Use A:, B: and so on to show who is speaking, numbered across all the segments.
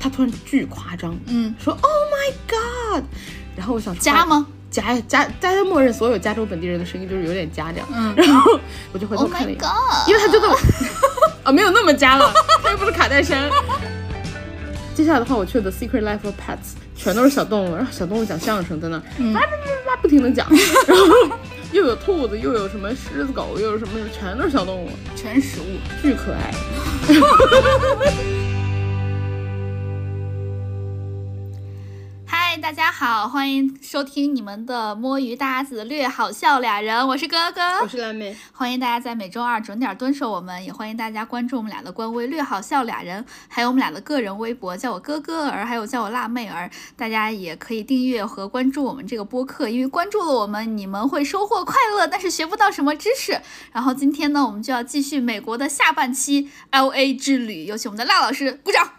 A: 他突然巨夸张，
B: 嗯，
A: 说 “Oh my God”，然后我想
B: 家
A: 吗？
B: 吗？
A: 加加大家默认所有加州本地人的声音就是有点加这样，
B: 嗯
A: 然后我就回头
B: Oh
A: 看
B: my
A: 了一眼
B: god！
A: 因为他就这么 啊，没有那么加了，他又不是卡戴珊。接下来的话，我去的《Secret Life of Pets》全都是小动物，然后小动物讲相声，在那儿
B: 嗯
A: 叭叭叭叭不停的 讲，然后又有兔子，又有什么狮子狗，又有什么，全都是小动物，
B: 全食物。
A: 巨可爱。
B: 嗨，大家好，欢迎收听你们的摸鱼搭子略好笑俩人，我是哥哥，
A: 是蓝莓，
B: 欢迎大家在每周二准点蹲守我们，也欢迎大家关注我们俩的官微“略好笑俩人”，还有我们俩的个人微博，叫我哥哥儿，还有叫我辣妹儿。大家也可以订阅和关注我们这个播客，因为关注了我们，你们会收获快乐，但是学不到什么知识。然后今天呢，我们就要继续美国的下半期 L A 之旅，有请我们的辣老师鼓掌。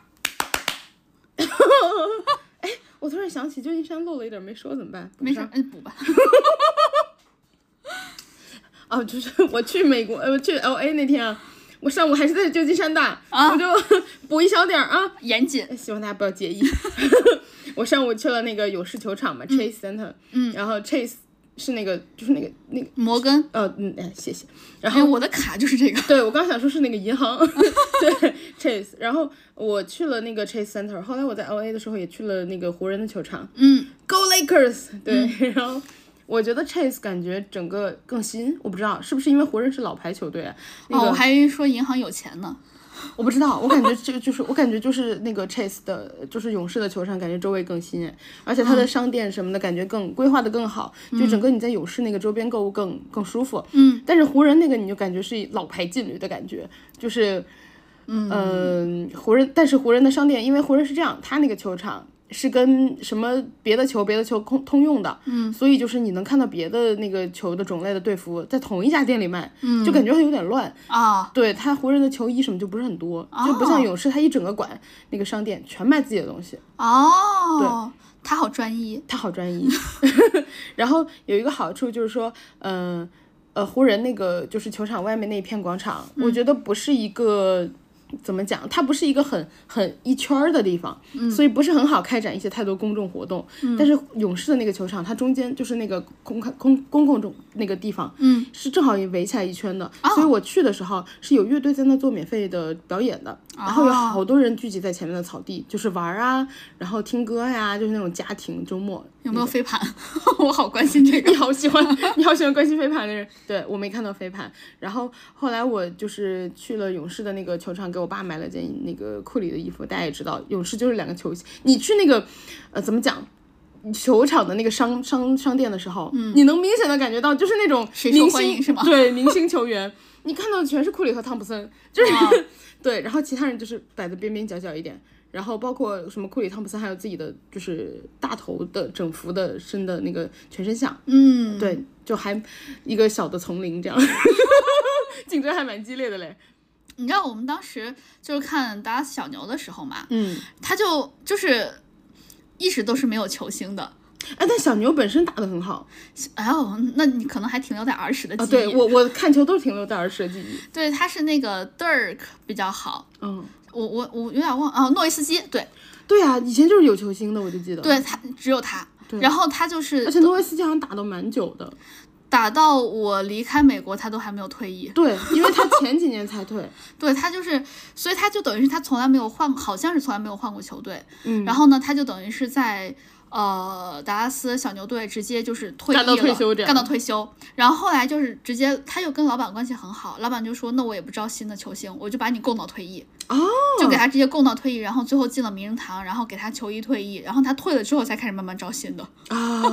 A: 我突然想起旧金山漏了一点没说怎么办？
B: 没事，嗯，补吧。
A: 哦，就是 我去美国，呃，我去 L A 那天啊，我上午还是在旧金山的，
B: 啊
A: 我就 补一小点儿啊，
B: 严谨，
A: 希望大家不要介意。 我上午去了那个勇士球场嘛、c h a s e Center，
B: 嗯
A: 然后 Chase 是那个就是那个那个
B: 摩根，
A: 呃嗯哎谢谢，然
B: 哎，
A: 后。
B: 我的卡就是这个。
A: 对，我刚想说是那个银行， 对 Chase，然后我去了那个 Chase Center，后来我在 L A 的时候也去了那个湖人的球场
B: 嗯，
A: ，Go Lakers，对，然后我觉得 Chase 感觉整个更新，我不知道是不是因为湖人是老牌球队啊，那
B: 哦，
A: 个、
B: 我还以为说银行有钱呢。
A: 我不知道，我感觉就就是我感觉就是那个 Chase 的，就是勇士的球场，感觉周围更新，而且它的商店什么的感觉更规划的更好，就整个你在勇士那个周边购物更更舒服。
B: 嗯，
A: 但是湖人那个你就感觉是老牌劲旅的感觉，就是，嗯、湖人，但是湖人的商店，因为湖人是这样，他那个球场。是跟什么别的球、别的球通通用的，嗯，所以就是你能看到别的那个球的种类的队服在同一家店里卖，嗯，就感觉有点乱，
B: 啊、
A: 对他湖人的球衣什么就不是很多，就不像勇士，他一整个馆那个商店全卖自己的东西，
B: 哦，他好专一。
A: 他好专一。 然后有一个好处就是说，嗯呃湖人那个就是球场外面那一片广场，我觉得不是一个。怎么讲？它不是一个很很一圈儿的地方，所以不是很好开展一些太多公众活动。但是勇士的那个球场，它中间就是那个公开公公共中那个地方，
B: 嗯，
A: 是正好也围起来一圈的。所以我去的时候是有乐队在那做免费的表演的，然后有好多人聚集在前面的草地，就是玩儿啊，然后听歌呀、就是那种家庭周末。
B: 有没有飞盘？ 我好关心这个
A: 你。 好 喜欢，你好喜欢关心飞盘的人。对我没看到飞盘，然后后来我就是去了勇士的那个球场，给我爸买了件那个库里的衣服。大家也知道，勇士就是两个球星。你去那个，呃，怎么讲？球场的那个商商商店的时候，你能明显的感觉到，就是那种
B: 谁嗯受
A: 明
B: 欢迎
A: 星
B: 是吗
A: 对明星球员，你看到的全是库里和汤普森，就是、
B: 哇
A: 对，然后其他人就是摆的边边角角一点，然后包括什么库里、汤普森，还有自己的就是大头的整幅的身的那个全身像，
B: 嗯，
A: 对，就还一个小的丛林这样， 竞争还蛮激烈的嘞。
B: 你知道我们当时就是看打小牛的时候嘛，
A: 嗯，
B: 他就就是一直都是没有球星的。
A: 哎，但小牛本身打得很好
B: 哎呦，那你可能还停留在儿时的记
A: 啊。
B: 忆。
A: 对我，我看球都是停留在儿时的记忆。
B: 对他是那个 Dirk 比较好。
A: 嗯，
B: 我我我有点忘哦，诺维斯基，对
A: 对啊，以前就是有球星的，我就记得。，
B: 对，他只有他。
A: 对
B: 然后他就是
A: 而且诺维斯基好像打得蛮久的。
B: 打到我离开美国，他都还没有退役。
A: 对，因为他前几年才 退。
B: 对他就是，所以他就等于是他从来没有换，好像是从来没有换过球队。
A: 嗯
B: 然后呢，他就等于是在呃达拉斯小牛队直接就是退役
A: 干到退
B: 了
A: 休这样
B: 干到退休。然后后来就是直接，他又跟老板关系很好，老板就说：“那我也不招新的球星，我就把你供到退役。”
A: 哦，
B: 就给他直接供到退役，然后最后进了名人堂，然后给他球衣退役，然后他退了之后才开始慢慢招新的。
A: 啊，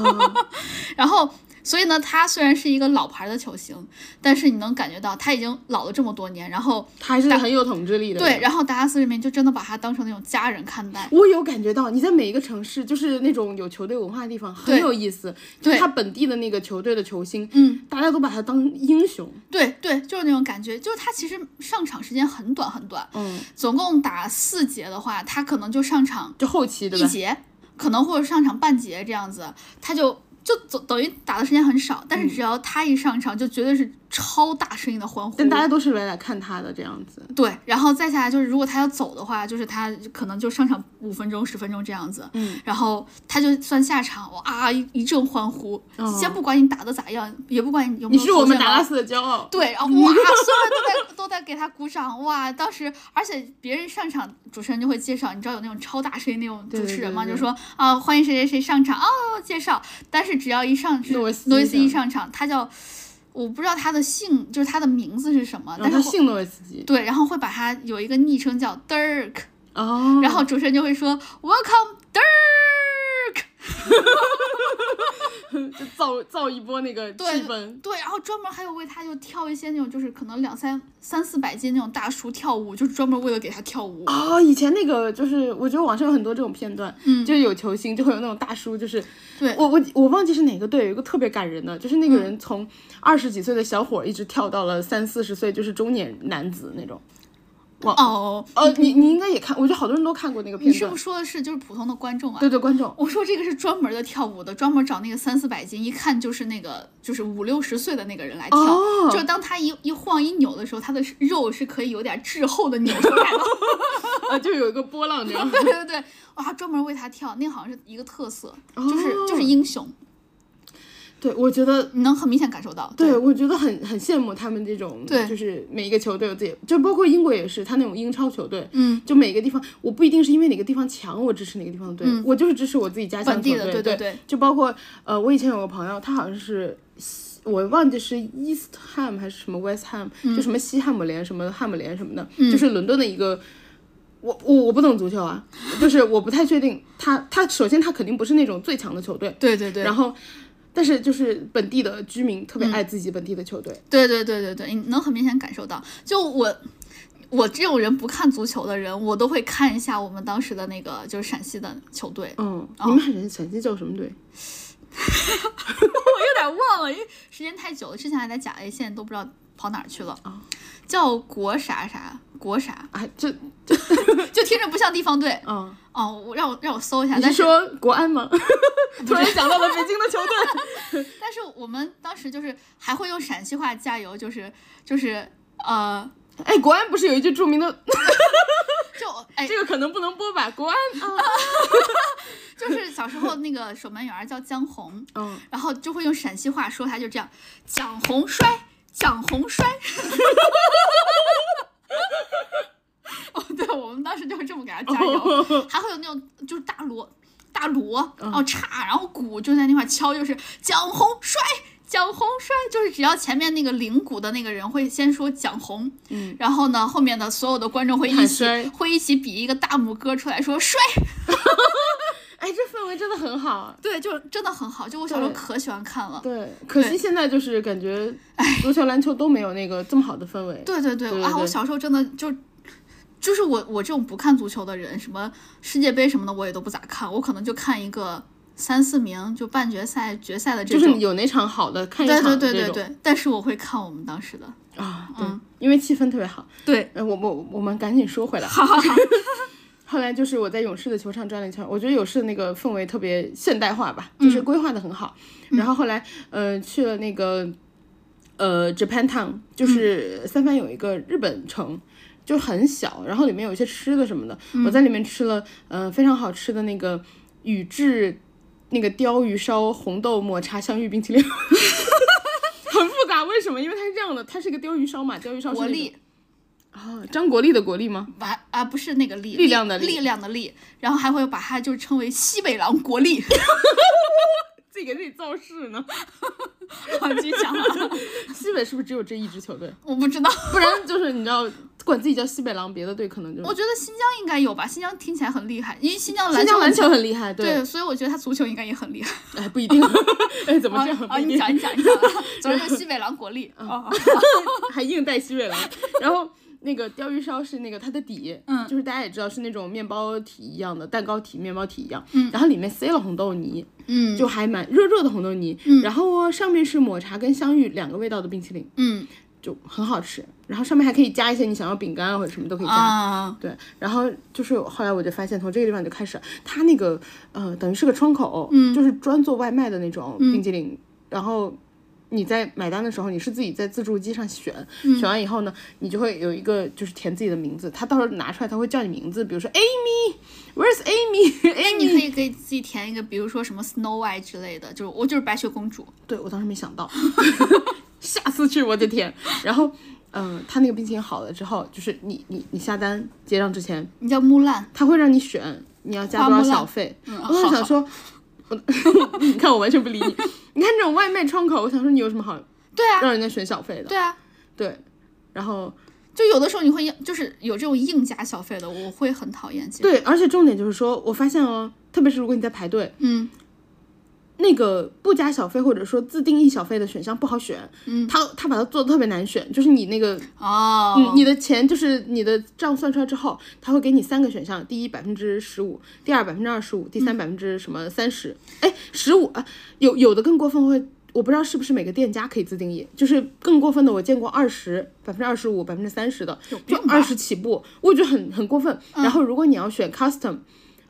B: 然后，所以呢，他虽然是一个老牌的球星，但是你能感觉到他已经老了这么多年，然后。
A: 他还是很有统治力的。
B: 对，。然后达拉斯人民就真的把他当成那种家人看待。
A: 我有感觉到你在每一个城市，就是那种有球队文化的地方很
B: 对
A: 有意思。就
B: 对
A: 是他本地的那个球队的球星，
B: 嗯，
A: 大家都把他当英雄。
B: 对对，就是那种感觉，就是他其实上场时间很短很短，
A: 嗯，
B: 总共打四节的话，他可能就上场
A: 就后期对
B: 一
A: 吧？
B: 节，可能或者上场半节这样子，他就就总等于打的时间很少，但
A: 嗯
B: 是只要他一上场，就绝对是超大声音的欢呼。
A: 但大家都是来来看他的这样子。
B: 对，然后再下来就是，如果他要走的话，就是他可能就上场五分钟、十分钟这样子，
A: 嗯，
B: 然后他就算下场，哇，一一阵欢呼，
A: 哦
B: 先不管你打的咋样，也不管你有没
A: 你
B: 有
A: 是我们
B: 出现
A: 达拉
B: 到
A: 斯的骄傲。
B: 对，然后哇，所有 人都在都在给他鼓掌，哇！当时，而且别人上场，主持人就会介绍，你知道有那种超大声音那种
A: 对
B: 主
A: 对
B: 持
A: 对
B: 人吗？
A: 对
B: 就说啊，欢迎谁谁谁上场哦，介绍。但是只要一上
A: 诺维斯
B: 诺维斯一
A: 上
B: 上场，他叫我不知道他的姓，就是他的名字是什么，
A: 然后
B: 但
A: 哦
B: 是
A: 他
B: 会
A: 姓诺维斯基。
B: 对，然后会把他有一个昵称叫 Dirk，
A: 哦，
B: 然后主持人就会说 Welcome Dirk，
A: 就造造一波那个气
B: 对
A: 氛。
B: 对，然后专门还有为他就跳一些那种就是可能两三三四百斤那种大叔跳舞，就是专门为了给他跳舞。
A: 哦，以前那个就是，我觉得网上有很多这种片段，
B: 嗯
A: 就是有球星就会有那种大叔，就是
B: 对嗯
A: 我我我忘记是哪个队，有一个特别感人的，就是那个人从二十几岁的小伙儿一直跳到了三四十岁，就是中年男子那种。
B: 哦，
A: 呃，你你应该也看，我觉得好多人都看过那个
B: 你
A: 片
B: 是
A: 段
B: 不。是说的是就是普通的观众啊？
A: 对对，观众，
B: 我说这个是专门的跳舞的，专门找那个三四百斤，一看就是那个就是五六十岁的那个人来跳。
A: 哦
B: 就当他一一晃一扭的时候，他的肉是可以有点滞后的扭出来的。
A: 呃，就有一个波浪这样。
B: 对对对，哇，专门为他跳，那好像是一个特色，就是
A: 哦
B: 就是英雄，
A: 对，我觉得
B: 你能很明显感受到。
A: 对，我觉得很很羡慕他们这种，
B: 对
A: 就是每一个球队有自己，就包括英国也是，他那种英超球队，
B: 嗯，
A: 就每个地方，我不一定是因为哪个地方强，我支持哪个地方的队，
B: 嗯
A: 我就是支持我自己家乡
B: 本地
A: 球
B: 的
A: 队，
B: 对对
A: 对
B: 对
A: 就包括呃，我以前有个朋友，他好像是西。我忘记是 East Ham 还是什么 West Ham，、就
B: 嗯
A: 什么西汉姆联、什么汉姆联什么的，就是伦敦的一个。我我我不懂足球啊，就是我不太确定他他首先他肯定不是那种最强的球队，
B: 对对对嗯
A: 然后，但是就是本地的居民特别爱自己本地的球队，
B: 对对对对对，你能很明显感受到。就我，我这种人不看足球的人，我都会看一下我们当时的那个就是陕西的球队，
A: 嗯，
B: 哦
A: 你们陕陕西叫什么队？
B: 有点忘了，因为时间太久了，之前还在甲 A，现在都不知道跑哪儿去了。
A: 啊
B: 叫国啥啥国啥，
A: 啊，这
B: 就听着不像地方队
A: 嗯，
B: 哦。我让我让我搜一下，
A: 你
B: 但
A: 是
B: 是
A: 说国安 吗？突然想到了北京的球队，
B: 但是我们当时就是还会用陕西话加油，就是就是呃，
A: 哎，国安不是有一句著名的，
B: 就哎
A: 这个可能不能播吧？国安，
B: 就是小时候那个守门员儿叫江红，
A: 嗯，
B: 然后就会用陕西话说他，就这样，蒋红摔，蒋红摔。 哦，对，我们当时就是这么给他加油，还会有那种就是大锣、大锣，然后叉，然后鼓就在那块敲，就是蒋红摔。蒋红摔就是只要前面那个领鼓的那个人会先说蒋红，
A: 嗯，
B: 然后呢，后面的所有的观众会一
A: 喊
B: 起
A: 摔
B: 会一起比一个大拇哥出来说摔，
A: 哎，这氛围真的很好。
B: 对，就真的很好，就我小时候
A: 对
B: 可喜欢看了，
A: 对，可惜现在就是感觉足球、篮球都没有那个这么好的氛围。
B: 哎对对对
A: 对对
B: 啊！我
A: 对
B: 小时候真的就，就是我我这种不看足球的人，什么世界杯什么的我也都不咋看，我可能就看一个三四名，就半决赛、决赛的这
A: 就
B: 种。
A: 是有哪场好的看一
B: 对
A: 场的
B: 对对
A: 这
B: 对
A: 种
B: 对，但是我会看我们当时的。
A: 啊，对
B: 嗯，
A: 因为气氛特别好。
B: 对，
A: 呃，我我我们赶紧说回来。
B: 好好好，
A: 后来就是我在勇士的球场转了一圈，我觉得勇士的那个氛围特别现代化吧，
B: 嗯
A: 就是规划的很好。然后后来，呃，去了那个呃 Japan Town，就是
B: 嗯
A: 三藩有一个日本城。就很小，然后里面有一些吃的什么的，
B: 嗯
A: 我在里面吃了，呃，非常好吃的那个宇治那个鲷鱼烧、红豆抹茶香芋冰淇淋， 很复杂。为什么？因为它是这样的，它是一个鲷鱼烧嘛，鲷鱼烧是、那
B: 国
A: 个、
B: 力
A: 啊，张国立的国力吗？
B: 把啊不是那个力，
A: 力量的力
B: 力量的力，然后还会把它就称为西北狼国力。
A: 自己给自己造势呢。
B: 好，继续讲了，
A: 西北是不是只有这一支球队？
B: 我不知道，
A: 不然就是你知道，管自己叫西北狼，别的队可能就
B: 我觉得新疆应该有吧，新疆听起来很厉害，因为新疆
A: 新
B: 球
A: 疆哦篮
B: 很
A: 球很厉害，对，
B: 对，所以我觉得他足球应该也很 厉害。
A: 哎，不一定，哎，怎么
B: 啊
A: 这样？
B: 啊，
A: 不一
B: 你
A: 定
B: 讲，你讲，你讲。总之就西北狼国力。
A: 嗯
B: 哦，
A: 还硬带西北狼，然后。那个鲷鱼烧是那个它的底，
B: 嗯
A: 就是大家也知道是那种面包体一样的蛋糕体、面包体一样，
B: 嗯
A: 然后里面塞了红豆泥，
B: 嗯
A: 就还蛮热热的红豆泥，
B: 嗯
A: 然后哦上面是抹茶跟香芋两个味道的冰淇淋，
B: 嗯，
A: 就很好吃。然后上面还可以加一些你想要饼干啊或者什么都可以加。
B: 啊，
A: 对，然后就是后来我就发现，从这个地方就开始，它那个呃，等于是个窗口，嗯，就是专做外卖的那种冰激凌，然后。你在买单的时候，你是自己在自助机上选，选完以后呢，你就会有一个就是填自己的名字，他到时候拿出来他会叫你名字，比如说 Amy，Where's Amy？Amy，
B: 那你可以给自己填一个，比如说什么 Snow White 之类的，就是我就是白雪公主。
A: 对我当时没想到，下次去我的天！然后，嗯、他那个冰淇淋好了之后，就是你你你下单结账之前，
B: 你叫木兰，
A: 他会让你选你要加多少小费。
B: 嗯
A: 我就
B: 好
A: 想说，我 你看我完全不理 你。你看这种外卖窗口，我想说你有什么好
B: 对啊，
A: 让人家选小费的？
B: 对啊，
A: 对，然后
B: 就有的时候你会就是有这种硬加小费的，我会很讨厌。其实，
A: 对，而且重点就是说，我发现哦，特别是如果你在排队，
B: 嗯，
A: 那个不加小费或者说自定义小费的选项不好选，嗯，他他把它做的特别难选，就是你那个
B: 哦，
A: 你你的钱就是你的账算出来之后，他会给你三个选项：第一百分之十五，第二百分之二十五，第三百分之什么三十？哎，十五啊，有有的更过分会，我不知道是不是每个店家可以自定义，就是更过分的，我见过二十百分之二十五、百分之三十的，就
B: 病吧
A: 二十起步，我觉得很很过分。然后如果你要选 custom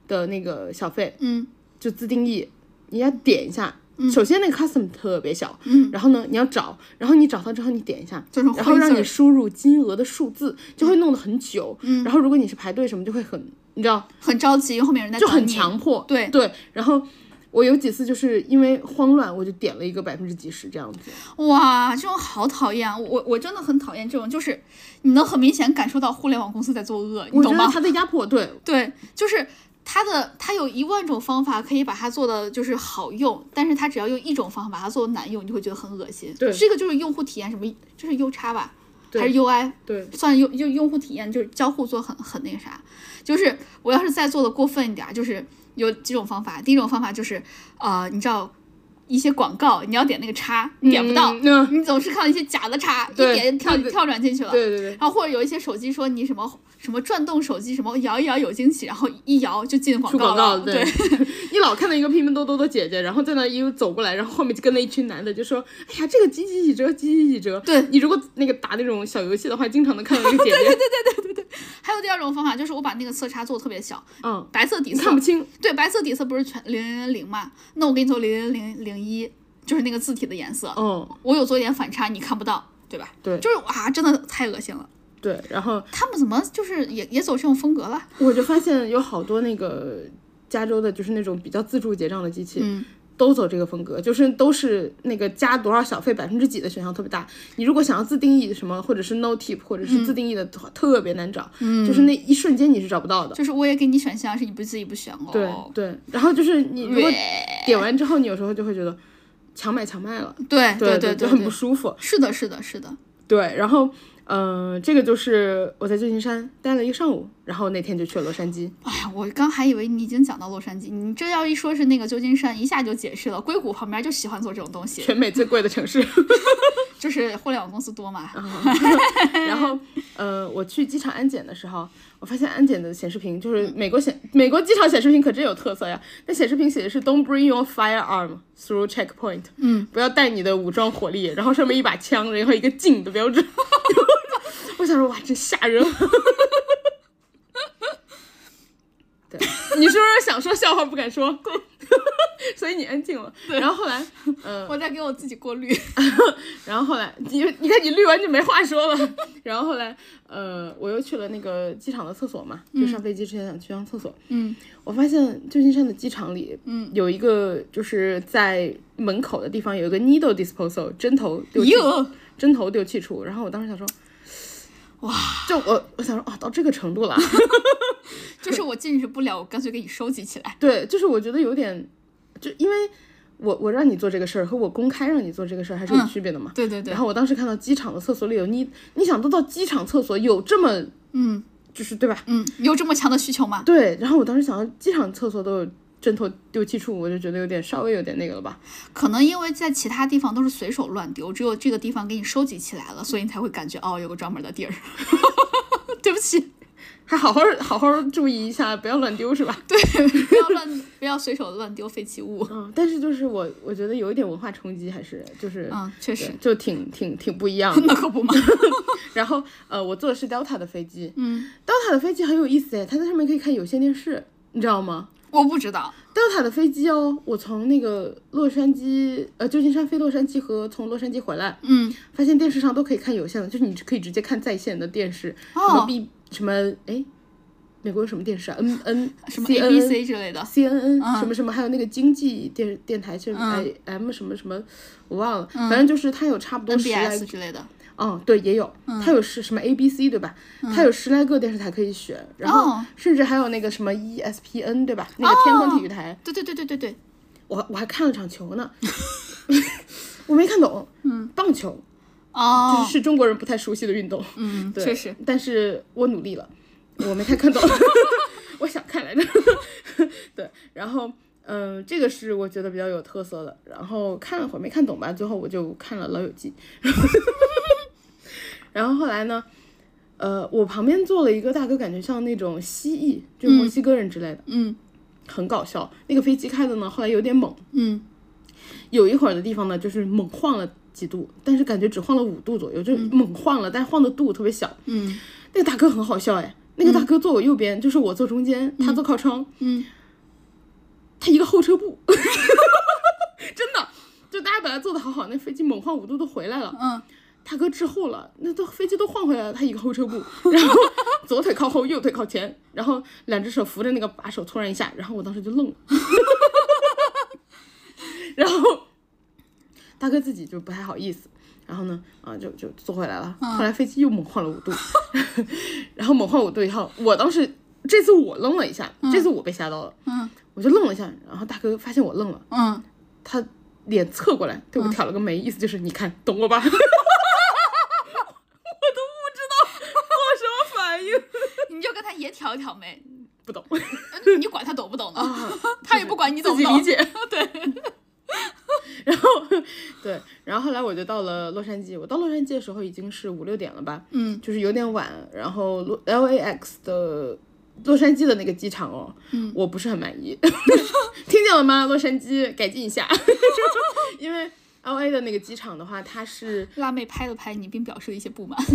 A: 的那个小费，
B: 嗯，
A: 就自定义，你要点一下。首先，那个 custom 特别小，然后呢，你要找，然后你找到之后，你点一下，
B: 嗯就是
A: 然后
B: 灰
A: 让
B: 色
A: 你
B: 儿嗯
A: 输入金额的数字，就会弄得很久。然后如果你是排队什么，就会很，你知道，
B: 很着急，因为后面有人在
A: 就
B: 等
A: 很
B: 你。
A: 强迫。
B: 对
A: 对，然后我有几次就是因为慌乱，我就点了一个百分之几十这样子。
B: 哇，这种好讨厌啊！我我我真的很讨厌这种，就是你能很明显感受到互联网公司在作恶，你
A: 我觉
B: 懂
A: 得
B: 吗？
A: 他在压迫，对，
B: 对，就是它的它有一万种方法可以把它做的就是好用，但是它只要用一种方法把它做的难用，你就会觉得很恶心。
A: 对
B: 这个就是用户体验什么，这是 U 叉吧，
A: 对
B: 还是 UI？
A: 对，
B: 算用用用户体验就是交互做很很那个啥，就是我要是再做的过分一点儿，就是有几种方法。第一种方法就是，呃，你知道一些广告，你要点那个叉，你点不到，
A: 嗯嗯
B: 你总是看到一些假的叉，一
A: 对
B: 点跳
A: 对对
B: 跳转进去了。
A: 对对对，
B: 然后或者有一些手机说你什么什么转动手机什么摇一摇有惊喜，然后一摇就进广
A: 出
B: 告
A: 广
B: 了。
A: 告，
B: 对，
A: 你老看到一个拼拼多多的姐姐，然后在那一路走过来，然后后面就跟了一群男的，就说：“哎呀，这个几几几折，几几几折。”
B: 对
A: 你如果那个打那种小游戏的话，经常能看到那个姐姐，
B: 还有第二种方法就是我把那个色差做的特别小，
A: 嗯，
B: 白色底
A: 你
B: 色
A: 看不清，
B: 对，白色底色不是全零零零零嘛？那我给你做零零零零一，就是那个字体的颜色。
A: 嗯，
B: 我有做一点反差，你看不到，对吧？
A: 对
B: 就是啊，真的太恶心了。
A: 对，然后
B: 他们怎么就是也也走这种风格了？
A: 我就发现有好多那个加州的，就是那种比较自助结账的机器，
B: 嗯
A: 都走这个风格，就是都是那个加多少小费百分之几的选项特别大。你如果想要自定义什么，或者是 no tip，或者是自定义的，话，特别难找，就是那一瞬间你是找不到的。
B: 就是我也给你选项，是你不自己不选哦。
A: 对对，然后就是你如果
B: 对
A: 点完之后，你有时候就会觉得强买强卖了，
B: 对
A: 对
B: 对
A: 就
B: 对
A: 很不
B: 对，
A: 舒服。
B: 是的，是的，是的。
A: 对，然后嗯、呃这个就是我在旧金山待了一个上午，然后那天就去了洛杉矶。
B: 哎呀，我刚还以为你已经讲到洛杉矶，你这要一说是那个旧金山，一下就解释了。硅谷旁边就喜欢做这种东西，
A: 全美最贵的城市，
B: 就是互联网公司多嘛。
A: 嗯然后，呃，我去机场安检的时候，我发现安检的显示屏就是美国显美国机场显示屏可真有特色呀。那显示屏写的是 “Don't bring your firearm through checkpoint”，嗯，不要带你的武装火力，然后上面一把枪，然后一个静的标志。 我想说，哇，真吓人！ 对，你是不是想说笑话不敢说？ 对，所以你安静了。然后后来，嗯、
B: 我在给我自己过滤。
A: 然后后来，你你看你绿完就没话说了。 然后后来，呃，我又去了那个机场的厕所嘛，就上飞机之前想去趟厕所。
B: 嗯，
A: 我发现旧金山的机场里，嗯，有一个就是在门口的地方有一个 needle disposal 针头丢弃，
B: 哟，
A: 针头丢弃处。然后我当时想说，
B: 哇，
A: 就我我想说，哦，到这个程度了啊，
B: 就是我进去不了，我干脆给你收集起来。
A: 对，就是我觉得有点，就因为我我让你做这个事儿和我公开让你做这个事儿还是有
B: 嗯
A: 区别的嘛。
B: 对对对
A: 然，后我当时看到机场的厕所里有你，你想都到机场厕所有这么，
B: 嗯
A: 就是对吧？
B: 嗯，有这么强的需求吗？
A: 对。然后我当时想到机场厕所都有针头丢弃处，我就觉得有点稍微有点那个了吧？
B: 可能因为在其他地方都是随手乱丢，只有这个地 方给你收集起来了，所以你才会感觉哦，有个专门的地儿。对不起，
A: 还好好好好注意一下，不要乱丢，是吧？
B: 对，不要乱，不要随手乱丢废弃物。
A: 嗯，但是就是我，我觉得有一点文化冲击，还是就是，
B: 嗯，确实
A: 对，，就挺挺挺不一样 的。
B: 那可不嘛。
A: 然后呃，我坐的是 Delta 的飞机
B: 嗯，
A: ，Delta 的飞机很有意思哎，它在上面可以看有线电视，你知道吗
B: 我不知道。
A: ？Delta 的飞机哦，我从那个洛杉矶呃旧金山飞洛杉矶和从洛杉矶回来，
B: 嗯，
A: 发现电视上都可以看有线的，就是你可以直接看在线的电视，什么
B: 哦，
A: B 什么哎，美国有什么电视 啊？N N
B: 什么
A: C N N 啊
B: ABC 之类的。
A: C N N
B: 嗯
A: 什么什么，还有那个经济电电台，就是
B: 嗯
A: I M 什么什么，我忘了，
B: 嗯
A: 反正就是它有差不多十来
B: NBS，之类的，
A: 嗯，对，也有，它有十什么 A B C 对吧？它有十来个电视台可以选，然后
B: 嗯哦
A: 甚至还有那个什么 E S P N 对吧？那个天空体育台，
B: 对对对对对对，
A: 我我还看了场球呢， 我没看懂，嗯，棒球就
B: 哦
A: 是，是中国人不太熟悉的运动，
B: 嗯，
A: 对
B: 确实，
A: 但是我努力了，我没太看 懂，我想看来着。 对，然后嗯、呃这个是我觉得比较有特色的。然后看了会儿没看懂吧，最后我就看了《老友记》 然后，然后后来呢，呃，我旁边坐了一个大哥，感觉像那种蜥蜴，就墨西哥人之类的，
B: 嗯
A: 很搞笑。那个飞机开的呢，后来有点猛，
B: 嗯，
A: 有一会儿的地方呢，就是猛晃了几度，但是感觉只晃了五度左右，就猛晃了，但晃的度特别小。
B: 嗯
A: 那个大哥很好笑哎，那个大哥坐我右边，就是我坐中间，他坐靠窗，
B: 嗯，
A: 他一个后撤步， 真的，就大家本来坐的好好，那飞机猛晃五度都回来了，
B: 嗯，
A: 大哥滞后了，那都飞机都晃回来了，他一个后撤步，然后 左腿靠后，右腿靠前，然后两只手扶着那个把手，突然一下，然后我当时就愣了， 然后大哥自己就不太好意思。然后呢，啊，就就坐回来了。后来飞机又猛晃了五度， 然后猛晃五度以后，我当时这次我愣了一下，这次我被吓到了，
B: 嗯
A: 我就愣了一下。然后大哥发现我愣了，
B: 嗯，
A: 他脸侧过来对我挑了个眉，意思就是你看懂我吧？我 都不知道做什么反应，
B: 你就跟他也挑一挑眉，
A: 不 懂，
B: 嗯你管他懂不懂呢？ 他也不管你懂
A: 啊自
B: 不
A: 己理。解。
B: 懂
A: 对，然后对，然后后来我就到了洛杉矶。我到洛杉矶的时候已经是五六点了吧，
B: 嗯
A: 就是有点晚。然后洛 LAX 的洛杉矶的那个机场哦，
B: 嗯
A: 我不是很满意， 听见了吗？洛杉矶改进一下， 因为 LA 的那个机场的话，它是
B: 辣妹拍了拍你，并表示了一些不满。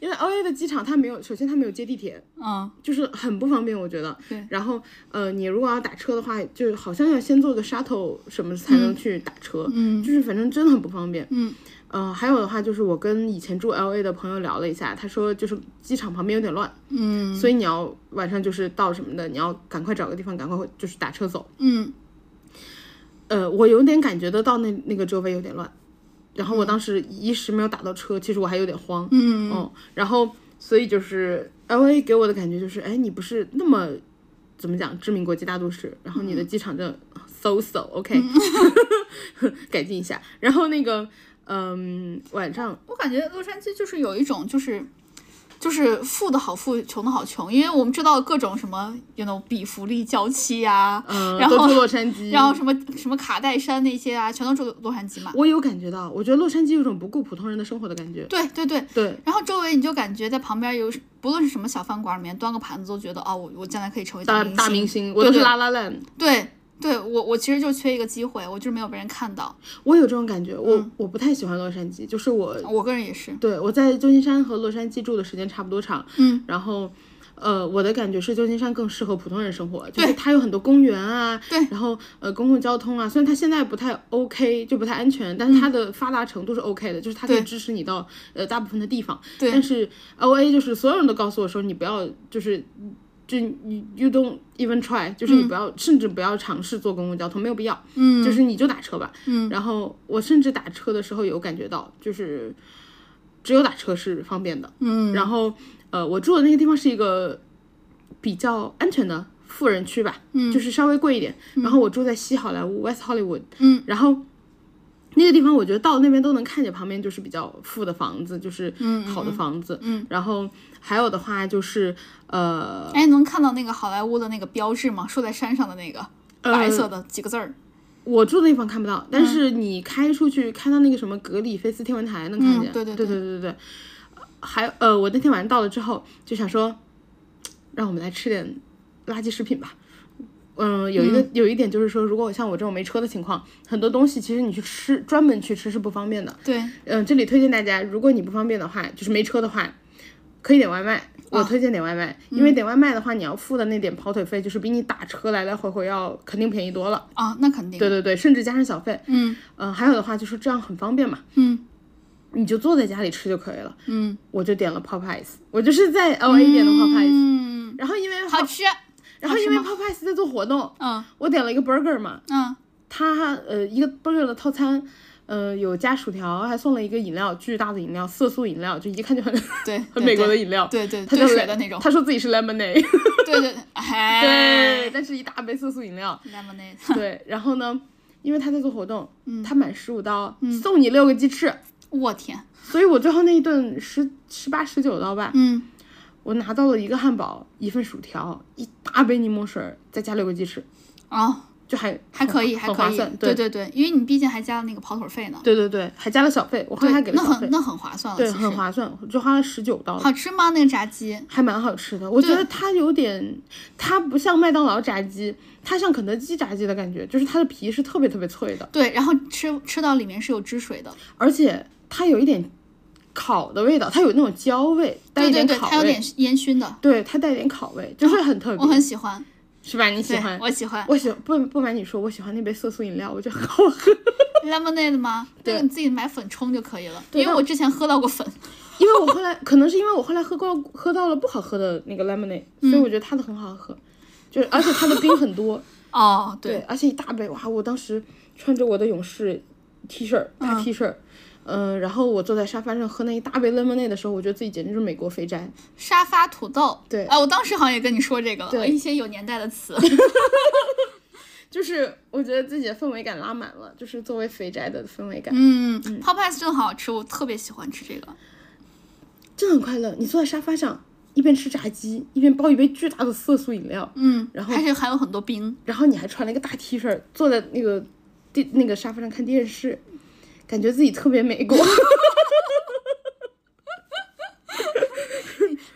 A: 因为 LA 的机场它没有，首先它没有接地铁，
B: 嗯，
A: 就是很不方便，我觉得。
B: 对
A: 然后，呃，你如果要打车的话，就好像要先坐个 shuttle 什么才能去打车，
B: 嗯
A: 就是反正真的很不方便。
B: 嗯，
A: 呃，还有的话就是我跟以前住 LA 的朋友聊了一下，他说就是机场旁边有点乱，
B: 嗯
A: 所以你要晚上就是到什么的，你要赶快找个地方，赶快就是打车走。
B: 嗯
A: 呃，我有点感觉得到那那个周围有点乱，然后我当时一时没有打到车，其实我还有点慌。
B: 嗯
A: 嗯，然后所以就是 L A 给我的感觉就是，哎，你不是那么怎么讲知名国际大都市，然后你的机场就 so so OK，、改
B: 嗯
A: 进一下。然后那个，嗯，晚上
B: 我感觉洛杉矶就是有一种就是。就是富的好富，穷的好穷，因为我们知道各种什么，you know，比弗利郊区呀，
A: 嗯、
B: 然
A: 都
B: 后
A: 住洛杉矶，
B: 然后什么什么卡戴珊那些啊，全都住洛杉矶嘛。
A: 我有感觉到，我觉得洛杉矶有种不顾普通人的生活的感觉。
B: 对对对，
A: 对，
B: 然后周围你就感觉在旁边有，不论是什么小饭馆里面端个盘子，都觉得哦，我我将来可以成为
A: 大
B: 明
A: 大明
B: 星。
A: 星，我
B: 对
A: 就是
B: 对
A: 拉拉烂，
B: 对对，我我其实就缺一个机会，我就是没有被人看到。
A: 我有这种感觉。我、
B: 嗯
A: 我不太喜欢洛杉矶，就是我
B: 我个人也是，
A: 对，我在旧金山和洛杉矶住的时间差不多长，
B: 嗯，
A: 然后，呃，我的感觉是旧金山更适合普通人生活，就是
B: 对
A: 它有很多公园啊，
B: 对
A: 然后呃公共交通啊，虽然它现在不太 OK，就不太安全，但是它的发达程度是 OK 的，就是它可以
B: 嗯对
A: 支持你到呃大部分的地方，
B: 对
A: 但是 LA 就是所有人都告诉我说你不要就是。就你 you don't even try，就是你不要，甚至不要尝试坐公共交通，没有必要。
B: 嗯，
A: 就是你就打车吧。
B: 嗯，
A: 然后我甚至打车的时候有感觉到，就是只有打车是方便的。
B: 嗯
A: 然后呃，我住的那个地方是一个比较安全的富人区吧，嗯，就是稍微贵一点。然后我住在西好莱坞 （West Hollywood），
B: 嗯，
A: 然后。那个地方，我觉得到那边都能看见，旁边就是比较富的房子，就是
B: 嗯
A: 好的房子。嗯，然后还有的话就是，呃，
B: 哎，能看到那个好莱坞的那个标志吗？竖在山上的那个
A: 呃
B: 白色的几个字儿。
A: 我住的地方看不到，
B: 嗯
A: 但是你开出去，开到那个什么格里菲斯天文台能看见。
B: 嗯对对
A: 对对对对对还有呃，我那天晚上到了之后就想说，让我们来吃点垃圾食品吧。嗯，有一个、有一点就是说，如果像我这种没车的情况，很多东西其实你去吃，专门去吃是不方便的。
B: 对，
A: 嗯，这里推荐大家，如果你不方便的话，就是没车的话，可以点外卖。
B: 哦
A: 我推荐点外卖，因
B: 嗯
A: 为点外卖的话，你要付的那点跑腿费，就是比你打车来来回回要肯定便宜多了。
B: 哦，那肯定，
A: 对对对，甚至加上小费。
B: 嗯
A: 嗯，还有的话就是这样很方便嘛，
B: 嗯
A: 你就坐在家里吃就可以了。
B: 嗯
A: 我就点了 Popeyes，我就是在 LA 点的 Popeyes，、
B: 嗯，
A: 然后因为
B: 好吃，
A: 然后因为
B: 为
A: Popeyes 在做活动，
B: 嗯
A: 我点了一个 burger 嘛，
B: 嗯
A: 它呃一个 burger 的套餐，呃有加薯条，还送了一个饮料，巨大的饮料，色素饮料，就一看就很
B: 对，
A: 很
B: 对
A: 美国的
B: 对
A: 饮料。
B: 对 对
A: 它
B: 兑
A: 叫
B: 水
A: le-
B: 的那种，
A: 他说自己是 lemonade，
B: 对 对对，
A: 对，
B: 哎
A: 但是一大杯色素饮料。
B: ，lemonade，
A: 对，然后呢，因为他在做活动，
B: 嗯
A: 他满十五刀、送你六个鸡翅，
B: 我天，
A: 所以我最后那一顿十十八十九刀吧，
B: 嗯，
A: 我拿到了一个汉堡，一份薯条，一大杯柠檬水，再加六个鸡翅，
B: 哦，
A: 就还
B: 还可以，
A: 很
B: 还
A: 很
B: 可
A: 划
B: 以
A: 算，，对
B: 对对对，因为你毕竟还加了那个跑腿费呢，
A: 对对对，还加了小费，我后来还给了
B: 那
A: 小费
B: 很，那很划算了，
A: 对，
B: 其
A: 很
B: 实
A: 划算，我就花了十九刀，
B: 好吃吗？那个炸鸡？
A: 还蛮好吃的。我觉
B: 对
A: 得它有点，它不像麦当劳炸鸡，它像肯德基炸鸡的感觉，就是它的皮是特别特别脆的，
B: 对，然后吃吃到里面是有汁水的，
A: 而且它有一点烤的味道，它有那种焦味，带
B: 对
A: 一
B: 对
A: 点
B: 对，
A: 烤
B: 它有
A: 味
B: 点，烟熏的，
A: 对，它带一点烤味，就是很特
B: 我
A: 别，
B: 很喜欢，
A: 是吧？你喜
B: 对
A: 欢？
B: 我喜欢
A: 我喜不不瞒你说，我喜欢那杯色素饮料，我觉得很好喝。
B: lemonade 吗？那
A: 对
B: 个你自己买粉冲就可以了，
A: 对
B: 因为
A: 那
B: 我之前喝到过粉，
A: 因为我后来可能是因为我后来喝过喝到了不好喝的那个 lemonade，、所以我觉得它的很好喝，就是而且它的冰很多，
B: 哦，
A: 对，
B: 对，
A: 而且一大杯哇！我当时穿着我的勇士 T 恤儿大 T 恤儿，嗯、然后我坐在沙发上喝那一大杯 lemonade 的时候，我觉得自己简直就是美国肥宅，
B: 沙发土豆，
A: 对
B: 啊，我当时好像也跟你说这个了，
A: 对
B: 一些有年代 的词，
A: 就是我觉得自己的氛围感拉满了，就是作为肥宅的氛围感，
B: 嗯，Popeyes 真的好好吃，我特别喜欢吃这个，
A: 真的很快乐。你坐在沙发上，一边吃炸鸡，一边煲一杯巨大的色素饮料，
B: 嗯，
A: 然后
B: 而且还有很多冰，
A: 然后你还穿了一个大 T 恤，坐在那个地那个沙发上看电视，感觉自己特别美国。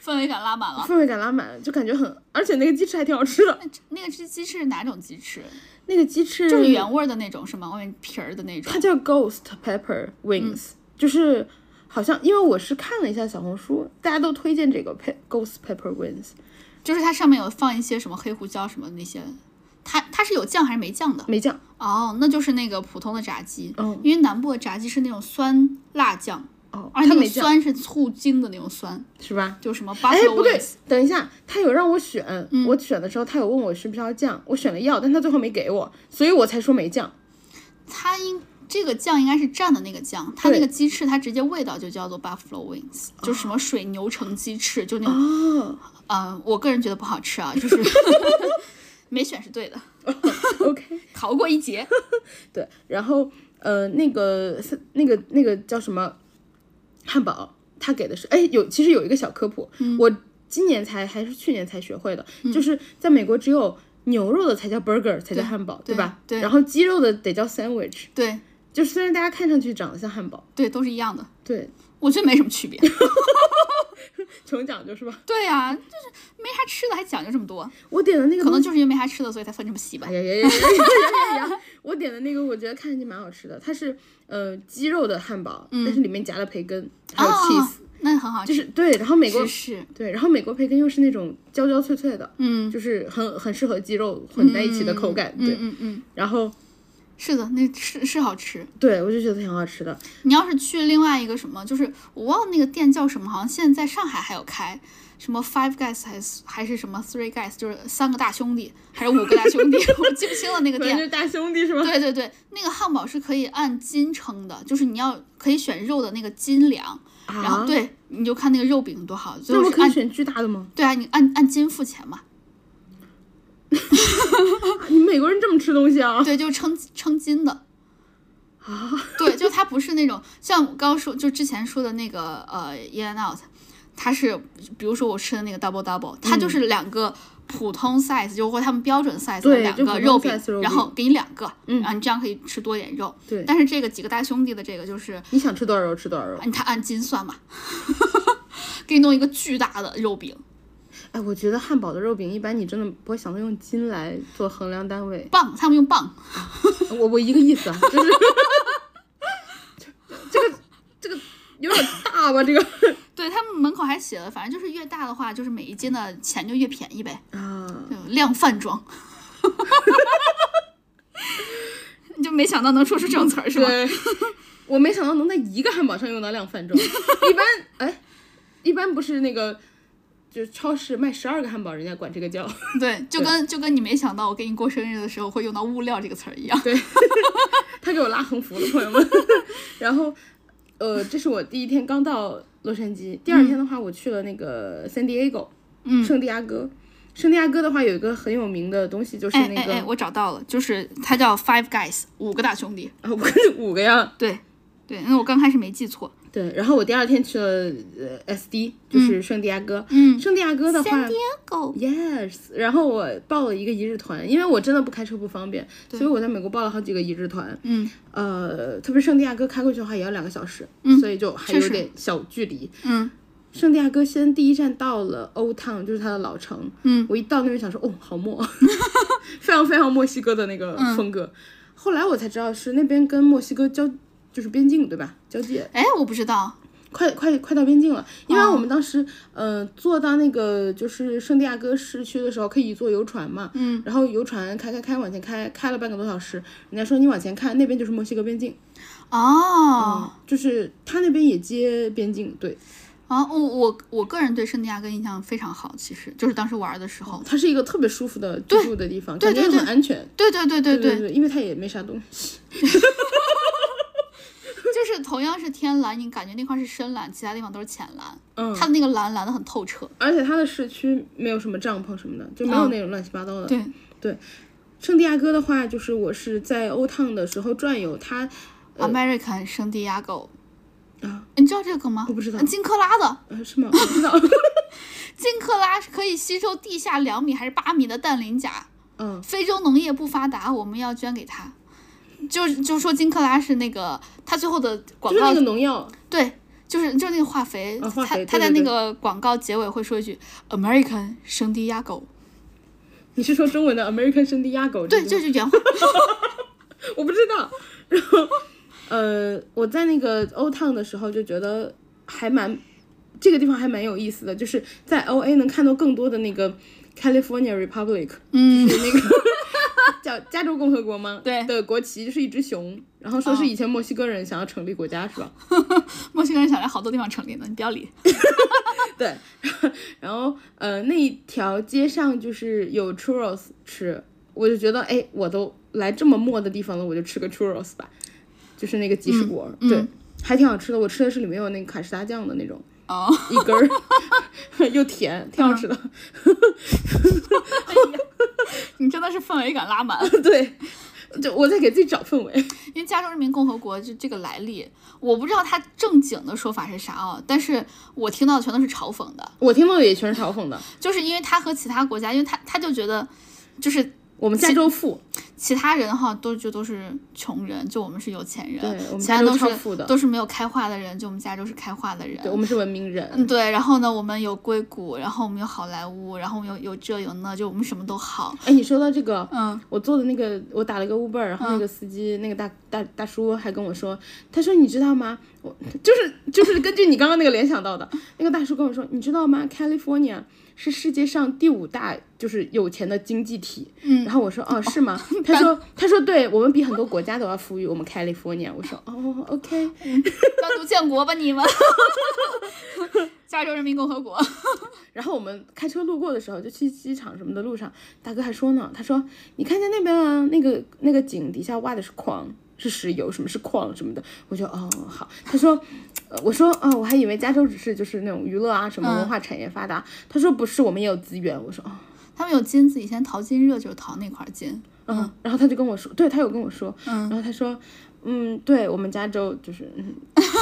B: 氛围感拉满 了。
A: 氛围感拉满，就感觉很，而且那个鸡翅还挺好吃的。
B: 那个鸡鸡翅是哪种鸡翅？
A: 那个鸡翅
B: 就是原味儿的那种是吗？外面皮儿的那种
A: 它。叫 Ghost Pepper Wings，、就是
B: 嗯
A: 好像因为我是看了一下小红书，大家都推荐这个 pe Ghost Pepper Wings，
B: 就是它上面有放一些什么黑胡椒什么那些，它它是有酱还是没酱的？
A: 没酱，
B: 哦，那就是那个普通的炸鸡，
A: 嗯
B: 因为南部的炸鸡是那种酸辣酱，
A: 哦，
B: 而且
A: 它
B: 那个
A: 没酱
B: 啊酸是醋精的那种酸，
A: 是吧？
B: 就什么
A: 哎，
B: buffalo
A: 不对
B: wings，，嗯
A: 等一下，他有让我选，我选的时候他有问我需不需要酱，我选了要，但他最后没给我，所以我才说没酱。
B: 它应这个酱应该是蘸的那个酱，它那
A: 对
B: 个鸡翅它直接味道就叫做 buffalo wings，就是什么水牛城鸡翅，就那种，
A: 哦
B: 嗯、我个人觉得不好 吃啊，就是没选是对的，
A: 哦 ，OK，
B: 逃过一劫。
A: 对，然后呃，那个是那个那个叫什么汉堡，他给的是哎有，其实有一个小科普，
B: 嗯
A: 我今年才还是去年才学会的，就是在美国只有牛肉的才叫 burger 才叫汉堡，
B: 对
A: 吧？
B: 对
A: 然后鸡肉的得叫 sandwich，
B: 对
A: 就虽然大家看上去长得像汉堡，
B: 对，都是一样的，
A: 对，
B: 我觉得没什么 区别。
A: 穷讲究是吧？
B: 对呀、就是没啥吃的，还讲究这么多，
A: 我点的那个
B: 可
A: 东
B: 能
A: 西。
B: 就是因为没啥吃的，所以才分这么细吧
A: 哎。呀呀呀呀呀呀呀！我点的那个，我觉得看上去蛮好吃的。它是呃鸡肉的汉堡，
B: 嗯
A: 但是里面夹了培根，还有 cheese，、
B: 那很好吃，
A: 就是对。然后美国
B: 哦芝士，
A: 对，然后美国培根又是那种焦焦脆脆的，
B: 嗯，
A: 就是很很适合鸡肉混在一起的口感，
B: 嗯
A: 对。
B: 嗯嗯，
A: 然后
B: 是的，那是是好吃。
A: 对我就觉得挺好吃的，
B: 你要是去另外一个什么，就是我忘了那个店叫什么，好像现在在上海还有开，什么 Five Guys 还是还是什么 Three Guys，就是三个大兄弟还是五个大兄弟， 我记不清了那个
A: 反正
B: 店。
A: 就是大兄弟是吧？
B: 对对对，那个汉堡是可以按斤称的，就是你要可以选肉的那个斤两，
A: 啊，
B: 然后，对你就看那个肉饼多好，最
A: 那
B: 后
A: 我
B: 是
A: 可以
B: 按
A: 选巨大的吗？
B: 对啊，你按按斤付钱嘛。
A: 啊你们美国人这么吃东西啊？
B: 对，就是称称斤的。
A: 啊，
B: 对，就它不是那种像我刚刚说，就之前说的那个呃 In and Out，它是比如说我吃的那个 Double Double，它
A: 嗯
B: 就是两个普通 size，、就或他们标准 size 的
A: 对
B: 两
A: 就
B: 个
A: 普通
B: 肉饼，
A: size 肉
B: 然
A: 饼
B: 后给你两个，
A: 嗯
B: 然后你这样可以吃多点肉。
A: 对
B: 但是这个几个大兄弟的这个就是
A: 你想吃多少肉
B: 哎
A: 吃多少肉。
B: 按它按斤算嘛，给你弄一个巨大的肉饼。。
A: 哎，我觉得汉堡的肉饼一般，你真的不会想到用斤来做衡量单位
B: 磅，他们用磅。
A: 我我一个意思啊，就是 这个这个有点大吧，这个
B: 对他们门口还写了，反正就是越大的话，就是每一斤的钱就越便宜呗，
A: 啊，
B: 就量贩装。 你就没想到能说出这种词儿是吧？
A: 对， 我没想到能在一个汉堡上用到量贩装，一般哎，一般不是那个。就是超市卖十二个汉堡，人家管这个叫
B: 对，就跟就跟你没想到我给你过生日的时候会用到物料这个词儿一样。
A: 他给我拉横幅了，朋友们。 然后，呃，这是我第一天刚到洛杉矶，第二天的话，我去了那个 San Diego，
B: 嗯
A: 圣地亚哥。圣地亚哥的话，有一个很有名的东西，就是
B: 哎
A: 那
B: 哎
A: 个、
B: 哎，我找到了，就是它叫 Five Guys，五个大兄弟。
A: 啊，我跟五个呀，
B: 对对，那我刚开始没记错。
A: 对。然后我第二天去了呃 SD，就是圣地亚哥。
B: 嗯
A: 圣地亚哥的话
B: Diego，
A: Yes，然后我报了一个一日团，因为我真的不开车不方便，所以我在美国报了好几个一日团。
B: 嗯
A: 呃，特别圣地亚哥开过去的话也要两个小时，所以就还
B: 确
A: 有
B: 实
A: 点小距离。
B: 嗯
A: 圣地亚哥先第一站到了 Old Town，就是它的老城。
B: 嗯，
A: 我一到那边想说，哦，好墨， 非常非常墨西哥的那个
B: 嗯
A: 风格。后来我才知道是那边跟墨西哥交，就是边境对吧？交界，
B: 哎，我不知道。
A: 快快快到边境了。因为我
B: 哦
A: 们当时、呃坐到那个就是圣地亚哥市区的时候，可以坐游船嘛。
B: 嗯，
A: 然后游船开开开往前开，开了半个多小时，人家说你往前看，那边就是墨西哥边境，嗯
B: 哦
A: 就是他那边也接边境，对，
B: 哦，我我我个人对圣地亚哥印象非常好，其实就是当时玩的时候。
A: 它是一个特别舒服的居住的地方，
B: 对
A: 感觉
B: 对
A: 也
B: 对
A: 很安全。
B: 对对对对
A: 对
B: 对，
A: 对，因为它也没啥东西。
B: 就是同样是天蓝，你感觉那块是深蓝，其他地方都是浅蓝。
A: 嗯
B: 它的那个蓝蓝的很透彻。
A: 而且它的市区没有什么帐篷什么的，就没有
B: 嗯
A: 那种乱七八糟的。
B: 对，
A: 圣地亚哥的话，就是我是在欧烫的时候转悠，它
B: American 圣地亚哥。
A: 呃啊，
B: 你知道这个梗吗？
A: 我不知道
B: 金克拉的
A: 呃是吗？我不 知道。
B: 金克拉是可以吸收地下两米还是八米的氮磷钾。
A: 嗯，
B: 非洲农业不发达，我们要捐给他。就就说金克拉是那个他最后的广
A: 就是
B: 告
A: 那个农药，
B: 对，就是就是那个化肥，
A: 啊
B: 他
A: 化
B: 他
A: 肥对
B: 在
A: 对对
B: 那个广告结尾会说一句 “American 圣地亚哥
A: 你是说中文的 American 圣地亚狗？”，
B: 对，
A: 这
B: 这
A: 个
B: 是原话。
A: 我不知道。然后，呃，我在那个欧烫的时候就觉得还蛮，这个地方还蛮有意思的，就是在 O A 能看到更多的那个 California Republic。
B: 嗯，
A: 那 个叫加州共和国吗？
B: 对哦
A: 的国旗就是一只熊，然后说是以前墨西哥人想要成立国家，是吧？
B: 墨西哥人想在好多地方成立呢，你不要理。
A: 对，然后呃那一条街上就是有 churros 吃，我就觉得哎，我都来这么末的地方了，我就吃个 churros 吧，就是那个即食果，对，还挺好吃的。我吃的是里面有那个卡士达酱的那种。
B: 哦，
A: 一根儿 又甜，挺好吃的。
B: 你真的是氛围感拉满。
A: 对，就我在给自己找氛围。
B: 因为加州人民共和国就这个来历，我不知道它正经的说法是啥啊，但是我听到的全都是嘲讽的，
A: 我听到的也全是嘲讽的。
B: 就是因为它和其他国家，因为它它就觉得，就是
A: 我们加州富，
B: 其他人哈都就都是穷人，就我们是有钱人，
A: 对我们
B: 其
A: 加
B: 他
A: 州
B: 都
A: 超
B: 是
A: 富的
B: 都是没有开化的人，就我们加州是开化的人。
A: 对我们是文明人。
B: 嗯，对，然后呢，我们有硅谷，然后我们有好莱坞，然后我们有有这有那，就我们什么都好。
A: 哎，你说到这个，
B: 嗯，
A: 我做的那个，我打了个 Uber，然后那个司机、那个大大大叔还跟我说，他说你知道吗？我就是就是根据你刚刚那个联想到的，那个大叔跟我说，你知道吗？California 是世界上第五大就是有钱的经济体。嗯，然后我说哦是吗？他说他说对我们比很多国家都要富裕，我们 California。我说哦 OK，
B: 单独建国吧你们， 加州人民共和国。
A: 然后我们开车路过的时候，就去机场什么的路上，大哥还说呢，他说你看见那边啊，那个那个井底下挖的是矿，是石油，什么是矿什么的，我就哦好，他说。 呃我说啊、我还以为加州只是就是那种娱乐啊什么文化产业发达，他说不是，我们也有资源。我说哦，
B: 他们有金子，以前淘金热就是淘那块金。
A: 嗯，然后他就跟我说，对他有跟我说，然后他说，嗯，对我们加州就是，嗯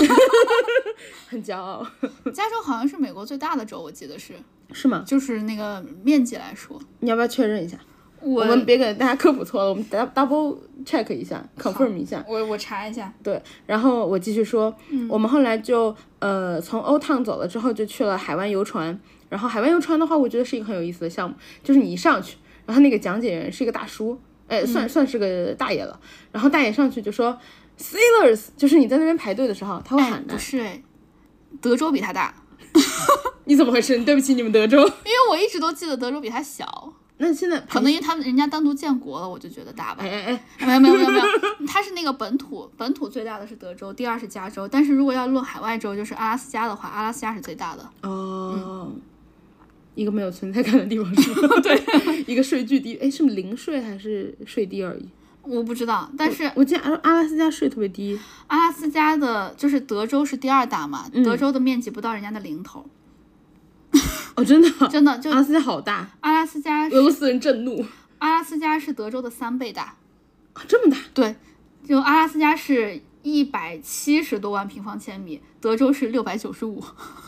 A: 很骄傲，
B: 加州好像是美国最大的州，我记得是，
A: 是吗？
B: 就是那个面积来说。
A: 你要不要确认一下？
B: 我
A: 我们别给大家科普错了，我们 dou- double check 一下，confirm 一下。
B: 我我查一下，
A: 对，然后嗯我继续说，我们后来就呃从欧烫走了之后，就去了海湾游船，然后海外游船的话，我觉得是一个很有意思的项目，就是你一上去，然后那个讲解员是一个大叔，哎，算算是个大爷了。然后大爷上去就说 “sailors”，就是你在那边排队的时候，他会
B: 哎，
A: 喊的
B: 不。是哎，德州比他大，
A: 你怎么回事？对不起，你们德州。
B: 因为我一直都记得德州比他小，
A: 那现在
B: 可能因为他们人家单独建国了，我就觉得大吧
A: 哎。哎哎，
B: 没有没有没有没有，它是那个本土 本土最大的是德州，第二是加州，但是如果要论海外州，就是阿拉斯加的话，阿拉斯加是最大的。
A: 哦，一个没有存在感的地方是 吧？对，一个税巨低，哎，是零税还是税低而已？
B: 我不知道，但是
A: 我记得阿阿拉斯加税特别低，
B: 阿拉斯加的就是德州是第二大嘛，
A: 嗯
B: 德州的面积不到人家的零头，
A: 哦，真的，
B: 真的就
A: 阿拉斯加好大，
B: 阿拉斯加
A: 俄罗斯人震怒，
B: 阿拉斯加是德州的三倍大，
A: 啊这么大，
B: 对，就阿拉斯加是一百七十多万平方千米，德州是六百九十五，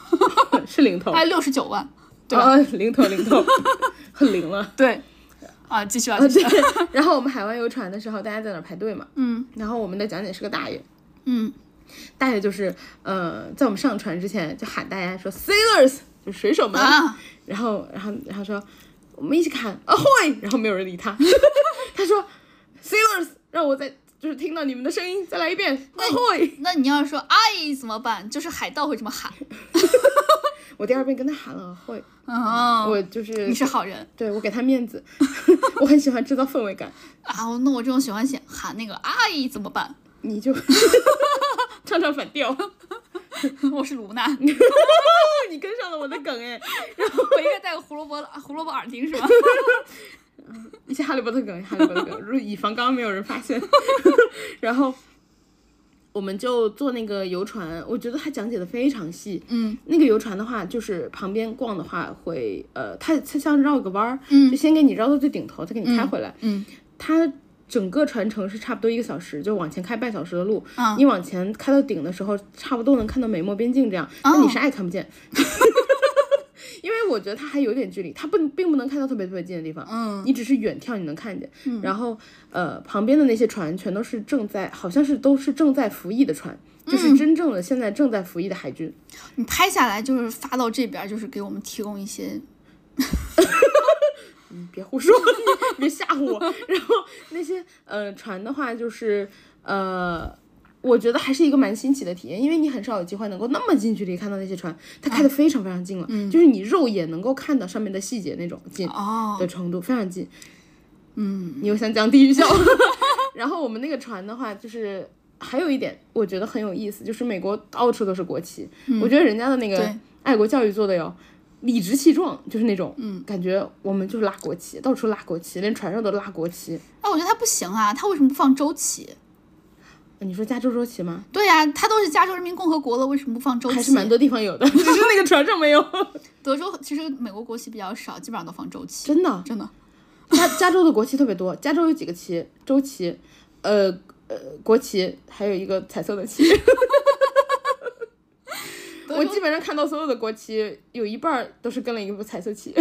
A: 是零头，
B: 哎六十九万，对吧？
A: 啊，零头零头， 很零了。
B: 对，啊，继续啊，
A: 啊
B: 继 续
A: 对
B: 啊，，
A: 然后我们海外游船的时候，大家在那儿排队嘛，
B: 嗯
A: 然后我们的讲解是个大爷，
B: 嗯，
A: 大爷就是呃，在我们上船之前就喊大家说 sailors，就水手们，
B: 啊，
A: 然后然后然后说我们一起喊 ahoy，然后没有人理他，他说 sailors，让我再就是听到你们的声音再来一遍啊 ahoy，
B: 那你要是说哎怎么办？就是海盗会这么喊，
A: 我第二遍跟他喊了 ahoy，
B: 嗯，
A: 我就是
B: 你是好人
A: 对我给他面子， 我很喜欢制造氛围感，
B: 啊！那我这种喜欢喊喊那个哎怎么办？
A: 你就 唱唱反调，
B: 我是卢娜，
A: 你跟上了我的梗哎，
B: 我应该带个胡萝卜胡萝卜耳 钉是吧？
A: 一些哈利波特梗，哈利波特梗，如果以防刚刚没有人发现， 然后。我们就坐那个游船，我觉得他讲解的非常细，
B: 嗯
A: 那个游船的话，就是旁边逛的话会，呃，它它像绕个弯儿，
B: 嗯
A: 就先给你绕到最顶头，再给你开回来。
B: 嗯
A: 它整个船程是差不多一个小时，就往前开半小时的路。
B: 啊
A: 你往前开到顶的时候，差不多能看到美墨边境这样，但你啥也看不见。 因为我觉得它还有点距离，它不并不能看到特别特别近的地方，
B: 嗯
A: 你只是远眺你能看见。然后呃，旁边的那些船全都是正在，好像是都是正在服役的船，就是真正的现在正在服役的海军。
B: 你拍下来就是发到这边儿，就是给我们提供一些
A: 别胡说， 你别吓唬我。然后那些呃船的话，就是呃，我觉得还是一个蛮新奇的体验，因为你很少有机会能够那么近距离看到那些船，它开得非常非常近了，就是你肉眼能够看到上面的细节那种近
B: 哦
A: 的，程度，非常近。嗯
B: 嗯
A: 你又想讲地狱笑？ 然后我们那个船的话，就是还有一点我觉得很有意思，就是美国到处都是国旗，我觉得人家的那个
B: 嗯对
A: 爱国教育做的哟。理直气壮，就是那种，
B: 嗯，
A: 感觉我们就拉国旗，到处拉国旗，连船上都拉国旗。
B: 哎，我觉得他不行啊，他为什么不放州旗？
A: 你说加州州旗吗？
B: 对呀、他都是加州人民共和国了，为什么不放州旗？
A: 还是蛮多地方有的， 只是那个船上没有。
B: 德州其实美国国旗比较少，基本上都放州旗，
A: 真的，
B: 真的。
A: 加加州的国旗特别多，加州有几个旗，州旗，呃呃，国旗，还有一个彩色的旗。我基本上看到所有的国旗，有一半儿都是跟了一个彩色 旗。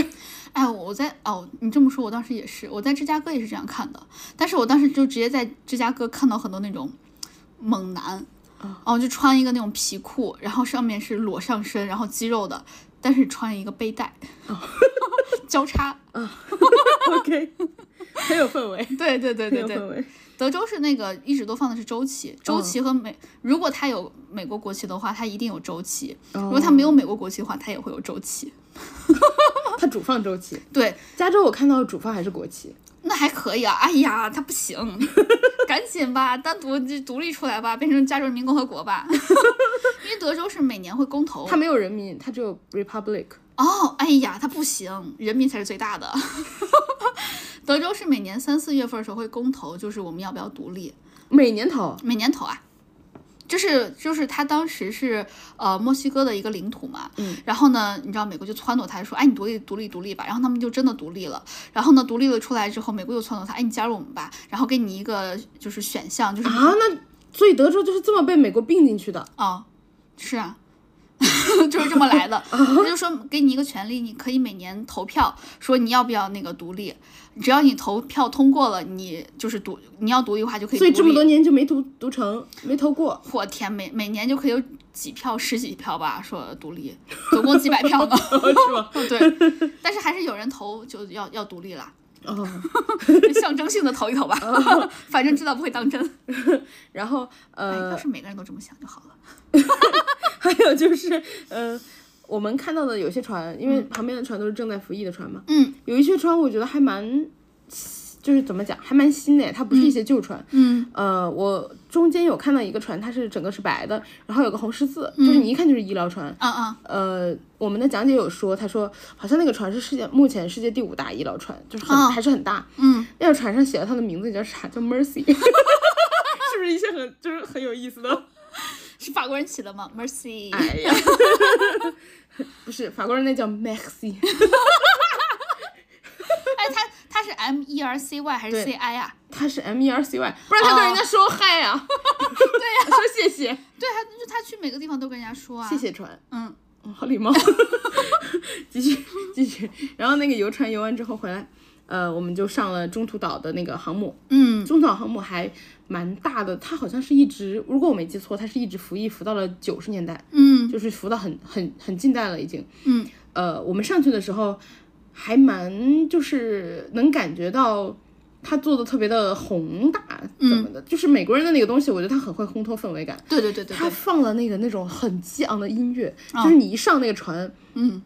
B: 哎，我在哦，你这么说，我当时也是，我在芝加哥也是这样看的，但是我当时就直接在芝加哥看到很多那种猛男，
A: 啊
B: 哦，就穿一个那种皮裤，然后上面是裸上身，然后肌肉的，但是穿一个背带，
A: 哦
B: 交叉，
A: OK，很 有 氛围，
B: 对对对
A: 很
B: 对
A: 有氛
B: 对，
A: 围。
B: 德州是那个一直都放的是州旗，州旗和美，如果它有美国国旗的话，它一定有州旗；如果它没有美国国旗的话，它也会有州旗。
A: 它主放周期，
B: 对，
A: 加州我看到的主放还是国旗。
B: 那还可以啊！哎呀，他不行，赶紧吧，单独就独立出来吧，变成加州人民共和国吧。 因为德州是每年会公投
A: 它。没有人民，它只有 republic。
B: 哦，哎呀，他不行，人民才是最大的。 德州是每年三四月份的时候会公投，就是我们要不要独立，
A: 每年投，
B: 每年投啊。就是就是他当时是呃墨西哥的一个领土嘛，
A: 嗯，
B: 然后呢，你知道美国就撺掇他说，哎，你独立独立独立吧，然后他们就真的独立了，然后呢，独立了出来之后，美国又撺掇他，哎，你加入我们吧，然后给你一个就是选
A: 啊
B: 项，就是
A: 啊，那所以德州就是这么被美国并进去的。
B: 哦，是啊， 就是这么来的。
A: 啊
B: 他就说给你一个权利，你可以每年投票，说你要不要那个独立。只要你投票通过了，你就是独你要独立的话就可以独
A: 所
B: 立。
A: 以这么多年就没读读成，没投过。
B: 我天，每每年就可以有几票、十几票吧，说独立，总共几百票呢？
A: 是吗？
B: 对，但是还是有人投就要要独立啦，
A: 哦，
B: 象征性的投 一投吧，
A: 嗯
B: 反正知道不会当真。
A: 然后
B: 哎，要
A: 呃，
B: 是每个人都这么想就好了。
A: 还有就是呃，我们看到的有些船，因为旁边的船都是正在服役的船嘛，
B: 嗯，
A: 有一些船我觉得还蛮，就是怎么讲，还蛮新的，它不是一些旧船。
B: 嗯，
A: 呃，我中间有看到一个船，它是整个是白的，然后有个红十字，
B: 嗯
A: 就是你一看就是医疗船。
B: 啊啊，
A: 呃，我们的讲解有说，他说好像那个船是世界目前世界第五大医疗船，就是很、
B: 哦
A: 还是很大。
B: 嗯，
A: 那个船上写了他的名字叫啥？叫 Mercy，是 不是一些很就是很有意思的？
B: 是法国人起的吗？Mercy，、
A: 哎呀， 不是法国人那叫 Maxi，
B: 哎，他他是 M E R C Y 还是
A: 对
B: C I 啊？
A: 他是 M E R C Y，不然他跟人家说嗨呀、 对呀、说谢谢，
B: 对，他就他去每个地方都跟人家说啊，
A: 谢，谢船。
B: 嗯，
A: 嗯，好礼貌。 继续继续，然后那个游船游完之后回来，呃，我们就上了中途岛的那个航母。
B: 嗯
A: 中岛航母还蛮大的，它好像是一直，如果我没记错，它是一直服役服到了九十年代，
B: 嗯
A: 就是服到很很很近代了已经。
B: 嗯，
A: 呃，我们上去的时候还蛮就是能感觉到它做的特别的宏大怎么的，就是美国人的那个东西，我觉得他很会烘托氛围感。
B: 对对对对
A: 他
B: 对，
A: 放了那个那种很激昂的音乐，就是你一上那个船，
B: 嗯，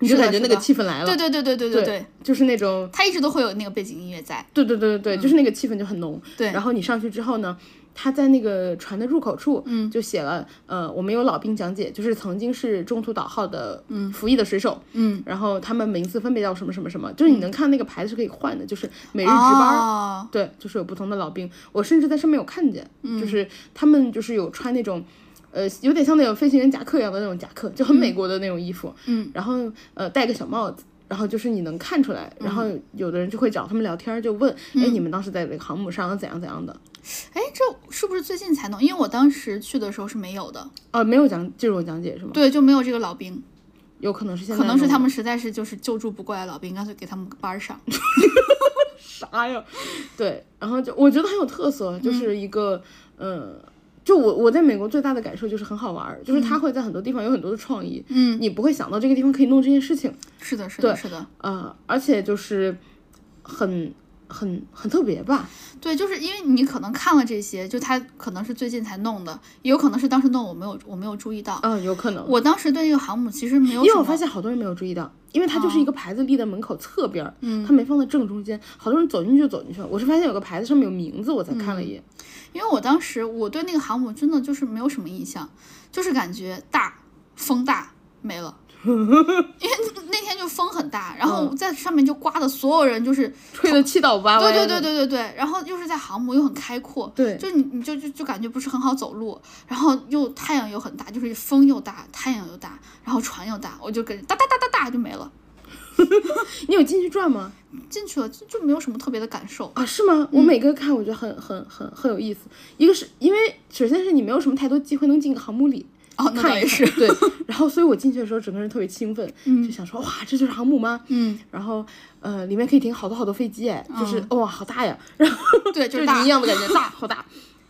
A: 你啊就是
B: 的
A: 感觉那
B: 是
A: 个
B: 的
A: 气氛来了。
B: 对对对对对对对，
A: 就是那种嗯
B: 他一直都会有那个背景音乐在，
A: 对对对对对，就是那个气氛就很浓。
B: 对
A: 然后你上去之后呢，他在那个船的入口处，嗯，就写了，呃，我们有老兵讲解，就是曾经是中途岛号的，嗯，服役的水手，
B: 嗯，
A: 然后他们名字分别叫什么什么什么，就是你能看那个牌子是可以换的，就是每日值班儿。
B: 哦，嗯
A: 对，就是有不同的老兵，我甚至在上面有看见，就是他们就是有穿那种，呃，有点像那种飞行员夹克一样的那种夹克，就很美国的那种衣服，
B: 嗯，
A: 然后呃戴个小帽子。然后就是你能看出
B: 嗯
A: 来，然后有的人就会找他们聊天儿，就问，哎、你们当时在这个航母上怎样怎样的？
B: 哎，这是不是最近才弄？因为我当时去的时候是没有的，
A: 呃，没有讲这种讲解是吗？
B: 对，就没有这个老兵，
A: 有可能是现在
B: 可能是
A: 弄
B: 他
A: 的
B: 们实在是就是救助不过来老兵，干脆给他们班 儿上。
A: 啥呀？ 对，然后就我觉得很有特色，就是一个，嗯、就我我在美国最大的感受就是很好玩儿，就是他会在很多地方有很多的创意，
B: 嗯，
A: 你不会想到这个地方可以弄这件事情，
B: 是的，是的，是的，
A: 呃，而且就是很很很特别吧，
B: 对，就是因为你可能看了这些，就他可能是最近才弄的，也有可能是当时弄我没有我没有注意到。
A: 嗯、有可能。
B: 我当时对那个航母其实没有
A: 因
B: 什
A: 为我
B: 么
A: 发，现好多人没有注意到，因为它就是一个牌子立在门口侧边儿，
B: 哦嗯
A: 它没放在正中间，好多人走进去就走进去了。我是发现有个牌子上面有名字，我才
B: 嗯
A: 看了一眼。
B: 因为我当时我对那个航母真的就是没有什么印象，就是感觉大风大 没了，因为那天就风很大，
A: 嗯
B: 然后在上面就刮的所有人就是
A: 吹得七倒八歪
B: 对
A: 的。
B: 对对对对对，然后又是在航母又很开阔，
A: 对
B: 就你你就就就感觉不是很好走路，然后又太阳又很大，就是风又大，太阳又大，然后船又大，我就跟哒哒哒哒哒就没了，
A: 你有进去转吗？
B: 进去了就就没有什么特别的感受，
A: 啊，是吗？
B: 嗯
A: 我每个看我觉得很很很很有意思。一个是因为首先是你没有什么太多机会能进个航母里。
B: 哦那倒
A: 看一
B: 也
A: 看
B: 是
A: 对，然后所以我进去的时候整个人特别兴奋，就想说哇，这就是航母吗？
B: 嗯，
A: 然后呃，里面可以停好多好多飞机哎，就是、哇，好大呀，然后
B: 对，
A: 就是是
B: 大
A: 一，样的感 觉，大好大。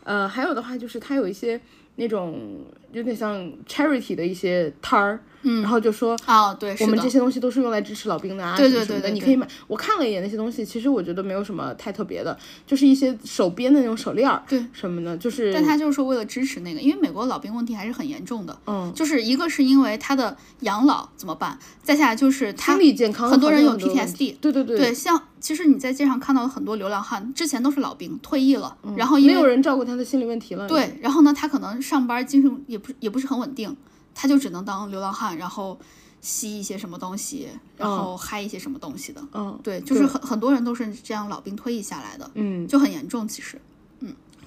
A: 呃，还有的话就是它有一些那种有点像 charity 的一些摊儿，嗯，然后就说
B: 哦对，是
A: 我们这
B: 的，
A: 些东西都是用来支持老兵的啊，
B: 对
A: 什么
B: 对
A: 什么
B: 对
A: 的，
B: 对
A: 你
B: 对
A: 可以买。我看了一眼那些东西，其实我觉得没有什么太特别的，就是一些手编的那种手链儿，
B: 对
A: 什么的，就是
B: 但他就是说为了支持那个，因为美国老兵问题还是很严重的，
A: 嗯，
B: 就是一个是因为他的养老怎么办，再下来就是他
A: 心理健康
B: 很多人
A: 好
B: 有
A: 像很多问题
B: PTSD，
A: 对对对
B: 对，像其实你在街上看到的很多流浪汉，之前都是老兵，退役了，然后
A: 嗯没
B: 因
A: 有
B: 为
A: 人照顾他的心理问题了，，
B: 对，然后呢，他可能上班精神也不也不是很稳定，他就只能当流浪汉，然后吸一些什么东西，然后嗨一些什么东西的。
A: 嗯，
B: 对，就是很很多人都是这样老兵退役下来的，
A: 嗯，
B: 就很严重。其实，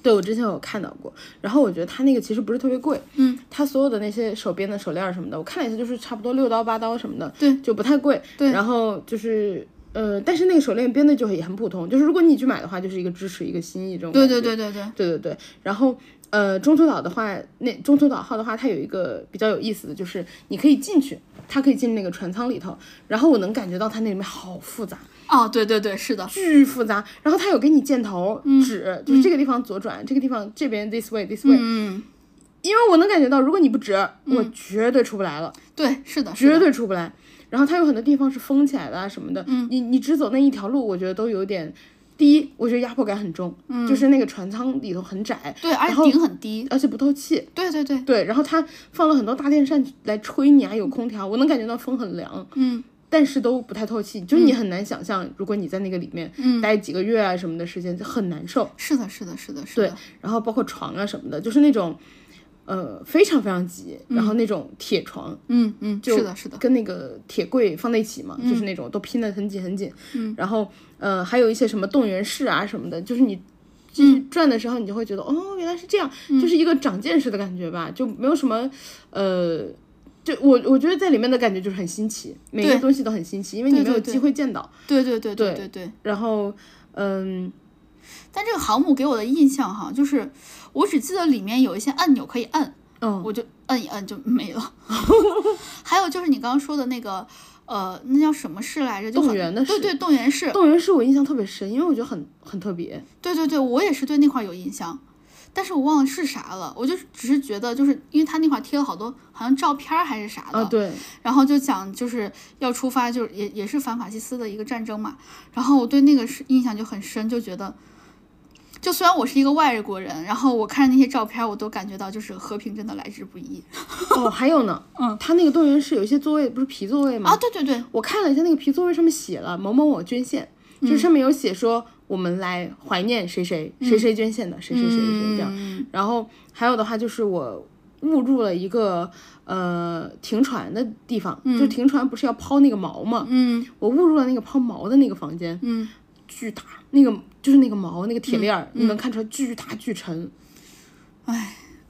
A: 对我之前有看到过，然后我觉得他那个其实不是特别贵，
B: 嗯，
A: 他所有的那些手编的手链儿什么的，我看了一下，就是差不对六刀八刀什么的，
B: 对
A: 就不太贵，
B: 对
A: 然后就是。呃，但是那个手链编的就也很普通，就是如果你去买的话，就是一个支持一个心意这种。
B: 对对对对对，
A: 对对对。然后呃，中途岛的话，那中途岛号的话，它有一个比较有意思的就是，你可以进去，它可以进那个船舱里头，然后我能感觉到它那里面好复杂，
B: 哦，对对对，是的，
A: 巨复杂。然后它有给你箭头指，就是这个地方左转，这个地方这边 this way this way，、
B: 嗯，
A: 因为我能感觉到，如果你不指，我绝对出不来了。
B: 对，是的，
A: 绝
B: 是的，
A: 对出不来。然后它有很多地方是封起来的啊什么的，
B: 嗯
A: 你你只走那一条路，我觉得都有点。第一，我觉得压迫感很重，就是那个船舱里头很窄，
B: 嗯对，而
A: 然
B: 且
A: 后
B: 顶很低，
A: 而且不透气。
B: 对对对，
A: 对，然后它放了很多大电扇来吹你啊，有空调，我能感觉到风很凉，
B: 嗯，
A: 但是都不太透气，就是你很难想象，如果你在那个里面待几个月啊什么的时间，就很难受。
B: 是的，是的，是的，是
A: 对
B: 的，，
A: 然后包括床啊什么的，就是那种，呃，非常非常挤，然后那种铁床，
B: 嗯嗯，是的，是的，
A: 跟那个铁柜放在一起嘛，
B: 嗯
A: 就是那种都拼得很紧很紧。嗯，然后呃，还有一些什么动员室啊什么的，就是
B: 嗯
A: 你就是转的时候，你就会觉得、哦，原来是这样，就是一个长见识的感觉吧，就没有什么呃。就我我觉得在里面的感觉就是很新奇，每个
B: 对
A: 东西都很新奇，因为你
B: 对
A: 没有
B: 对对
A: 机会见到。
B: 对对对对
A: 对
B: 对对。
A: 然后，嗯，
B: 但这个航母给我的印象哈，就是我只记得里面有一些按钮可以按，
A: 哦，
B: 我就摁一摁就没了。 还有就是你刚刚说的那个，呃，那叫什么室来着？就
A: 动
B: 很
A: 员的
B: 对
A: 室
B: 对，动员室。
A: 动员室我印象特别深，因为我觉得很很特别。
B: 对对对，我也是对那块儿有印象，但是我忘了是啥了。我就只是觉得，就是因为他那块儿贴了好多好像照片儿还是啥的，
A: 啊，对，
B: 然后就讲就是要出发，就是也也是反法西斯的一个战争嘛。然后我对那个是印象就很深，就觉得，就虽然我是一个外国人，然后我看那些照片儿，我都感觉到就是和平真的来之不易
A: 哦，还有呢，嗯，他那个动员室有一些座位不是皮座位吗？
B: 啊！对对对，
A: 我看了一下那个皮座位上面写了某某某捐献，
B: 嗯
A: 就是上面有写说我们来怀念谁谁谁谁捐献的，谁谁谁谁谁这样。
B: 嗯
A: 然后还有的话就是我误入了一个呃停船的地方，就停船不是要抛那个锚嘛，
B: 嗯
A: 我误入了那个抛锚的那个房间，
B: 嗯，
A: 巨大，那个就是那个锚那个铁链儿，你能看出来巨大巨沉。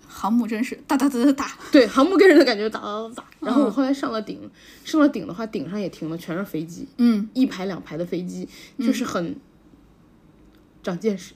B: 航母真是哒哒哒哒哒，
A: 对，航母给人的感觉打打打打。
B: 嗯
A: 然后我后来上了顶，上了顶的话，顶上也停了全是飞机，
B: 嗯，
A: 一排两排的飞机，就是很长见识。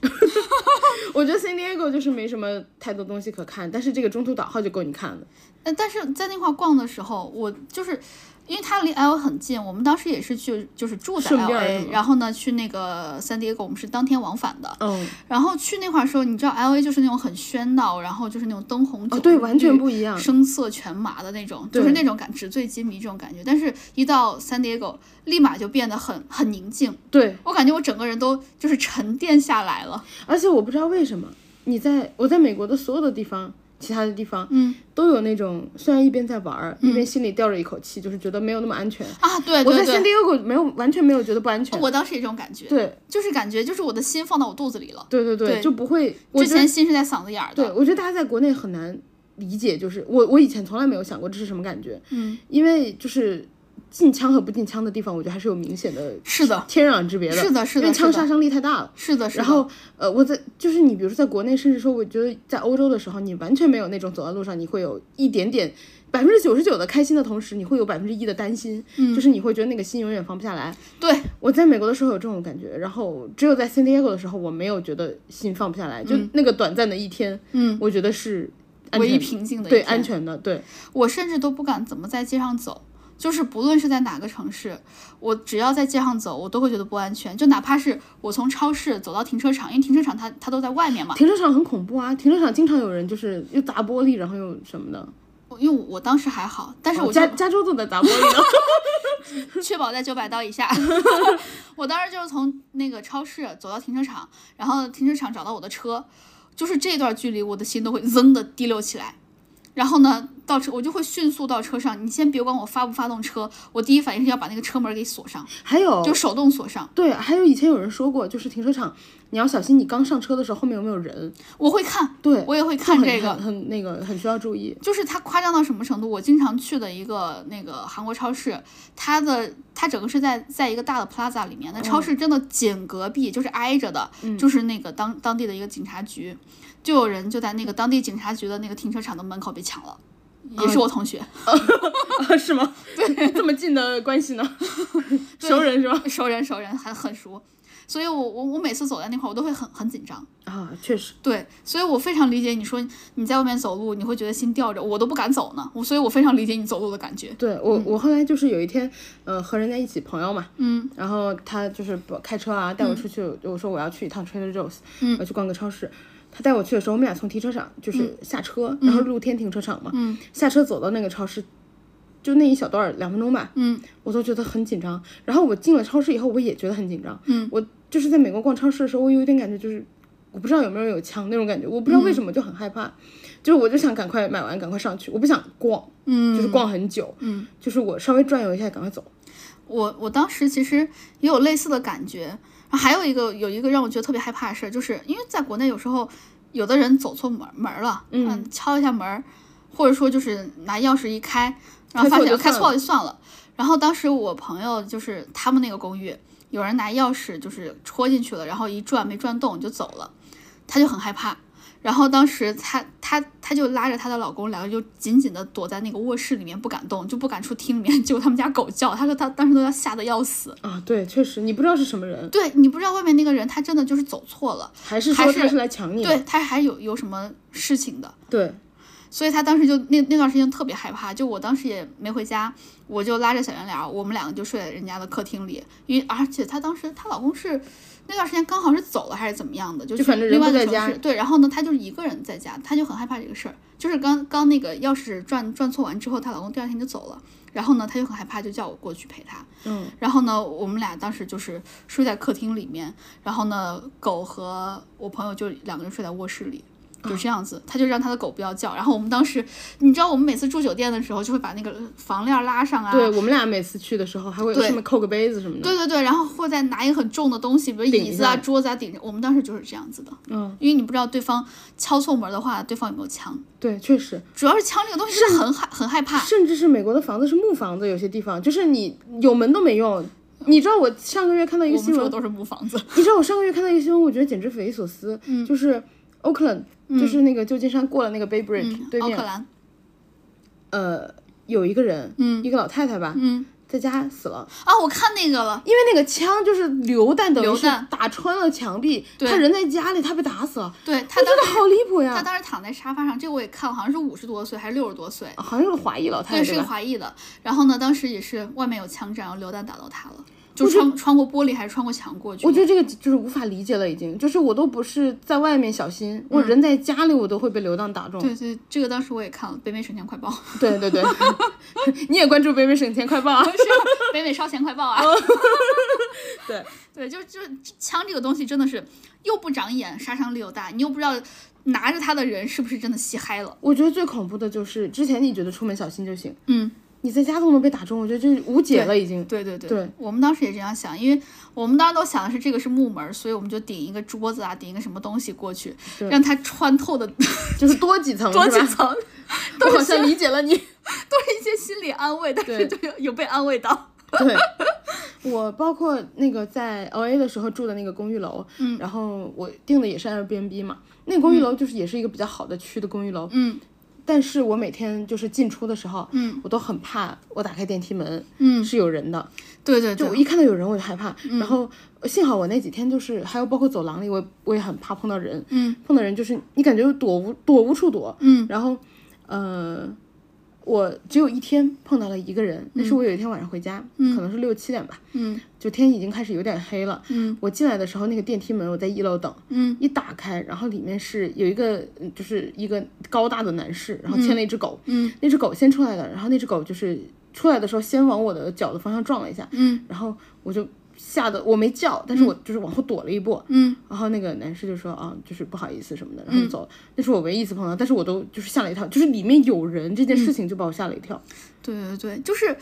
A: 我觉得 San Diego 就是没什么太多东西可看，但是这个中途岛号就够你看了。
B: 呃，但是在那块儿逛的时候，我就是因为它离 L A 很近，我们当时也是去就是住在
A: 顺
B: L
A: 便儿
B: A，
A: 是吗
B: 然后呢去那个 San Diego，我们是当天往返的。
A: 嗯，
B: 然后去那块儿的时候，你知道 L A 就是那种很喧闹，然后就是那种灯红
A: 哦，
B: 酒绿、
A: 对，完全不一样。
B: 声色犬马的那种，就是
A: 对
B: 那种感纸醉金迷这种感觉。但是，一到 San Diego，立马就变得很很宁静，
A: 对，
B: 我感觉我整个人都就是沉淀下来了。
A: 而且我不知道为什么，你在我在美国的所有的地方，其他的地方，
B: 嗯
A: 都有那种虽然一边在玩儿，一边心里吊着一口气，就是觉得没有那么安全。
B: 啊，对
A: 我
B: 对
A: 在 San
B: 对，
A: Diego 没有完全没有觉得不安全。
B: 我当时也这种感觉，
A: 对，
B: 就是感觉就是我的心放到我肚子里了。
A: 对对
B: 对
A: 就不会。我
B: 之
A: 觉得
B: 前心是在嗓子眼儿
A: 对
B: 的，
A: 我觉得大家在国内很难理解，就是我我以前从来没有想过这是什么感觉，
B: 嗯，
A: 因为就是禁枪和不禁枪的地方，我觉得还是有明显的
B: 是的，
A: 天壤之别的。
B: 是的，是
A: 因
B: 的，
A: 为
B: 是
A: 枪杀
B: 的，
A: 伤力太大了。
B: 是的，是的。
A: 然后，呃，我在就是你，比如说在国内，甚至说，我觉得在欧洲的时候，你完全没有那种走在路上，你会有一点点百分之九十九的开心的同时，你会有百分之一的担心，
B: 嗯
A: 就是你会觉得那个心永远放不下来。
B: 对，
A: 我在美国的时候有这种感觉，然后只有在 San Diego 的时候，我没有觉得心放不下来，就那个短暂的一天，
B: 嗯，
A: 我觉得是安
B: 唯一
A: 全
B: 平静的一
A: 对
B: 天
A: 安全的，对
B: 我甚至都不敢怎么在街上走，就是不论是在哪个城市，我只要在街上走，我都会觉得不安全。就哪怕是我从超市走到停车场，因为停车场它它都在外面嘛，
A: 停车场很恐怖啊，停车场经常有人就是又砸玻璃，然后又什么的，啊
B: 我因为我当时还好，但是我就
A: 加加州都哦在砸玻璃呢，
B: 确保在九百刀以下。 我当时就是从那个超市走到停车场，然后停车场找到我的车，就是这段距离，我的心都会噌的滴溜起来。然后呢，到车我就会迅速到车上，你先别管我发不发动车，我第一反应是要把那个车门给锁上，
A: 还有
B: 就手动锁上。
A: 对，还有以前有人说过，就是停车场你要小心，你刚上车的时候后面有没有人，
B: 我会看，
A: 对，
B: 我也会看
A: 很很
B: 这个。
A: 很那个很需要注意，
B: 就是它夸张到什么程度？我经常去的一个那个韩国超市，它的它整个是在在一个大的 plaza 里面，
A: 嗯
B: 那超市真的紧隔壁，就是挨着的，就是那个当当地的一个警察局，就有人就在那个当地警察局的那个停车场的门口被抢了，
A: 嗯
B: 也是我 同学，
A: 啊，是吗？对， 这么近的关系呢？ 熟人是吧？
B: 熟人熟人很很熟，所以我我我每次走在那块儿，我都会很很紧张。
A: 啊，确实，
B: 对，所以我非常理解你说你在外面走路，你会觉得心吊着，我都不敢走呢。我所以我非常理解你走路的感觉。
A: 对我我后来就是有一天，呃，和人家一起朋友嘛，
B: 嗯，
A: 然后他就是不开车啊，带我出去，我说我要去一趟 Trader Joe's，
B: 嗯
A: 我去逛个超市。他带我去的时候，我们俩从停车场就是下车，然后露天停车场嘛，
B: 嗯
A: 下车走到那个超市，就那一小段儿两分钟吧，
B: 嗯
A: 我都觉得很紧张。然后我进了超市以后，我也觉得很紧张。
B: 嗯，
A: 我就是在美国逛超市的时候，我有一点感觉就是，我不知道有没有人有枪那种感觉，我不知
B: 嗯
A: 道为什么就很害怕，就是我就想赶快买完，赶快上去，我不想逛，
B: 嗯，
A: 就是逛很久，
B: 嗯，
A: 就是我稍微转悠一下，赶快走。
B: 我我当时其实也有类似的感觉，然后还有一个有一个让我觉得特别害怕的事儿，就是因为在国内有时候有的人走错门门儿了，
A: 嗯
B: 敲一下门儿，或者说就是拿钥匙一开，然后发现
A: 开
B: 开
A: 错
B: 错了就算了。然后当时我朋友就是他们那个公寓，有人拿钥匙就是戳进去了，然后一转没转动就走了，她就很害怕。然后当时她她她就拉着她的老公，两个人就紧紧的躲在那个卧室里面不敢动，就不敢出厅里面。结果他们家狗叫，她说她当时都要吓得要死。
A: 啊，对，确实你不知道是什么人，
B: 对你不知道外面那个人，他真的就是走错了，
A: 还是说
B: 还是
A: 他是来抢你的？
B: 对他还有有什么事情的。
A: 对
B: 所以他当时就那那段时间特别害怕，就我当时也没回家，我就拉着小圆脸儿，我们两个就睡在人家的客厅里，因为而且她当时她老公是那段时间刚好是走了还是怎么样的，就
A: 就是反正人
B: 另外
A: 不
B: 一
A: 在
B: 个城
A: 家
B: 市对，然后呢，她就是一个人在家，她就很害怕这个事儿，就是刚刚那个钥匙转转错完之后，她老公第二天就走了，然后呢，她就很害怕，就叫我过去陪她，
A: 嗯，
B: 然后呢，我们俩当时就是睡在客厅里面，然后呢，狗和我朋友就两个人睡在卧室里。
A: 嗯
B: 就这样子，他就让他的狗不要叫。然后我们当时，你知道，我们每次住酒店的时候，就会把那个房链拉上啊，
A: 对我们俩每次去的时候，还会
B: 对
A: 上面扣个杯子什么的。
B: 对对对，然后会再拿一个很重的东西，比如
A: 顶
B: 椅子啊、
A: 一下
B: 桌子啊顶着。我们当时就是这样子的，
A: 嗯，
B: 因为你不知道对方敲错门的话，对方有没有枪。
A: 对，确实，
B: 主要是枪这个东西是很害很害怕，
A: 甚至是美国的房子是木房子，有些地方就是你有门都没用。你知道我上个月看到一个
B: 我们
A: 新
B: 住的
A: 闻，
B: 都是木房子。
A: 你知道我上个月看到一个新闻，我觉得简直匪夷所思，
B: 嗯
A: 就是 Oakland，、就是那个旧金山过了那个 Bay Bridge、
B: 嗯，
A: 对
B: 奥
A: 面
B: 克，兰，
A: 呃，有一个人，
B: 嗯
A: 一个老太太吧，
B: 嗯
A: 在家死了，
B: 啊，我看那个了，
A: 因为那个枪就是榴弹，等于
B: 榴
A: 是
B: 弹
A: 打穿了墙壁，
B: 对
A: 他人在家里，他被打死了，
B: 对他
A: 我觉
B: 当
A: 得
B: 时
A: 好离谱呀
B: 他，当时躺在沙发上，这个我也看了，好像是五十多岁还是六十多岁，
A: 好像是个华裔老太
B: 对，
A: 太，
B: 是
A: 哎对
B: 个
A: 吧？
B: 华裔的。然后呢，当时也是外面有枪战，然后榴弹打到他了，就穿穿过玻璃还是穿过墙过去。
A: 我觉得这个就是无法理解了，已经，就是我都不是在外面小心，
B: 嗯
A: 我人在家里我都会被榴弹打中。
B: 对对，这个当时我也看了《北美省钱快 报》，
A: 对 对对，你也关注北美省钱快报啊？
B: 是北美烧钱快报 啊。
A: 哦对
B: 对，就就枪这个东西真的是又不长眼，杀伤力又大，你又不知道拿着它的人是不是真的吸嗨了。
A: 我觉得最恐怖的就是之前你觉得出门小心就行，
B: 嗯，
A: 你在家都能被打中，我觉得这无解了已经。
B: 对对对，
A: 对
B: 我们当时也这样想，因为我们当时都想的是这个是木门儿，所以我们就顶一个桌子啊，顶一个什么东西过去，
A: 对
B: 让它穿透的
A: 就是多几层，
B: 多几
A: 是吧？
B: 层，
A: 我好像理解了你。
B: 都是一些心理安慰，但是
A: 对
B: 就有有被安慰到。
A: 对，我包括那个在 L A 的时候住的那个公寓楼，
B: 嗯
A: 然后我订的也是 Airbnb 嘛，那个公寓楼就是也是一个比较好的区的公寓楼，
B: 嗯
A: 但是我每天就是进出的时候，
B: 嗯
A: 我都很怕，我打开电梯门
B: 嗯，
A: 是有人的，
B: 对对嗯
A: 就我
B: 对，
A: 一看到有人我就害怕，然后幸好我那几天就是还有包括走廊里我也我也很怕碰到人，
B: 嗯
A: 碰到人就是你感觉躲无躲无处躲，
B: 嗯
A: 然后，呃，我只有一天碰到了一个人，那是我有一天晚上回家，可能是六七点吧，
B: 嗯
A: 就天已经开始有点黑了。
B: 嗯
A: 我进来的时候，那个电梯门我在一楼等，
B: 嗯
A: 一打开，然后里面是有一个嗯就是一个高大的男士，然后牵了一只狗，
B: 嗯
A: 那只狗先出来了，然后那只狗就是出来的时候先往我的脚的方向撞了一下，
B: 嗯
A: 然后我就吓得我没叫，但是我就是往后躲了一步，
B: 嗯
A: 然后那个男士就说啊，就是不好意思什么的，然后就走了。那是我唯一一次碰到，但是我都就是吓了一跳，就是里面有人这件事情就把我吓了一跳。
B: 对对对，就是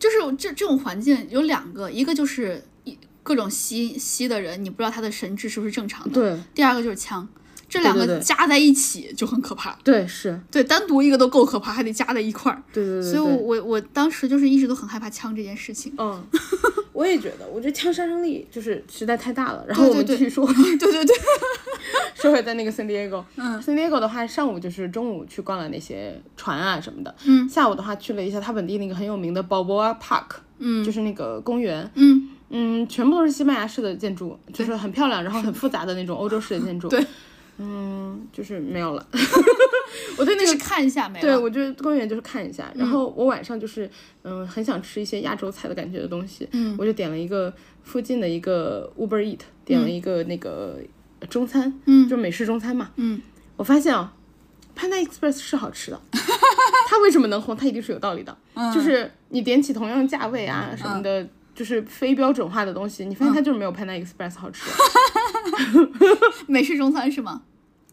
B: 就是这这种环境有两个，一个就是一各种吸吸的人，你不知道他的神智是不是正常的；
A: 对
B: 第二个就是枪，这两
A: 对
B: 个
A: 对对
B: 加在一起就很可怕。
A: 对是，
B: 对，单独一个都够可怕，还得加在一块儿。
A: 对对对
B: 所以我，
A: 对。
B: 我我当时就是一直都很害怕枪这件事情。
A: 嗯，我也觉得，我觉得枪杀伤力就是实在太大了。然后我们继
B: 对对
A: 续说，
B: 对对对，
A: 说回在那个 San Diego，
B: 嗯
A: ，San Diego 的话，上午就是中午去逛了那些船啊什么的，
B: 嗯
A: 下午的话去了一下它本地那个很有名的 Balboa Park，
B: 嗯
A: 就是那个公园，
B: 嗯，
A: 嗯，全部都是西班牙式的建筑，就是很漂亮，然后很复杂的那种欧洲式的建筑，
B: 对，
A: 嗯，就是没有了。我对那
B: 就
A: 个
B: 是看一下没
A: 对，
B: 了。
A: 我就是公园就是看一下，然
B: 嗯
A: 后我晚上就是嗯很想吃一些亚洲菜的感觉的东西，
B: 嗯
A: 我就点了一个附近的一个 Uber Eat，点了一个那个中餐，
B: 嗯
A: 就美式中餐嘛，
B: 嗯，
A: 我发现啊、Panda Express 是好吃 的，它为什么能红？它一定是有道理的，
B: 嗯
A: 就是你点起同样价位啊什么的。就是非标准化的东西，你
B: 嗯
A: 发现它就是没有 Panda Express 好 吃。
B: 美式中餐是吗？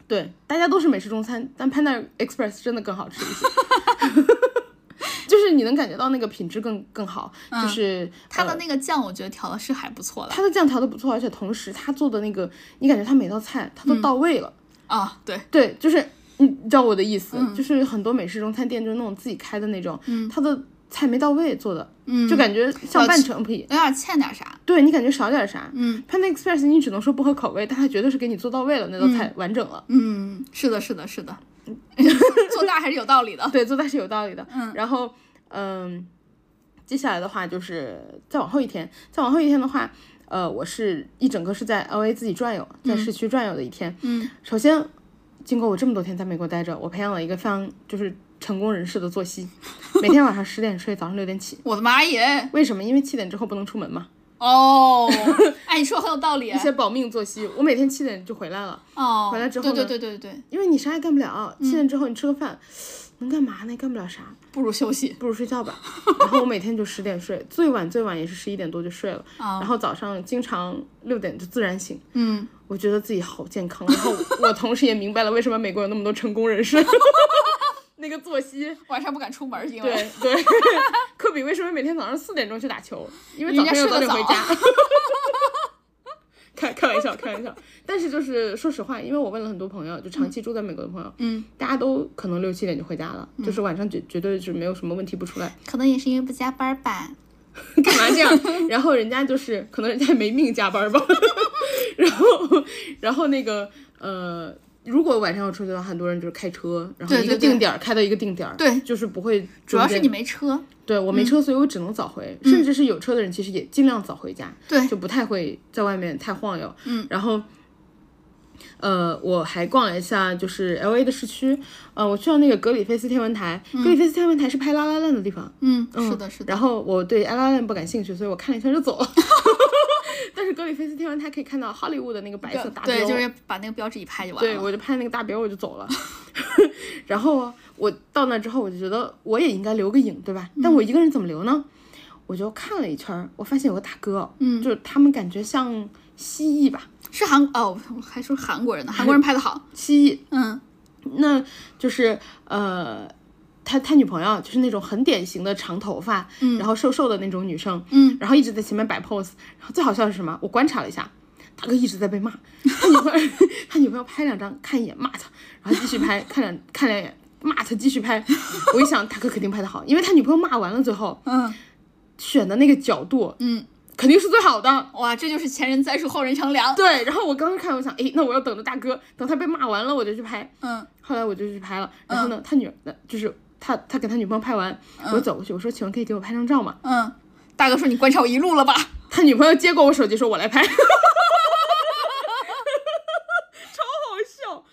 A: 对，大家都是美式中餐，但 Panda Express 真的更好吃一 些。就是你能感觉到那个品质更更好，就是
B: 嗯它
A: 呃
B: 的那个酱我觉得调的是还不错的
A: 它的酱调的不错，而且同时它做的那个，你感觉它每道菜它
B: 嗯
A: 都到位了。
B: 啊，对，
A: 对，就是你知道我的意思，
B: 嗯
A: 就是很多美式中餐店就是那种自己开的那种，它的菜没到位做的，
B: 嗯
A: 就感觉像
B: 要
A: 半
B: 吃
A: 成品。
B: 有点欠点啥，
A: 对你感觉少点啥，
B: 嗯
A: ，Panda Express 你只能说不合口味，但它绝对是给你做到位了，那道菜完整了。
B: 嗯，是的，是的，是 的，做大还是有道理的，
A: 对，做菜是有道理的。
B: 嗯
A: 然后嗯，接下来的话就是再往后一天，再往后一天的话，呃，我是一整个是在 L A 自己转悠，在市区转悠的一天。
B: 嗯
A: 首先，经过我这么多天在美国待着，我培养了一个非常就是成功人士的作息，每天晚上十点睡，早上六点起。
B: 我的妈耶，
A: 为什么？因为七点之后不能出门嘛，
B: 哦，哎，你说很有道理
A: 一，些保命作息。我每天七点就回来了，
B: 哦，
A: 回来之后
B: 对对
A: 呢
B: 对对对，
A: 因为你啥也干不了。七点之后你吃个饭，能干嘛呢？干不了啥。
B: 不如休息，
A: 不如睡觉吧。然后我每天就十点睡，最晚最晚也是十一点多就睡了。
B: 啊
A: 然后早上经常六点就自然醒，
B: 嗯，
A: 我觉得自己好健康。然后我同时也明白了为什么美国有那么多成功人士， 那个作息。
B: 晚上不敢出门，因
A: 对
B: 为
A: 对，科比为什么每天早上四点钟去打球？因为
B: 人
A: 早
B: 家
A: 上要
B: 睡
A: 早点
B: 得
A: 回
B: 早
A: 家。 开开玩笑，开玩笑。但是就是说实话，因为我问了很多朋友，就长期住在美国的朋友，
B: 嗯，
A: 大家都可能六七点就回家了，就是晚上绝绝对是没有什么问题不出来。
B: 可能也是因为不加班吧，
A: 干嘛这样？然后人家就是可能人家也没命加班吧， 然后然后那个呃，如果晚上要出去的话，很多人就是开车，然后
B: 对
A: 一个
B: 对对
A: 定点儿开到一个定点儿，
B: 对
A: 就是不会中间。
B: 主要是你没嗯车，
A: 对我没车，所以我只能早回，甚至是有车的人其实也尽量早回家，
B: 对
A: 就不太会在外面太晃悠。
B: 嗯，
A: 然后。呃，我还逛了一下，就是 L A 的市区，呃，我去到那个格里菲斯天文台，格里菲斯天文台是拍《拉拉烂》的地方，
B: 嗯，是的，是的，
A: 然后我对 l a l n 不感兴趣，所以我看了一圈就走了。 但是格里菲斯天文台可以看到好莱坞的那个白色大标，
B: 对，就是把那个标志一拍就完
A: 对
B: 了，
A: 我就拍那个大标我就走了。 然后我到那之后，我就觉得我也应该留个影，对吧？但我
B: 嗯
A: 一个人怎么留呢？我就看了一圈儿，我发现有个大哥，嗯，就是他们感觉像蜥蜴吧，
B: 是韩哦，我还说韩国人呢，韩国人拍的好，
A: 蜥蜴，
B: 嗯
A: 那就是呃。他他女朋友就是那种很典型的长头发，
B: 嗯
A: 然后瘦瘦的那种女生，
B: 嗯，
A: 然后一直在前面摆 pose，然后最好笑的是什么？我观察了一下，大哥一直在被骂，他女朋友 他女朋友拍两张看一眼骂他，然后继续拍看两看两眼骂他继续拍，我一想大哥肯定拍的好，因为他女朋友骂完了最后
B: 嗯
A: 选的那个角度
B: 嗯，
A: 肯定是最好的。
B: 哇，这就是前人栽树，后人乘凉，
A: 对，然后我刚看我想，哎，那我要等着大哥，等他被骂完了我就去拍。
B: 嗯
A: 后来我就去拍了，然后呢，他女呃就是他他给他女朋友拍完，我走过去我说，请问可以给我拍张照吗？
B: 嗯，大哥说你观察我一路了吧？
A: 他女朋友接过我手机说，我来拍， 超好笑。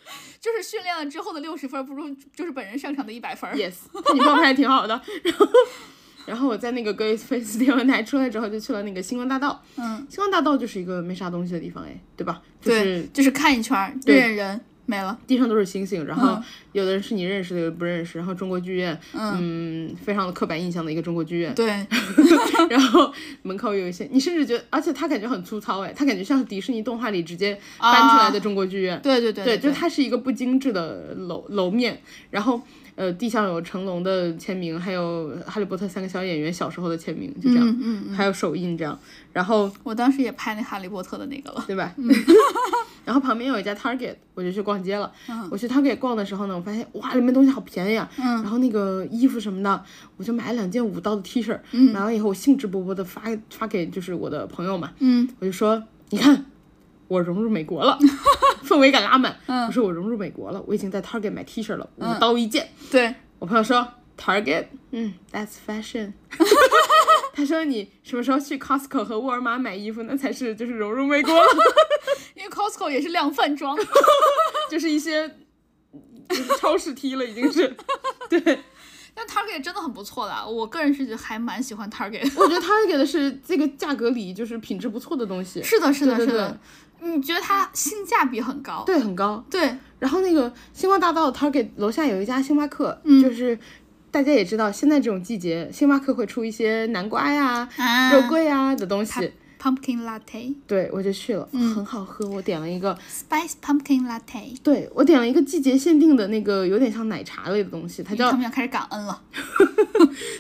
B: 就是训练了之后的六十分，不如就是本人擅长的一百分。
A: Yes，他女朋友拍的挺好的。 然后，然后我在那个 g r a c e Face 天文台出来之后，就去了那个星光大道。
B: 嗯，
A: 星光大道就是一个没啥东西的地方，哎，对吧？就是
B: 对，就是看一圈儿，
A: 对
B: 认认人没了。
A: 地上都是星星，然后有的人是你认识的，有的不认识。然后中国剧院，嗯非常的刻板印象的一个中国剧院。
B: 对，
A: 然后门口有一些，你甚至觉得，而且它感觉很粗糙，哎，它感觉像迪士尼动画里直接搬出来的中国剧院。
B: 啊对对对
A: 对，
B: 对
A: 就它是一个不精致的楼楼面，然后呃地上有成龙的签名，还有呃哈利波特三个小演员小时候的签名，就这样，
B: 嗯嗯嗯，
A: 还有手印这样，然后
B: 我当时也拍那哈利波特的那个了，
A: 对吧？ 然后旁边有一家 Target，我就去逛街了。我去 Target 逛的时候呢，我发现哇，里面东西好便宜啊。然后那个衣服什么的，我就买了两件五刀的 T 恤。买完以后，我兴致勃勃的发发给就是我的朋友嘛，
B: 嗯
A: 我就说，你看，我融入美国了，氛围感拉满。我说我融入美国了，我已经在 Target 买 T 恤了，五刀一件。
B: 对，
A: 我朋友说 Target，嗯，That's fashion。他说你什么时候去 Costco 和沃尔玛买衣服，那才是就是融入美国了。
B: 因为 Costco 也是量贩装，
A: 就是一些就是超市踢了，已经是。
B: 但 Target 真的很不错的，啊我个人是觉得还蛮喜欢 Target。
A: 我觉得他给的是这个价格里就是品质不错的东西，
B: 是的，是的，
A: 对
B: 是
A: 对
B: 的，你觉得它性价比很高？
A: 对，很高。
B: 对，
A: 然后那个星光大道 Target 楼下有一家星巴克，
B: 嗯
A: 就是大家也知道，现在这种季节，星巴克会出一些南瓜呀、
B: 啊
A: 肉桂呀的东西。
B: pumpkin latte。
A: 对，我就去了，
B: 嗯
A: 很好喝。我点了一个，
B: Spice Pumpkin Latte。
A: 对我点了一个季节限定的那个，有点像奶茶类的东西，它
B: 嗯他
A: 叫
B: 们要开始感恩了，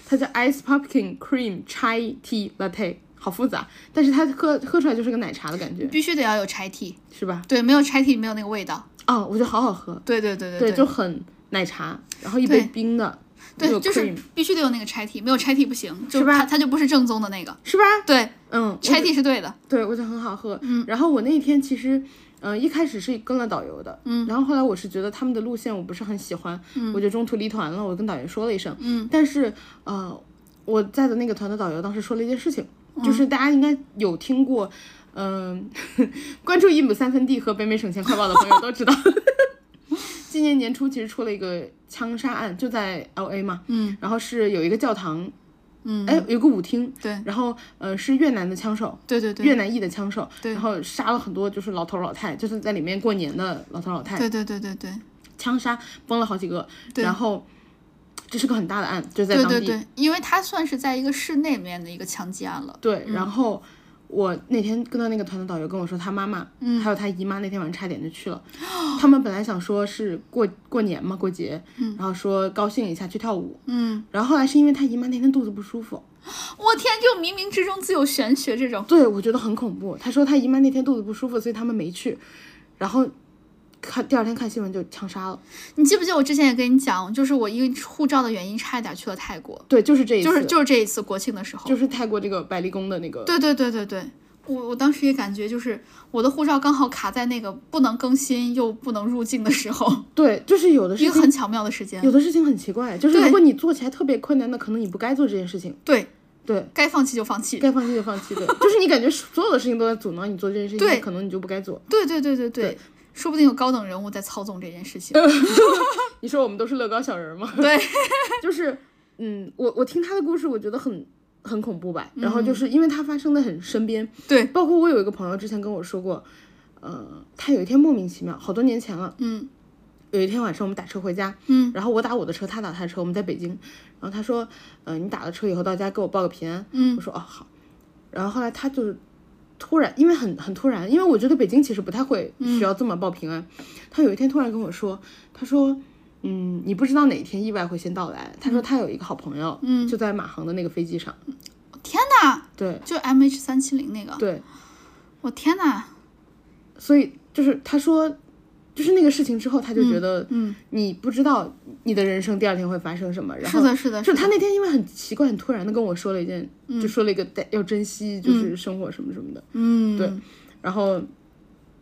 A: 它叫 Ice Pumpkin Cream Chai Tea Latte，好复杂，但是它喝喝出来就是个奶茶的感觉，
B: 必须得要有柴 T，
A: 是吧？
B: 对，没有柴 T 没有那个味道。
A: 啊、我觉得好好喝，
B: 对对对
A: 对，
B: 对
A: 就很奶茶，然后一杯
B: 对
A: 冰的，
B: 对，
A: 又有
B: 就是
A: cream
B: 必须得有那个柴 T，没有柴 T 不行，就是
A: 吧
B: 它它就不是正宗的那个。
A: 是吧？
B: 对，
A: 嗯，
B: 柴
A: 我觉
B: T 是对的。
A: 对我觉得很好喝。嗯，然后我那天其实，嗯、一开始是跟了导游的，嗯，然后后来我是觉得他们的路线我不是很喜欢，嗯，我就中途离团了，我跟导游说了一声，嗯，但是呃，我在的那个团的导游当时说了一件事情，就是大家应该有听过。嗯， 关注一亩三分地和北美省钱快报的朋友都知道， 今年年初其实出了一个枪杀案，就在 L A 嘛，嗯，然后是有一个教堂，嗯，哎，有一个舞厅，
B: 对，
A: 然后呃是越南的枪手，
B: 对对对
A: 越南裔的枪手，然后杀了很多就是老头老太，就是在里面过年的老头老太，
B: 对对对对对
A: 枪杀崩了好几个，然后这是个很大的案，就在
B: 对
A: 当地，
B: 对对，因为它算是在一个室内里面的一个强奸案了。
A: 对，然后我那天跟到那个团的导游跟我说，他妈妈，嗯，还有他姨妈那天晚上差点就去了。 他们本来想说是过过年嘛，过节，嗯，然后说高兴一下去跳舞，
B: 嗯，
A: 然后后来是因为他姨妈那天肚子不舒服，
B: 我天，就冥冥之中自有玄学这种。
A: 对我觉得很恐怖。他说他姨妈那天肚子不舒服，所以他们没去，然后看第二天看新闻就枪杀了。
B: 你记不记得我之前也跟你讲，就是我因为护照的原因差一点去了泰国，
A: 对，就是这一次，
B: 就是就是这一次国庆的时候。
A: 就是泰国这个白丽宫的那个，
B: 对对对对对，我我当时也感觉就是我的护照刚好卡在那个不能更新又不能入境的时候，
A: 对，就是有的
B: 一
A: 事
B: 个
A: 情，
B: 很巧妙的时间
A: 有。的事情很奇怪，就是
B: 对
A: 如果你做起来特别困难，那可能你不该做这件事情。
B: 对，
A: 对，
B: 该放弃就放弃。
A: 该放弃就放弃，对，就是你感觉所有的事情都在阻挠你做这件事情，
B: 对
A: 那可能你就不该做。
B: 对对对对对，说不定有高等人物在操纵这件事情。
A: 你说我们都是乐高小人儿吗？
B: 对，
A: 就是，嗯，我我听他的故事，我觉得很很恐怖吧。然后
B: 嗯
A: 就是因为他发生的很身边，
B: 对，
A: 包括我有一个朋友之前跟我说过，呃，他有一天莫名其妙，好多年前了，
B: 嗯
A: 有一天晚上我们打车回家，
B: 嗯，
A: 然后我打我的车，他打他的车，我们在北京，然后他说，嗯、你打了车以后到家给我报个平安，
B: 嗯
A: 我说哦好，然后后来他就是突然，因为很很突然，因为我觉得北京其实不太会
B: 嗯
A: 需要这么报平安，他有一天突然跟我说，他说。嗯，你不知道哪一天意外会先到
B: 嗯
A: 来。他说他有一个好朋友，嗯，就在马航的那个飞机上。
B: 天哪，
A: 对
B: 就 M H 三七零那个，
A: 对，
B: 我天哪，
A: 所以就是他说，就是那个事情之后，他就觉得，
B: 嗯，
A: 你不知道你的人生第二天会发生什么。然后
B: 是的，是的，
A: 就是他
B: 的，
A: 那天因为很奇怪、很突然的跟我说了一件，就说了一个带要珍惜就是生活什么什么的。
B: 嗯，
A: 对然后，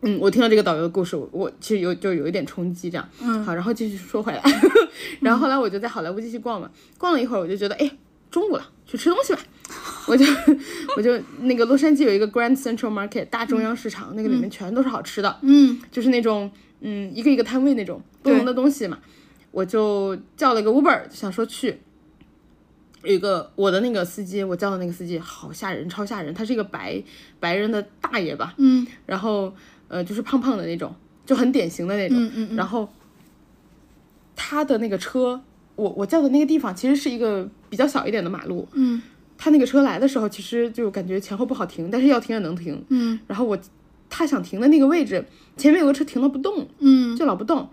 A: 嗯，我听到这个导游的故事，我我其实有就有一点冲击，这样。嗯，好，然后继续说回来，然后后来我就在好莱坞继续逛嘛，逛了一会儿，我就觉得，哎，中午了，去吃东西吧。我就我就那个洛杉矶有一个 Grand Central Market 大中央市场，那个里面全都是好吃的。
B: 嗯
A: 就是那种嗯一个一个摊位那种不同的东西嘛。我就叫了一个 Uber，想说去。有一个我的那个司机，我叫的那个司机好吓人，超吓人。他是一个白白人的大爷吧，
B: 嗯
A: 然后呃就是胖胖的那种，就很典型的那种。
B: 嗯嗯
A: 然后他的那个车，我我叫的那个地方其实是一个比较小一点的马路。
B: 嗯
A: 他那个车来的时候，其实就感觉前后不好停，但是要停也能停。
B: 嗯
A: 然后我他想停的那个位置，前面有个车停了不动，
B: 嗯，
A: 就老不动。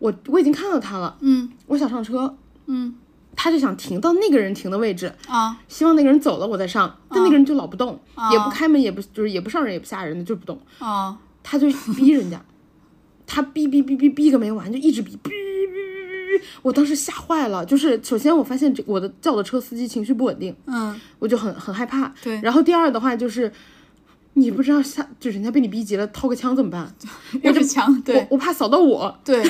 A: 我我已经看到他了，
B: 嗯
A: 我想上车，
B: 嗯
A: 他就想停到那个人停的位置，
B: 啊
A: 希望那个人走了我再上，但那个人就老不动，也不
B: 嗯啊
A: 开门，也不就是也不上人，也不下人的，就不动。
B: 啊
A: 他就逼人 家，他逼逼逼逼逼个没完，就一直逼逼逼逼逼逼。我当时吓坏了，就是首先我发现这我的叫的车司机情绪不稳定，
B: 嗯
A: 我就很很害怕。
B: 对
A: 然后第二的话就是，你不知道下就人家被你逼急了掏个枪怎么办？
B: 又是强
A: 我
B: 对
A: 我怕扫到我，
B: 对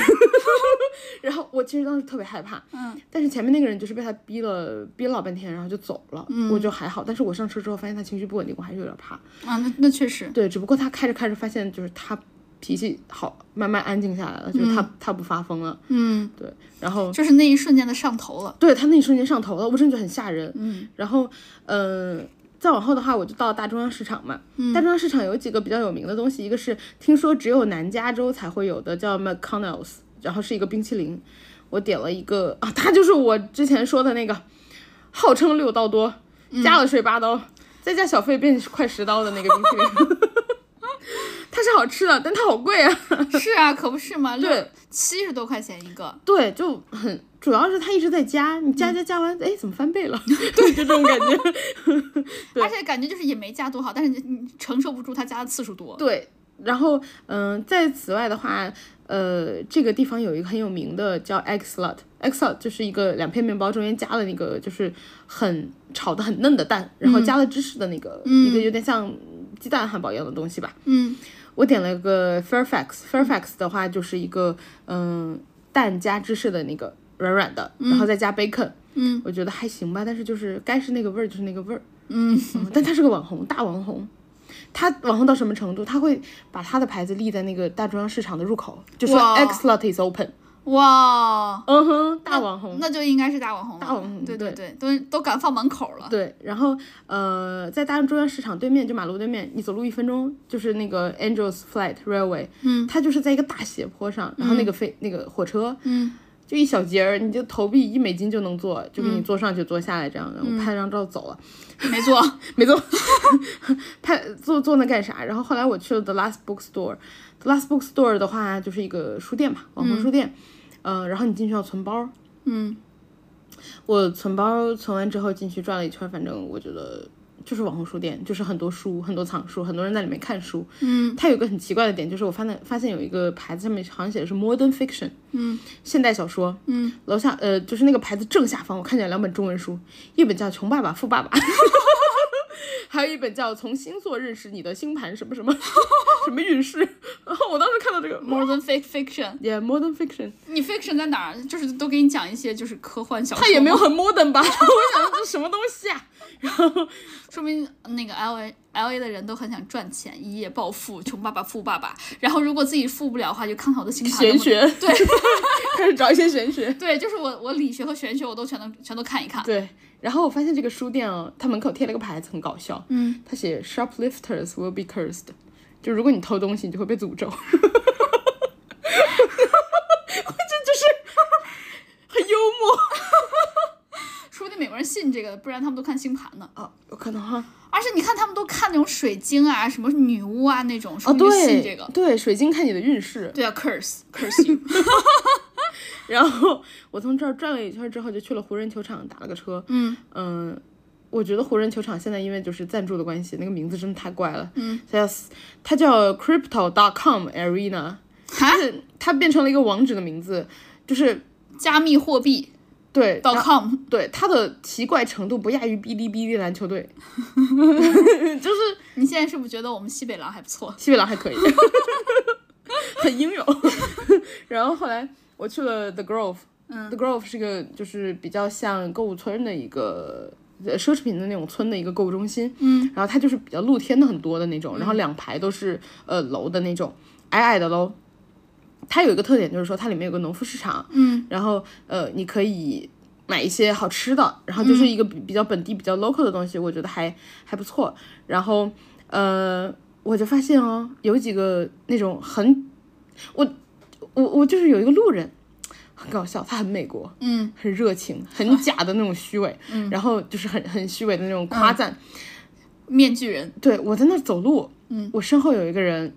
A: 然后我其实当时特别害怕。
B: 嗯
A: 但是前面那个人就是被他逼了，逼了老半天，然后就走了，
B: 嗯
A: 我就还好。但是我上车之后发现他情绪不稳定，我还是有点怕。
B: 啊那那确实
A: 对，只不过他开着开着发现，就是他脾气好，慢慢安静下来了，就是他、他不发疯了。
B: 嗯
A: 对，然后
B: 就是那一瞬间的上头了
A: 对他那一瞬间上头了，我真的觉得很吓人。
B: 嗯
A: 然后，嗯、再往后的话，我就到大中央市场嘛。
B: 嗯
A: 大中央市场有几个比较有名的东西，一个是听说只有南加州才会有的，叫 McConnell's，然后是一个冰淇淋。我点了一个啊，它就是我之前说的那个，号称六刀多，加了税八刀，再加小费变快十刀的那个冰淇淋。 它是好吃的，但它好贵啊。
B: 是啊可不是嘛
A: 对
B: 六七十多块钱一个
A: 对，就很主要是它一直在加，你加加加完，哎、怎么翻倍了？ 对，就这种感觉。
B: 而且感觉就是也没加多少但是你你承受不住它加的次数多
A: 对，然后嗯、在此外的话，呃，这个地方有一个很有名的叫 X Lot。X Lot 就是一个两片面包中间加了那个就是很炒的很嫩的蛋，然后加了芝士的那个、一个有点像鸡蛋汉堡一样的东西吧。
B: 嗯
A: 我点了个 Fairfax。Fairfax 的话就是一个嗯、蛋加芝士的那个软软的，然后再加 bacon。
B: 嗯
A: 我觉得还行吧，但是就是该是那个味儿就是那个味儿。
B: 嗯
A: 嗯但他是个网红，大网红。他网红到什么程度？他会把他的牌子立在那个大中央市场的入口，就说
B: 哇
A: X lot is open。
B: 哇
A: 嗯哼，大网红。
B: 那就应该是大网红了
A: 大网红
B: 对
A: 对
B: 对都都敢放门口了
A: 对，然后呃，在大中央市场对面，就马路对面，你走路一分钟就是那个 Angels Flight Railway，
B: 嗯
A: 它就是在一个大斜坡上，然后那个飞、那个火车
B: 嗯
A: 就一小节儿，你就投币一美金就能坐，就给你坐上去坐下来这样，然后拍张照走了。
B: 没错
A: 没做，拍做做那干啥？然后后来我去了 The Last Bookstore。The Last Bookstore 的话，就是一个书店嘛，网红书店。嗯、然后你进去要存包。
B: 嗯
A: 我存包存完之后进去转了一圈，反正我觉得就是网红书店，就是很多书，很多藏书，很多人在里面看书。
B: 嗯
A: 它有一个很奇怪的点，就是我发现发现有一个牌子上面好像写的是 Modern Fiction，
B: 嗯
A: 现代小说。
B: 嗯
A: 楼下呃，就是那个牌子正下方，我看见两本中文书，一本叫《穷爸爸富爸爸》， 还有一本叫《从星座认识你的星盘》什么什 么什么运势。然后我当时看到这个
B: more than fake fiction。
A: ，Yeah modern fiction，
B: 你 fiction 在哪儿？就是都给你讲一些就是科幻小说吗，
A: 它也没有很 modern 吧？我 想这什么东西 啊？然后
B: 说明那个 L A L A 的人都很想赚钱，一夜暴富，穷爸爸富爸爸。然后如果自己富不了的话，就看看我的星盘能
A: 玄
B: 不能。
A: 学
B: 对
A: 开始找一些玄学。
B: 对，就是我我理学和玄学我都全都全都看一看。
A: 对，然后我发现这个书店啊，它门口贴了个牌子，很搞笑，
B: 嗯，
A: 它写 “shoplifters will be cursed”，就如果你偷东西，你就会被诅咒。我这就是很幽默
B: 说不定美国人信这个，不然他们都看星盘呢。
A: 啊，有可能哈。
B: 而且你看，他们都看那种水晶啊，什么女巫啊那种，说
A: 哦，
B: 明就信这
A: 对
B: 个。，
A: 对，水晶看你的运势。
B: 对啊，curse curse you。
A: 然后我从这儿转了一圈之后，就去了湖人球场打了个车。
B: 嗯
A: 嗯、我觉得湖人球场现在因为就是赞助的关系，那个名字真的太怪了。
B: 嗯，
A: 它叫它叫 Crypto.com Arena。
B: 哈，
A: 是它变成了一个网址的名字，就是
B: 加密货币
A: 对
B: .com。
A: 对它的奇怪程度不亚于哔哩哔哩篮球 队，就是
B: 你现在是不是觉得我们西北狼还不错？
A: 西北狼还可以，很英勇。 然后后来我去了 The Grove，
B: 嗯
A: ，The Grove 是个就是比较像购物村的一个呃奢侈品的那种村的一个购物中心，
B: 嗯，
A: 然后它就是比较露天的很多的那种，然后两排都是呃楼的那种，矮矮的楼。它有一个特点就是说它里面有个农夫市场，
B: 嗯
A: 然后呃，你可以买一些好吃的，然后
B: 嗯
A: 就是一个比比较本地、比较 local 的东西，我觉得还还不错。然后呃，我就发现哦，有几个那种很，我我我就是有一个路人，很搞笑，他很美国，
B: 嗯
A: 很热情，很假的那种虚 伪，然后就是很很虚伪的那种
B: 嗯
A: 夸赞。
B: 面具人，
A: 对我在那儿走路，
B: 嗯，
A: 我身后有一个人。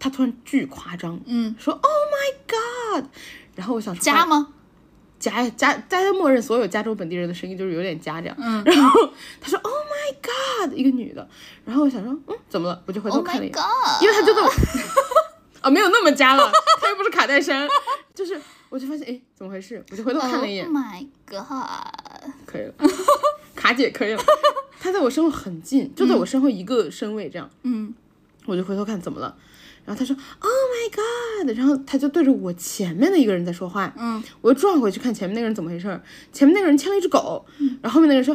A: 他突然巨夸张，
B: 嗯，
A: 说 “Oh my God”，然后我想说
B: 加吗？
A: 加加大家默认所有加州本地人的声音就是有点加这样，
B: 嗯
A: 然后他说 “Oh my God”，一个女的，然后我想说嗯怎么了，我就回头
B: ，Oh
A: 看了一
B: my
A: 眼因
B: god！
A: 为他就这么 啊没有那么加了，他又不是卡戴珊，就是我就发现哎怎么回事，我就回头
B: Oh
A: 看了一眼，
B: my god！
A: 可以了， 卡姐可以了， 他在我身后很近，就在我身后一个身位这样，
B: 嗯，
A: 我就回头看怎么了，然后他说 “Oh my God”，然后他就对着我前面的一个人在说话，
B: 嗯，
A: 我又转回去看前面那个人怎么回事儿，前面那个人牵了一只狗，然后后面那个人说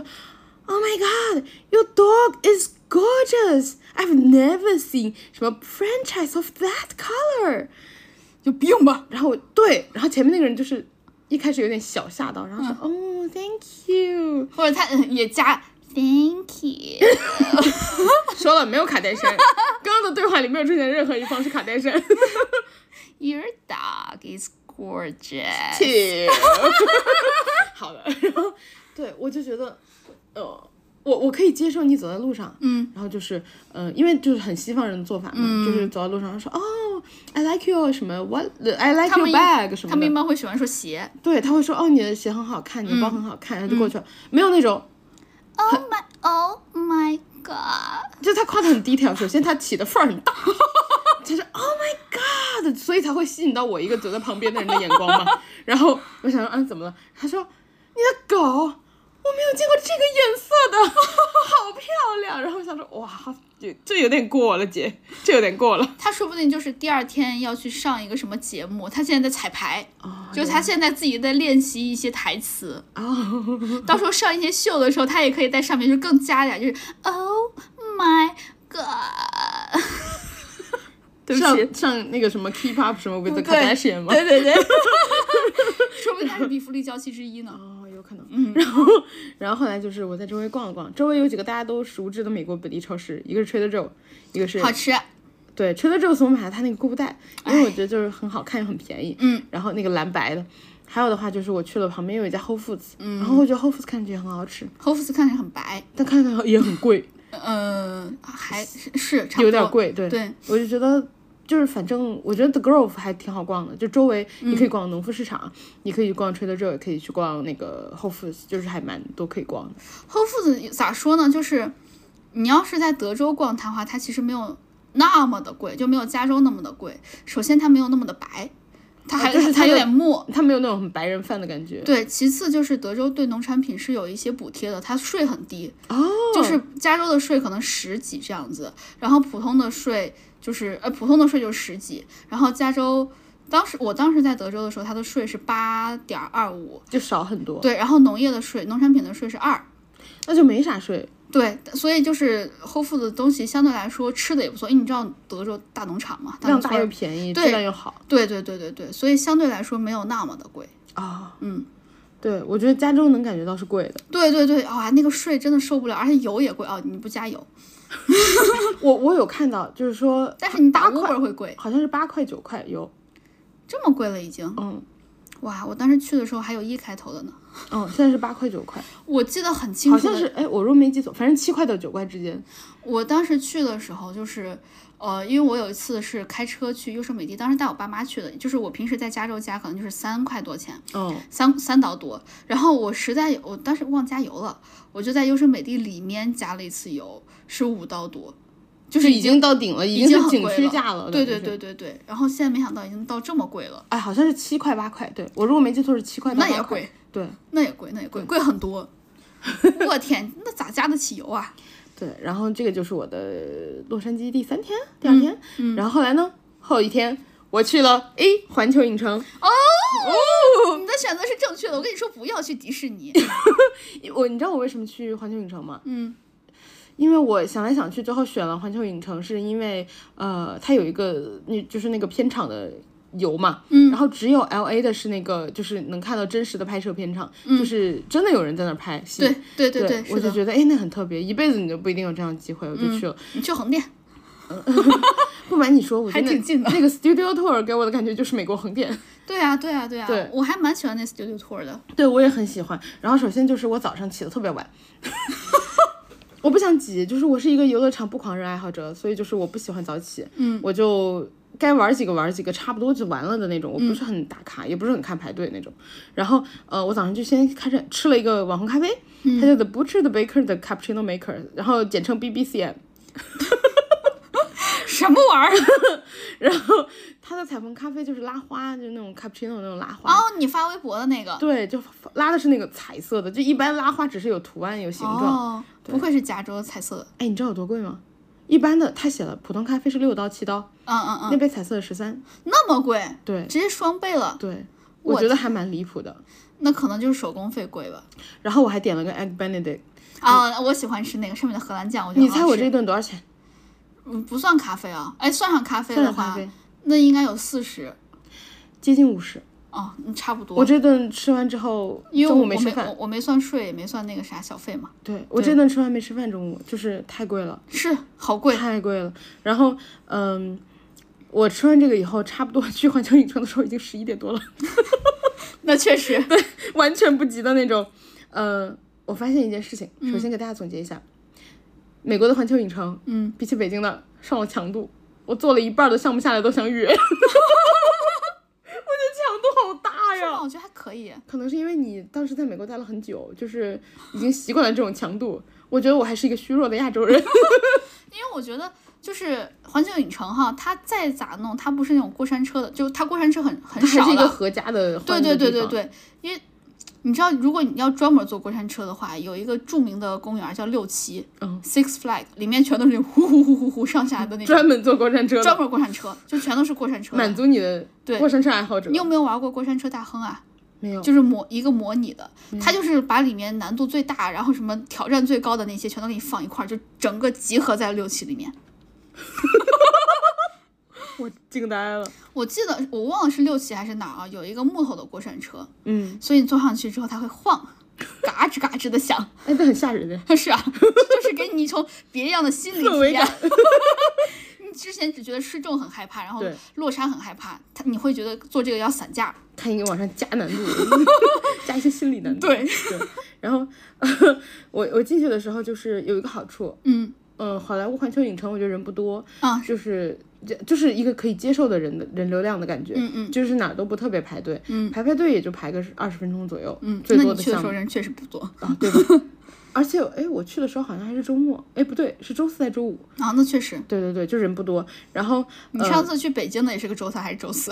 A: ：“Oh my God, your dog is gorgeous. I've never seen 什么 franchise of that color。”有病吧？然后我对，然后前面那个人就是一开始有点小吓到，然后说：“哦、t h a n k you。”
B: 或者他嗯也加 Thank you。
A: 说了没有卡戴珊，刚刚的对话里没有出现任何一方是卡戴珊。
B: Your dog is gorgeous。
A: 请。好的， 然后对我就觉得，呃，我我可以接受你走在路上，
B: 嗯，
A: 然后就是，呃，因为就是很西方人的做法嘛，就是走在路上说，哦，I like you 什么，what I like
B: 他
A: your
B: 们一
A: bag 什
B: 他
A: 么
B: 们一
A: 的，
B: 般会喜欢说鞋。
A: 对，他会说，哦，你的鞋很好看，你的包很好看，然后就过去了，
B: 嗯
A: 没有那种。
B: Oh my Oh my god！
A: 就是他夸的很低调，首先他起的范儿很大， 就是 Oh my God，所以才会吸引到我一个走在旁边的人的眼光嘛。 然后我想说，啊，怎么了？他说你的狗，我没有见过这个颜色的， 好漂亮。然后我想说，哇，这这有点过了，姐，这有点过了。
B: 他说不定就是第二天要去上一个什么节目，他现在在彩排，就他现在自己在练习一些台词，
A: 哦，
B: 到时候上一些秀的时候，他也可以在上面就更加点，就是 Oh my god！对不起
A: 上上那个什么 Keep Up 什么 with the
B: 对
A: Kardashian 吗？
B: 对对对， 说不定他是比弗利娇妻之一呢。
A: 哦，有可能。 然后，然后后来就是我在周围逛了逛，周围有几个大家都熟知的美国本地超市，一个是 Trader Joe，一个是
B: 好吃，
A: 对，Trader Joe's 我买了它那个购物袋，因为我觉得就是很好看又很便宜。
B: 哎嗯，
A: 然后那个蓝白的，还有的话就是我去了旁边有一家 Whole Foods，、嗯、然后我觉得 Whole Foods 看上去也很好吃，
B: 侯福斯看着很白，
A: 但看上去也很贵，
B: 嗯，还是是差不多
A: 有点。贵。对，
B: 对，
A: 我就觉得就是反正我觉得 The Grove 还挺好逛的，就周围你
B: 嗯
A: 可以逛农夫市场，你可以逛 Trader Joe，也可以去逛那个 Whole Foods，就是还蛮多可以逛的。
B: Whole Foods 咋说呢？就是你要是在德州逛它的话，它其实没有那么的贵，就没有加州那么的贵。首先，它没有那么的白，它还、
A: 啊就是它
B: 它有
A: 的
B: 点墨。
A: 它没有那种很白人饭的感觉。
B: 对，其次就是德州对农产品是有一些补贴的，它税很低，
A: 哦，
B: 就是加州的税可能十几这样子，然后普通的税就是呃普通的税就是十几，然后加州当时我当时在德州的时候，它的税是八点二五，
A: 就少很多，
B: 对，然后农业的税、农产品的税是二，
A: 那就没啥税。
B: 对，所以就是后付的东西相对来说吃的也不错，因为你知道德州大农场嘛，
A: 量
B: 农
A: 大又
B: 村，
A: 便宜，
B: 对
A: 质量又好。
B: 对对对对对，所以相对来说没有那么的贵。
A: 啊、
B: 嗯，
A: 对，我觉得加州能感觉到是贵的。
B: 对对对，啊、那个税真的受不了，而且油也贵哦，你不加油，
A: 我我有看到，就是说，
B: 但是你打
A: 八块
B: Uber 会贵，
A: 好像是八块九块有，
B: 这么贵了已经。
A: 嗯
B: 哇，我当时去的时候还有一开头的呢，
A: 嗯，现在是八块九块，
B: 我记得哦很清
A: 好
B: 楚
A: 像
B: 的
A: 是，哎，我若没记错，反正七块到九块之间。
B: 我当时去的时候，就是，呃，因为我有一次是开车去优胜美地，当时带我爸妈去的，就是我平时在加州加可能就是三块多钱，
A: 嗯，
B: 三三刀多。然后我实在我当时忘加油了，我就在优胜美地里面加了一次油，是五刀多，就
A: 就是已经到顶了，
B: 已
A: 经
B: 很
A: 是景
B: 贵
A: 区
B: 了
A: 价了。
B: 对
A: 等
B: 对
A: 于是
B: 对。对对。然后现在没想到已经到这么贵了，
A: 哎，好像是七块八块，对我如果没记错是七块到
B: 那
A: 八
B: 也
A: 块。
B: 贵，
A: 对
B: 那也贵，那也贵，贵很多。我天，那咋加得起油 啊？
A: 对，然后这个就是我的洛杉矶第三天，第
B: 嗯
A: 二天，然后后来呢，后一天我去了 A 环球影城，
B: 你的选择是正确的，我跟你说不要去迪 士尼。
A: 我你知道我为什么去环球影城吗？
B: 嗯，
A: 因为我想来想去，最后选了环球影城，是因为呃，它有一个那就是那个片场的游嘛，嗯，然后只有 L A 的是那个就是能看到真实的拍摄片场，就是真的有人在那儿拍戏。
B: 嗯对对对
A: 对
B: 对，是
A: 我就
B: 的。嗯
A: 觉得哎，那很特别，一辈子你都不一定有这样的机会，我就去了。
B: 你去横店，
A: 不瞒你说，我
B: 还
A: 真的
B: 挺近的
A: 那个 Studio Tour 给我的感觉就是美国横店。
B: 对啊对啊对啊，
A: 对
B: 我还蛮喜欢那 studio tour 的。
A: 对我也很喜欢。然后首先就是我早上起得特别晚， 我不想挤，就是我是一个游乐场不狂热爱好者，所以就是我不喜欢早起。
B: 嗯，
A: 我就该玩几个玩几个，差不多就完了的那种。我不是很打卡，也不是很看排队那种。然后呃，我早上就先开始吃了一个网红咖啡，
B: 嗯
A: 它叫 The Butcher the Baker the Cappuccino Maker，然后简称 BBCM。
B: 什么玩意儿？
A: 然后它的彩虹咖啡就是拉花，就是那种 cappuccino 那种拉花。
B: 哦，你发微博的那个。
A: 对，就拉的是那个彩色的，就一般拉花只是有图案有形状。
B: 哦，不愧是加州彩色。
A: 哎、你知道有多贵吗？一般的他写了普通咖啡是六刀七刀，
B: 嗯嗯嗯，
A: 那杯彩色十三。
B: 那么贵，
A: 对
B: 直接双倍了。
A: 对，我觉得还蛮离谱的。
B: 那可能就是手工费贵吧。
A: 然后我还点了个 egg benedict，
B: 啊，我喜欢吃那个上面的荷兰酱，我觉得
A: 你
B: 好
A: 猜我
B: 吃
A: 这顿多少钱？
B: 嗯不算咖啡啊，哎，算上咖啡
A: 算
B: 的
A: 上咖
B: 话，
A: 啡
B: 那应该有四十
A: 接近五十。
B: 哦，嗯差不多。
A: 我这顿吃完之后，
B: 因为
A: 中午
B: 我没
A: 吃饭。
B: 我我没算税，也没算那个啥小费嘛。
A: 对我这顿吃完没吃饭，中午就是太贵了。
B: 是，好贵。
A: 太贵了。然后，嗯，我吃完这个以后，差不多 去环球影城的时候已经十一点多了，
B: 那确实，
A: 完全不急的那种。呃，我发现一件事情，首先给大家总结一下，美国的环球影城，
B: 嗯，
A: 比起北京的上了强度，我做了一半儿的项目下来都想约，我的 强度好大呀。
B: 哦我觉得还可以。
A: 可能是因为你当时在美国待了很久，就是已经习惯了这种强度。我觉得我还是一个虚弱的亚 洲人。
B: 因为我觉得就是环球影城哈，它再咋弄，它不是那种过山车的，就它过山车很很
A: 它还
B: 少
A: 是一个
B: 的。
A: 合家的欢
B: 对
A: 乐
B: 对对
A: 地
B: 对
A: 方
B: 对，因为你知道，如果你要专门坐过山车的话，有一个著名的公园叫六旗，
A: 嗯
B: ，Six Flag，里面全都是那种呼呼呼呼呼上下来的那种
A: 专门坐过山车的，
B: 专门过山车，就全都是过山车的。
A: 满足你的
B: 对
A: 过山车爱好者。
B: 你有没有玩过过山车大亨啊？
A: 没有？
B: 就是模一个模拟的，它就是把里面难度最大，然后什么挑战最高的那些全都给你放一块儿，就整个集合在六期里面。
A: 我惊呆了。
B: 我记得我忘了是六期还是哪儿啊，有一个木头的过山车，
A: 嗯，
B: 所以你坐上去之后它会晃，嘎吱嘎吱的响。
A: 哎，这很吓人的。
B: 是啊，这就是给你一种别样的心理
A: 氛围
B: 体验。 你之前只觉得失重很害怕，然后
A: 对
B: 落差很害怕，它你会觉得做这个要散架。
A: 看你给往上加难 度， 加一些心理难度。
B: 对
A: 对。然后我我进去的时候就是有一个好处，
B: 嗯
A: 嗯，好莱坞环球影城我觉得人不多，
B: 啊，
A: 就是就就是一个可以接受的人的人流量的感觉。
B: 嗯嗯
A: 就是哪儿都不特别排队，
B: 嗯
A: 排排队也就排个二十分钟左右，
B: 嗯，
A: 最
B: 那
A: 多
B: 你
A: 的
B: 去的
A: 项
B: 时
A: 目
B: 候人确实不多
A: 啊，对 吧？而且，哎，我去的时候好像还是周末，哎，不对，是周四还是周五？
B: 啊，那确实。
A: 对对对，就人不多。然后呃
B: 你
A: 嗯
B: 上次去北京的也是个周三还是周四？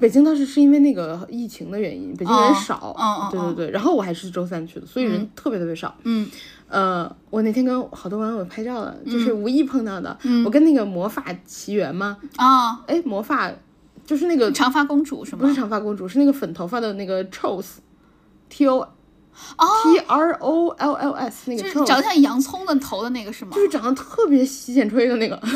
A: 北京当时是因为那个疫情的原因，北京人少，
B: 哦哦
A: 对
B: 哦
A: 对对。然后我还是周三去的，所以人特别特别少。
B: 嗯
A: 呃，我那天跟好多网友拍照了，就是无意碰到的。
B: 嗯
A: 我跟那个魔法奇缘吗？
B: 啊，
A: 哎，魔法就是那 个
B: 长发公主是
A: 不
B: 吗
A: 是？长发公主，是那个粉头发的那个 Trolls，T O
B: 哦，
A: T R O L L S 那个
B: 就是
A: Trolls，
B: 长得像洋葱的头的那个是吗
A: 就？是长得特别洗剪吹的那个。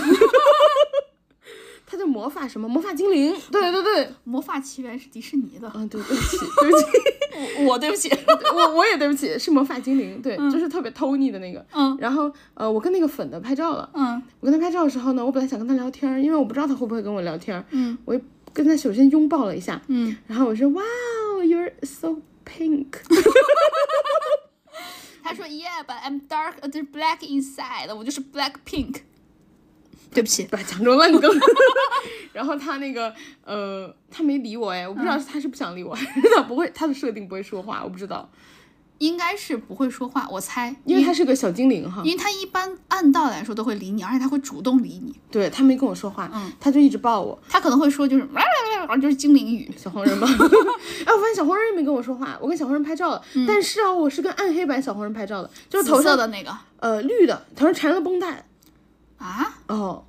A: 他叫魔法什么？魔法精 灵？对对对，
B: 魔法奇缘是迪 士尼的，
A: 嗯，对，对不起，对不起。
B: 我我对不起。
A: 我我也对不起，是魔法精灵，对，就是特别 Tony 的那个。
B: 嗯
A: 然后呃，我跟那个粉的拍照了。
B: 嗯
A: 我跟他拍照的时候呢，我本来想跟他聊天儿，因为我不知道他会不会跟我聊天儿。
B: 嗯
A: 我跟他首先拥抱了一下，
B: 嗯，
A: 然后我说哇哦，You're so pink。
B: 他说 Yeah，but I'm dark, uh, black inside，我就是 black pink。对不起，
A: 把强中烂梗。 然后他那个呃，他没理我哎，我不知
B: 嗯
A: 道是他是不想理我，还是他不会，他的设定不会说话，我不知道，
B: 应该是不会说话，我猜，
A: 因为他是个小精灵哈
B: 因。为他一般按道理来说都会理你，而且他会主动理你，
A: 对他没跟我说话，
B: 嗯
A: 他就一直抱我。
B: 他可能会说就是 就是精灵语。
A: 小黄人 吗？哎，我发现小黄人也没跟我说话，我跟小黄人拍照了，但是啊，我是跟暗黑版小黄人拍照的，就是头
B: 嗯紫色
A: 上
B: 的那个
A: 呃绿的，头上缠了绷带，
B: 啊，
A: 哦，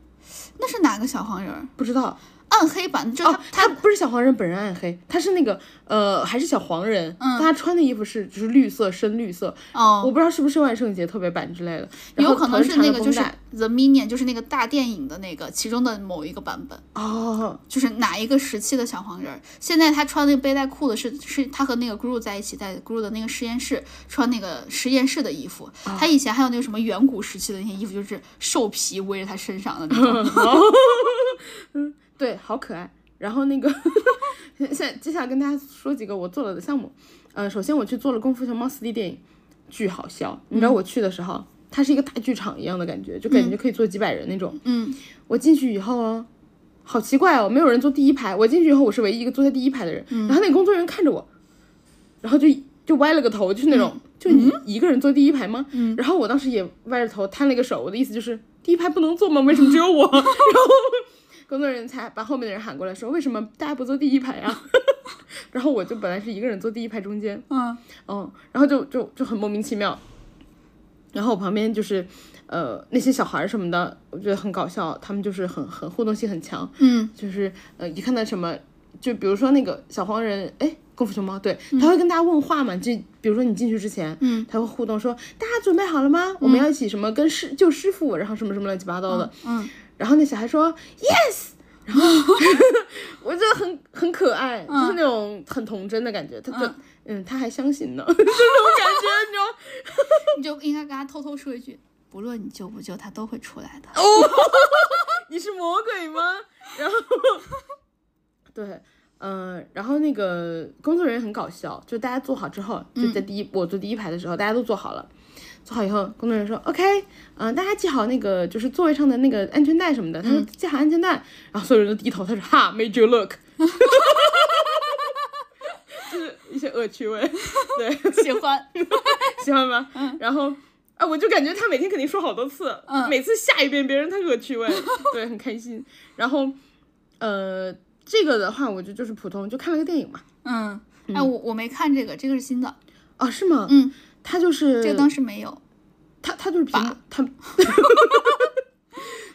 B: 那是哪个小黄人儿？
A: 不知 道，
B: 暗黑版，就他、
A: 哦，他不是小黄人本人暗黑，他是那个呃还是小黄人，但他穿的衣服是就是绿色深绿色，
B: 嗯哦，
A: 我不知道是不是万圣节特别版之类的，然
B: 有
A: 后
B: 可
A: 头
B: 能
A: 上
B: 是
A: 缠
B: 那
A: 了
B: 个
A: 绷
B: 就是
A: 带
B: The Minion，就是那个大电影的那个其中的某一个版本，
A: 哦，
B: 就是哪一个时期的小黄人儿。现在他穿那个背带裤子是是他和那个 Gru 在一起，在 Gru 的那个实验室穿那个实验室的衣服。
A: 哦
B: 他以前还有那个什么远古时期的那些衣服，就是兽皮围着他身上的那种。
A: 对，好可爱。然后那个， 现在接下来跟大家说几个我做了的项目。呃，首先我去做了《功夫熊猫》4D 电影，巨好笑。你知道我去的时候，它是一个大剧场一样的感觉，就感觉可以坐几百人那种。
B: 嗯，
A: 我进去以后哦，好奇怪哦，没有人坐第一排。我进去以后，我是唯一一个坐在第一排的人。然后那个工作人员看着我，然后就就歪了个头，就是那种，就你一个人坐第一排吗？然后我当时也歪着头摊了个手，我的意思就是第一排不能坐吗？为什么只有我？ 然后工作人员才把后面的人喊过来说，为什么大家不坐第一排 呀、然后我就本来是一个人坐第一排中间，
B: 嗯
A: 嗯，然后就就就很莫名其妙。然后我旁边就是，呃，那些小孩儿什么的，我觉得很搞笑，他们就是很很互动性很强，
B: 嗯
A: 就是呃，一看到什么，就比如说那个小黄人，哎，功夫熊猫，对，他会跟大家问话嘛，就比如说你进去之前，
B: 嗯，
A: 他会互动说，大家准备好了吗？我们要一起什么跟师救师傅，然后什么什么乱七八糟的，
B: 嗯
A: 然后那小孩说 yes，然后 我觉得很很可爱，就是那种很童真的感觉，他就嗯他还相信呢，就那种感觉，你知道吗。
B: 你就应该跟他偷偷说一句，不论你救不救，他都会出来的。
A: 哦你是魔鬼吗？ 然后，对，嗯、然后那个工作人员很搞笑，就大家坐好之后，就在第一、我坐第一排的时候，大家都坐好了，坐好以后，工作人员说 OK，嗯、大家系好那个就是座位上的那个安全带什么的，他说系好安全带，然后所有人都低头，他说哈，made you look，就是一些恶趣味，对，
B: 喜欢，
A: 喜欢吗？然后。啊，我就感觉他每天肯定说好多次，
B: 嗯
A: 每次吓一遍别人，他恶趣 味，对，很开心。然后，呃，这个的话，我就就是普通，就看了个电影嘛。
B: 嗯，哎，我我没看这个，这个是新的，
A: 哦，是吗？
B: 嗯，
A: 他就是
B: 这个当时没有。
A: 他他就是屏幕， 他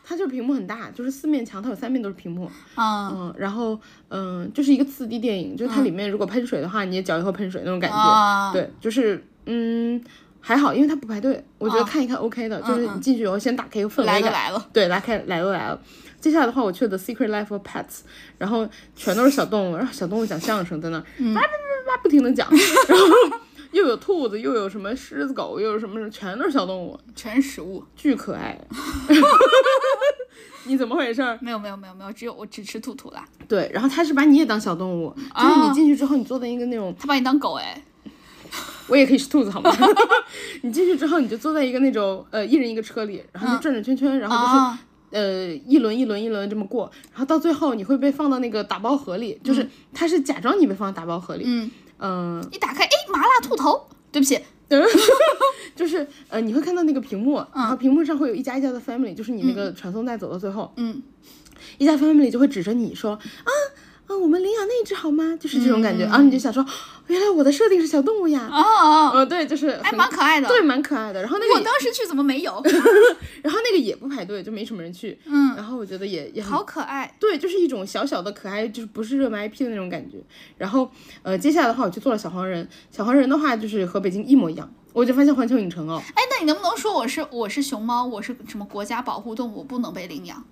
A: 他就是屏幕很大，就是四面墙，它有三面都是屏幕。
B: 嗯
A: 嗯，然后嗯、就是一个四 D 电影，就是它里面如果喷水的话，你也脚也会喷水那种感觉。
B: 啊，
A: 对，就是嗯还好，因为它不排队，我觉得
B: 啊
A: 看一看 OK 的，就是
B: 嗯
A: 你进去以后先打开一个氛围
B: 来
A: 感
B: 都。来了，
A: 对，来开来都来了。接下来的话，我去了 The Secret Life of Pets，然后全都是小动物，然后小动物讲相声在那儿，
B: 嗯
A: 叭叭叭叭不停的 讲，然后又有兔子，又有什么狮子狗，又有什么什么，全都是小动物，
B: 全是食物。
A: 巨可 爱。 你怎么回事儿？
B: 没有没有没有没有，只有我只吃兔兔啦。
A: 对，然后他是把你也当小动物，就是
B: 啊
A: 你进去之后，你坐在一个那种，
B: 他把你当狗哎，
A: 我也可以是兔子好吗？ 你进去之后，你就坐在一个那种呃一人一个车里，然
B: 嗯
A: 后就转转圈圈，然后哦就是
B: 啊，
A: 呃，一轮一轮一轮这么过，然后到最后你会被放到那个打包盒里，就是他是假装你被放到打包盒里，
B: 嗯，
A: 嗯、
B: 一打开，哎，麻辣兔头，对不起，
A: 就是呃，你会看到那个屏幕，
B: 嗯
A: 然后屏幕上会有一家一家的 family，就是你那个传送带走到最后，
B: 嗯，
A: 一家 family 就会指着你说啊啊，我们领养那只好吗？就是这种感觉，然后你就想说，哦原来我的设定是小动物呀，
B: 嗯哦哦，
A: 呃，对，就是
B: 还
A: 很
B: 蛮可爱的。
A: 对，蛮可爱的。然后那
B: 我
A: 个也，
B: 当时去怎么没有？
A: 然后那个也不排队，就没什么人去，
B: 嗯，
A: 然后我觉得也也很
B: 好可爱。
A: 对，就是一种小小的可爱，就是不是热门 IP 的那种感觉。然后，呃，接下来的话，我去做了小黄人。小黄人的话，就是和北京一模一样。我就发现环球影城哦，
B: 哎，那你能不能说我是我是熊猫，我是什么国家保护动物，不能被领养？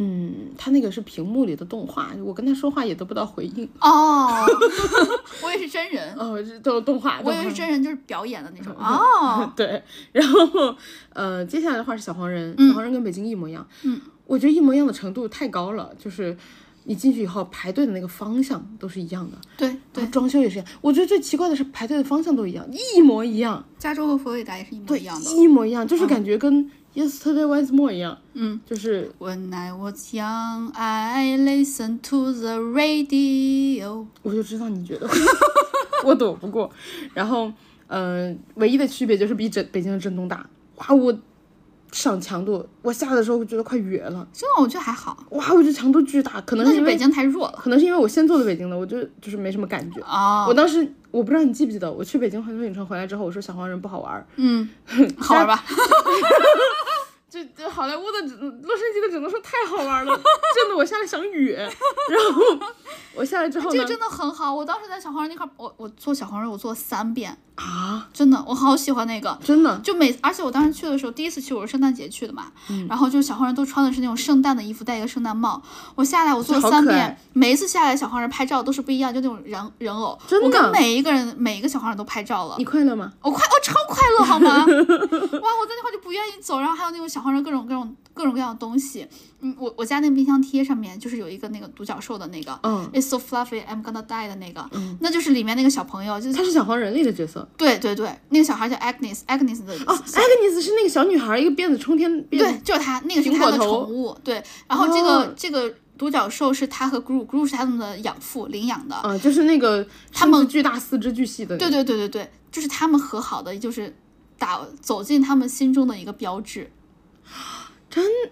A: 嗯，它那个是屏幕里的动画，我跟他说话也得不到回应。
B: 哦，我也是真人，
A: 哦，这都是动画，
B: 嗯
A: 动
B: 我以为
A: 画
B: 是真人，就是表演的那种。哦，
A: 对，然后呃，接下来的话是小黄人，小黄人跟北京一模一样。
B: 嗯，
A: 我觉得一模一样的程度太高了，就是你进去以后排队的那个方向都是一样的，
B: 对
A: 然
B: 对
A: 后，装修也是一样。我觉得最奇怪的是排队的方向都一样，一模一样。
B: 加州和佛罗里达也是一模
A: 对，
B: 一样的。
A: 一模一样，就是感觉跟 Yesterday Once More 一样，
B: 嗯
A: 就是
B: ，When I was young, I listened to the radio。
A: 我就知道你觉得 我躲不过。然后，呃，唯一的区别就是比震北京的震动大。哇，我上强度，我下的时候我觉得快哕了，
B: 这种我觉得还好，
A: 哇，我觉得强度巨大，可能
B: 但
A: 是
B: 是
A: 因
B: 北
A: 为
B: 京太弱了。
A: 可能是因为我先做的北京的，我就就是没什么感觉。我
B: 哦，
A: 当时我不知道你记不记得，我去北京环球影城回来之后，我说小黄人不好玩儿，
B: 嗯，好玩吧？
A: 就就好莱坞的只，洛杉矶的只能说太好玩了， 震得我下来想哕。然后我下来之后
B: 这
A: 呢
B: 个，真的很好。我当时在小黄人那块儿，我我做小黄人，我做了三遍，
A: 啊，
B: 真的，我好喜欢那个。
A: 真的，
B: 就每，而且我当时去的时候，第一次去我是圣诞节去的嘛，
A: 嗯
B: 然后就是小黄人都穿的是那种圣诞的衣服，戴一个圣诞帽。我下来我做了
A: 好
B: 三
A: 可
B: 遍
A: 爱，
B: 每一次下来小黄人拍照都是不一样，就那种人人偶。
A: 真
B: 我跟
A: 的
B: 每一个人每一个小黄人都拍照了
A: 你。快乐吗？
B: 我快，我超快乐好吗？哇，我在那块就不愿意走，然后还有那种小小黄人各种各种各种各样的东西。嗯，我我家那个冰箱贴上面就是有一个那个独角兽的那个、
A: 嗯
B: i t s so fluffy, I'm gonna die 的那个，
A: 嗯
B: 那就是里面那个小朋友，就是
A: 他是小黄人里的角色
B: 对对对，那个小孩叫 Agnes，Agnes 的
A: 哦。
B: 小
A: Agnes 是那个小女孩，一个辫子冲天，辫
B: 对
A: 子，
B: 就是他，那个是
A: 苹
B: 他
A: 果
B: 的
A: 头
B: 宠物。对，然后这个、
A: 哦
B: 这个独角兽是他和 Gru，Gru 是他们的养父领养的。
A: 啊、就是那个
B: 他
A: 身子
B: 们
A: 巨大、四肢巨细的。
B: 对，对对对对，就是他们和好的，就是打走进他们心中的一个标志。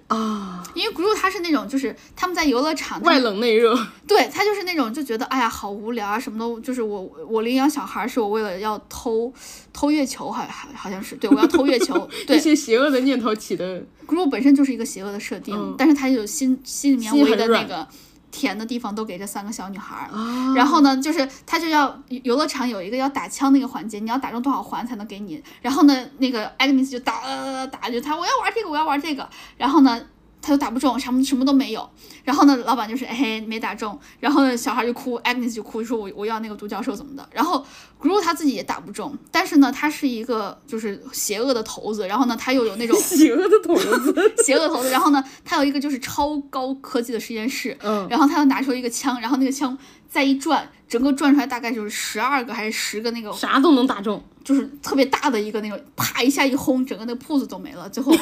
A: 啊，
B: 因为 Gru 他是那种，就是他们在游乐场，他
A: 外
B: 们
A: 冷内热。
B: 对他就是那种就觉得哎呀好无聊啊，什么都就是我我领养小孩儿是我为了要偷偷月球，好好好像是对我要偷月 球，对
A: 一些邪恶的念头起的，
B: Gru 本身就是一个邪恶的设定，
A: 嗯
B: 但是他有心心里面
A: 心
B: 围
A: 很
B: 的那
A: 软
B: 个甜的地方都给这三个小女孩儿。
A: 啊
B: 然后呢，就是他就要游乐场有一个要打枪那个环节，你要打中多少环才能给你。然后呢，那个 Agnes 就打呃打，就他我要玩这个，我要玩这个。然后呢，他就打不中，什么什么都没有。然后呢，老板就是哎没打中，然后呢小孩就哭，Agnes 就哭说我我要那个独角兽怎么的。然后 Gru 他自己也打不中，但是呢，他是一个就是邪恶的头子，然后呢他又有那种
A: 邪恶的头子，
B: 邪恶头子，然后呢他有一个就是超高科技的实验室，
A: 嗯，
B: 然后他又拿出一个枪，然后那个枪再一转，整个转出来大概就是十二个还是十个那个，
A: 啥都能打中，
B: 就是特别大的一个那种，啪一下一轰，整个那个铺子都没了。最后，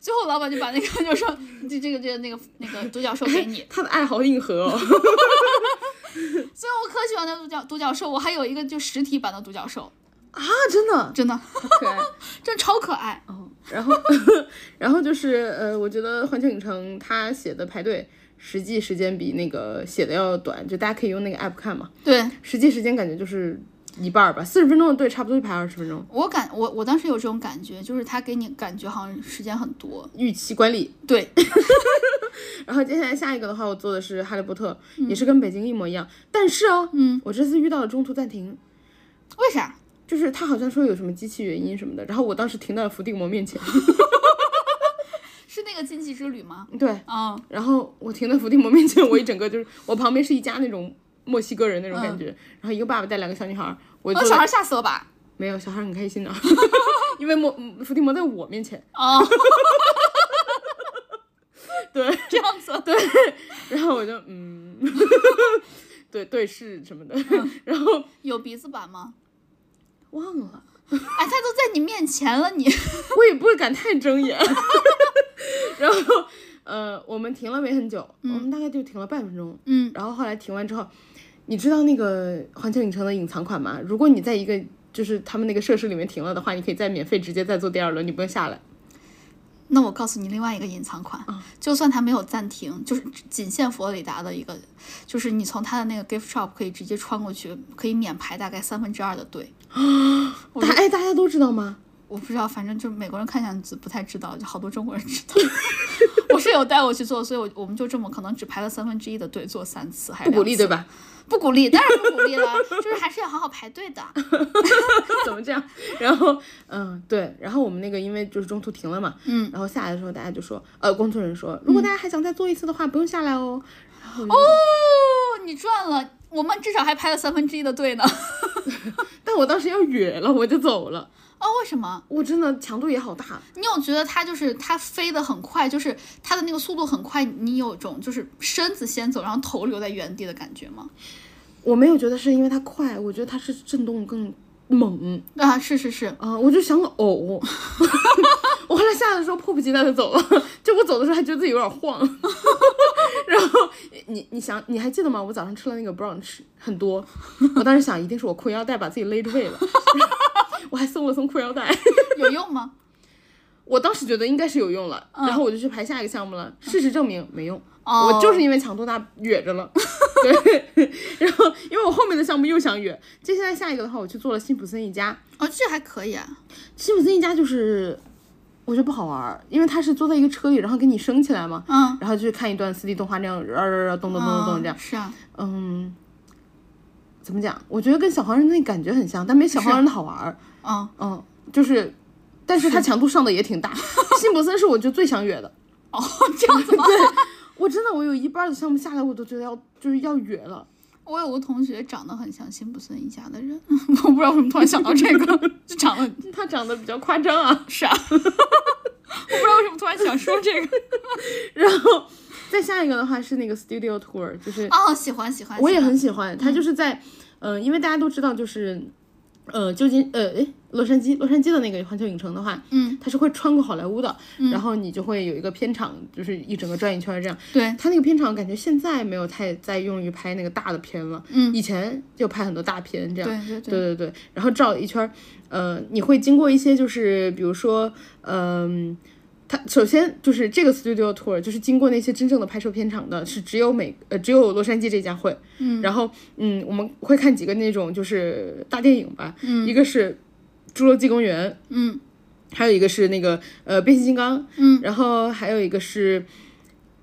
B: 最后老板就把那个就说，这这个这个那个那个独角兽给你。
A: 他的爱好硬核、 哦，
B: 虽然我可喜欢那独角独角兽，我还有一个就实体版的独角兽，
A: 那啊真的
B: 真的
A: 好可爱。
B: 真超可爱。
A: 哦，然后， 然后就是呃，我觉得《环球影城》它写的排队实际时间比那个写的要短，就大家可以用那个 app 看嘛，
B: 对
A: 实际时间感觉就是一半儿吧，四十分钟的队差不多就排二十分钟，
B: 我感我我当时有这种感觉，就是他给你感觉好像时间很多。
A: 预期管理。
B: 对，
A: 然后接下来下一个的话，我做的是《哈利波特》也是跟北京一模一样，但是啊，
B: 嗯，
A: 我这次遇到了中途暂停。
B: 为啥？
A: 就是他好像说有什么机器原因什么的，然后我当时停到了伏地魔面前，
B: 是那个禁忌之旅吗？
A: 对，
B: 嗯，
A: 然后我停在伏地魔面前，我一整个就是我旁边是一家那种墨西哥人那种感觉，然后一个爸爸带两个小女孩儿，我
B: 嗯哦，
A: 坐
B: 小
A: 在
B: 孩吓死了吧？
A: 没有小孩儿很开心的， 因为魔嗯伏地魔在我面前，
B: 哦，
A: 对，
B: 这样子，对，
A: 然后我就嗯， 对对视什么的，
B: 嗯
A: 然后
B: 有鼻子版吗？
A: 忘了，
B: 哎，他都在你面前了，你
A: 我也不会敢太睁眼， 然后呃我们停了没很久，我们大概就停了半分钟，
B: 嗯
A: 然后后来停完之后，你知道那个环球影城的隐藏款吗？如果你在一个就是他们那个设施里面停了的话，你可以再免费直接再坐第二轮，你不用下来。
B: 那我告诉你另外一个隐藏款，
A: 嗯
B: 就算它没有暂停，就是仅限佛罗里达的一个，就是你从它的那个 gift shop 可以直接穿过去，可以免排大概三分之二的队。我
A: 大
B: 觉得
A: 哎，大家都知道吗？
B: 我不知道，反正就是美国人看样子不太知道，就好多中国人知道。 我室友带我去做，所以我我们就这么可能只排了三分之一的队，做三次，还
A: 哎不
B: 是
A: 鼓励
B: 两次
A: 对？吧？
B: 不鼓励，当然不鼓励了，就是还是要好好排队的。
A: 怎么这样？然后嗯，对，然后我们那个因为就是中途停了嘛，
B: 嗯，
A: 然后下来的时候大家就说，呃，工作人员说，如果大家还想再坐一次的话，不用下来哦。然后我就
B: 哦，你赚了，我们至少还排了三分之一的队呢。
A: 但我当时要哕了，我就走了。
B: 哦，为什么？
A: 我真的强度也好大，
B: 你有觉得它就是它飞得很快，就是它的那个速度很快，你有种就是身子先走，然后头留在原地的感觉吗？
A: 我没有觉得是因为它快，我觉得它是震动更猛。
B: 啊，是是是，
A: 啊、我就想呕。 我后来下来的时候迫不及待的走了，就我走的时候还觉得自己有点晃。 然后你你想你还记得吗？我早上吃了那个 brunch 很多，我当时想一定是我裤腰带把自己勒着胃了， 我还松了松裤腰带。
B: 有用吗？
A: 我当时觉得应该是有用了，然后我就去排下一个项目了。事实证明没用，
B: 哦，
A: 我就是因为强度大哕着了。对，然后因为我后面的项目又想哕，接下来下一个的话，我去做了辛普森一家。
B: 哦，这还可以啊。
A: 辛普森一家就是，我觉得不好玩儿，因为他是坐在一个车里，然后给你升起来嘛，
B: 嗯，
A: 然后就看一段 4D 动画那样，呃呃呃，咚咚咚咚咚这样
B: 嗯，是啊，
A: 嗯，怎么讲？我觉得跟小黄人那感觉很像，但没小黄人的好玩儿，
B: 嗯，
A: 嗯，就是，但是它强度上的也挺大。 辛普森是我觉得最想哕的，
B: 哦，这样子吗？
A: 我真的我有一半的项目下来，我都觉得要就是要哕了。
B: 我有个同学长得很像辛普森一家的人， 我不知道为什么突然想到这个，就长得
A: 他长得比较夸张啊，
B: 是啊，我不知道为什么突然想说 这个。
A: 然后再下一个的话是那个 Studio Tour，就是
B: 哦，喜欢喜欢，
A: 我也
B: 喜欢
A: 很喜欢。它就是在，呃，因为大家都知道，就是，呃，旧金，呃，诶，洛杉矶，洛杉矶的那个环球影城的话，
B: 嗯，
A: 它是会穿过好莱坞的，然后你就会有一个片场，就是一整个转一圈儿这样。
B: 对，
A: 它那个片场感觉现在没有太在用于拍那个大的片了，
B: 嗯，
A: 以前就拍很多大片这样。
B: 对对对，
A: 对对对，然后绕一圈儿，呃，你会经过一些就是比如说，嗯、它首先就是这个 studio tour 就是经过那些真正的拍摄片场的，是只有美呃只有洛杉矶这家会，嗯，然后嗯我们会看几个那种就是大电影吧，嗯，一个是侏罗纪公园，
B: 嗯，
A: 还有一个是那个呃变形金刚，嗯，然后还有一个是。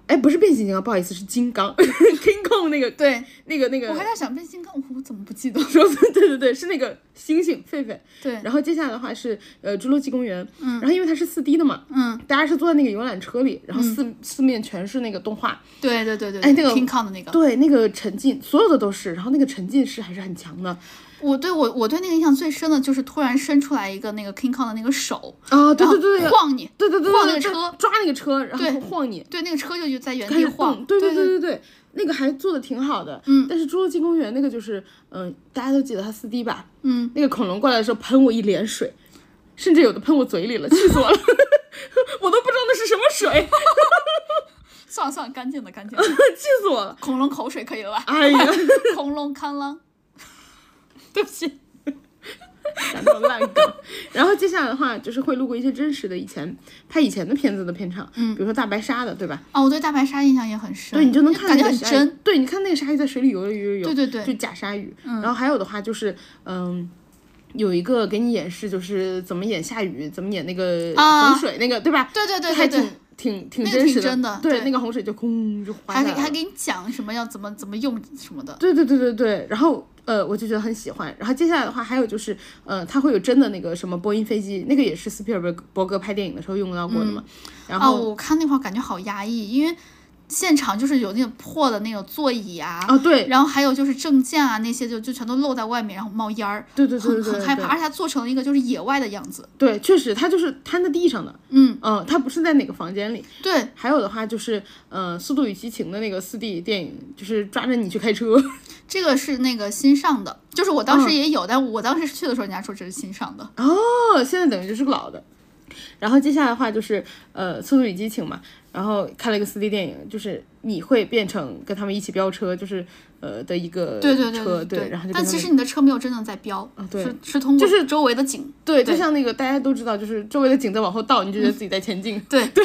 A: 哎，不是变形金刚，不好意思，是金刚 ，King Kong 那个，
B: 对
A: 那个那个，
B: 我还在想变形金刚，我怎么不记得？
A: 说 对对对，是那个猩猩狒狒，
B: 对，
A: 然后接下来的话是呃侏罗纪公园，嗯，然后因为它是四 D 的嘛，
B: 嗯，
A: 大家是坐在那个游览车里，然后四、四面全是那个动画，
B: 对对对对，
A: 哎那个
B: King Kong 的那个，
A: 对，那个沉浸所有的都是，然后那个沉浸式还是很强的
B: 我对我我对那个印象最深的就是突然伸出来一个那个 King Kong 的那个手，
A: 啊，对
B: 然后
A: 对对对
B: 晃你，
A: 对对对对，
B: 晃那个
A: 对
B: 车
A: 抓那个车，然
B: 对
A: 后晃你，
B: 对，那个车就就在原
A: 开
B: 地
A: 始
B: 晃
A: 动，，啊对
B: 对
A: 对 对对，那个还做的挺好的，
B: 嗯
A: 但是侏罗纪公园那个就是，嗯、大家都记得它四 D 吧，
B: 嗯，
A: 那个恐龙过来的时候喷我一脸水，甚至有的喷我嘴里了，气死我了， 我都不知道那是什么水，
B: 算了算了，干净的干净的，
A: 气死我了，
B: 恐龙口水可以了吧？
A: 哎呀。
B: 恐龙康啷， 对不起，
A: 讲到烂梗。 然后接下来的话，就是会路过一些真实的以前拍以前的片子的片场，嗯，比如说大白鲨的，对吧？
B: 哦，我对大白鲨印象也很深，
A: 对，你就能看
B: 感
A: 那个
B: 觉很
A: 鲨鱼
B: 真，。
A: 对，你看那个鲨鱼在水里游了游游游，
B: 对对嗯对
A: 就假鲨鱼。然后还有的话就是，嗯。有一个给你演示，就是怎么演下雨，怎么演那个
B: 啊
A: 洪水，那个对吧？
B: 对对对
A: 还
B: 对
A: 挺
B: 对，
A: 挺挺
B: 那个
A: 真实
B: 挺真的
A: 对，
B: 对
A: 那个洪水就轰就哗
B: 还
A: 下
B: 给
A: 来
B: 还
A: 了。
B: 给你讲什么要怎么怎么用什么的，
A: 对对对对对，然后呃，我就觉得很喜欢。然后接下来的话，还有就是呃，它会有真的那个什么波音飞机，那个也是斯皮尔伯格伯格拍电影的时候用到过的嘛。然
B: 哦，
A: 后
B: 我看那会儿感觉好压抑，因为现场就是有那种破的那种座椅啊，
A: 啊、对
B: 然后还有就是证件啊那些就就全都露在外面，然后冒烟儿，
A: 对对对
B: 很
A: 对
B: 很
A: 对
B: 害
A: 对
B: 怕，而且它做成了一个就是野外的样子。
A: 对，确实它就是摊在地上的，
B: 嗯，
A: 嗯、它不是在哪个房间里。
B: 对，
A: 还有的话就是呃，《速度与激情》的那个四 D 电影，就是抓着你去开车，
B: 这个是那个新上的，就是我当时
A: 嗯
B: 也有，但我当时去的时候人家说这是新上的。
A: 哦，现在等于就是个老的。然后接下来的话就是呃，《速度与激情》嘛，然后看了一个四 D 电影，就是你会变成跟他们一起飙车，就是呃的一个
B: 对对对
A: 车，
B: 对对
A: 然后就跟他
B: 但其
A: 们哦
B: 实你的车没有真正在飙，
A: 对
B: 是是通
A: 就
B: 过
A: 是
B: 周围的景。
A: 对，就
B: 对
A: 像那个大家都知道，就是周围的景在往后倒，你就觉得自己在前进。
B: 对
A: 对，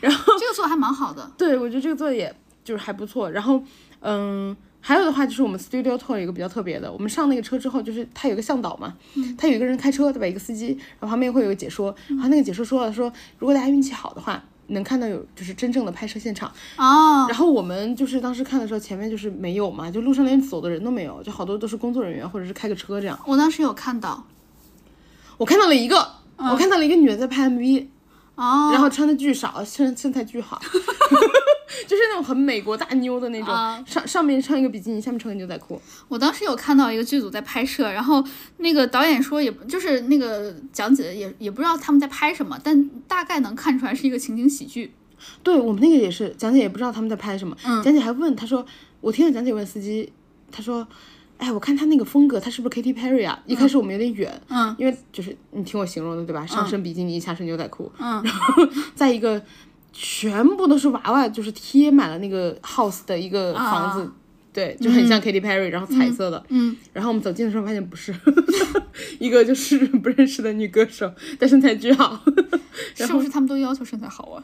A: 然后
B: 这个做的还蛮好的。
A: 对我觉得这个做的也就是还不错。然后嗯，还有的话就是我们 Studio Tour 有一个比较特别的，我们上那个车之后，就是它有一个向导嘛，他有一个人开车对吧，一个司机，然后旁边会有个解说，然后那个解说说了说，如果大家运气好的话。能看到有就是真正的拍摄现场，
B: 哦，
A: 然后我们就是当时看的时候，前面就是没有嘛，就路上连走的人都没有，就好多都是工作人员或者是开个车这样。
B: 我当时有看到。
A: 我看到了一个，我看到了一个女人在拍 MV，
B: 哦，
A: 然后穿的巨少，身身材巨好，就是那种很美国大妞的那种，
B: 啊
A: 上上面穿一个比基尼，下面穿个牛仔裤。
B: 我当时有看到一个剧组在拍摄，然后那个导演说也，就是那个讲解也也不知道他们在拍什么，但大概能看出来是一个情景喜剧。
A: 对我们那个也是，蒋姐也不知道他们在拍什么，
B: 嗯
A: 蒋姐还问她说，我听到蒋姐问司机，她说。哎，我看她那个风格，她是不是 Katy Perry 啊？一开始我们有点远，
B: 嗯，
A: 因为就是你听我形容的对吧？上身比基尼，下身牛仔裤，
B: 嗯，
A: 然后在一个全部都是娃娃，就是贴满了那个 house 的一个房子，
B: 啊
A: 对，就很像 Katy Perry，、然后彩色的，
B: 嗯，
A: 然后我们走近的时候发现不是， 一个就是不认识的女歌手，但身材巨好，
B: 是不是他们都要求身材好啊？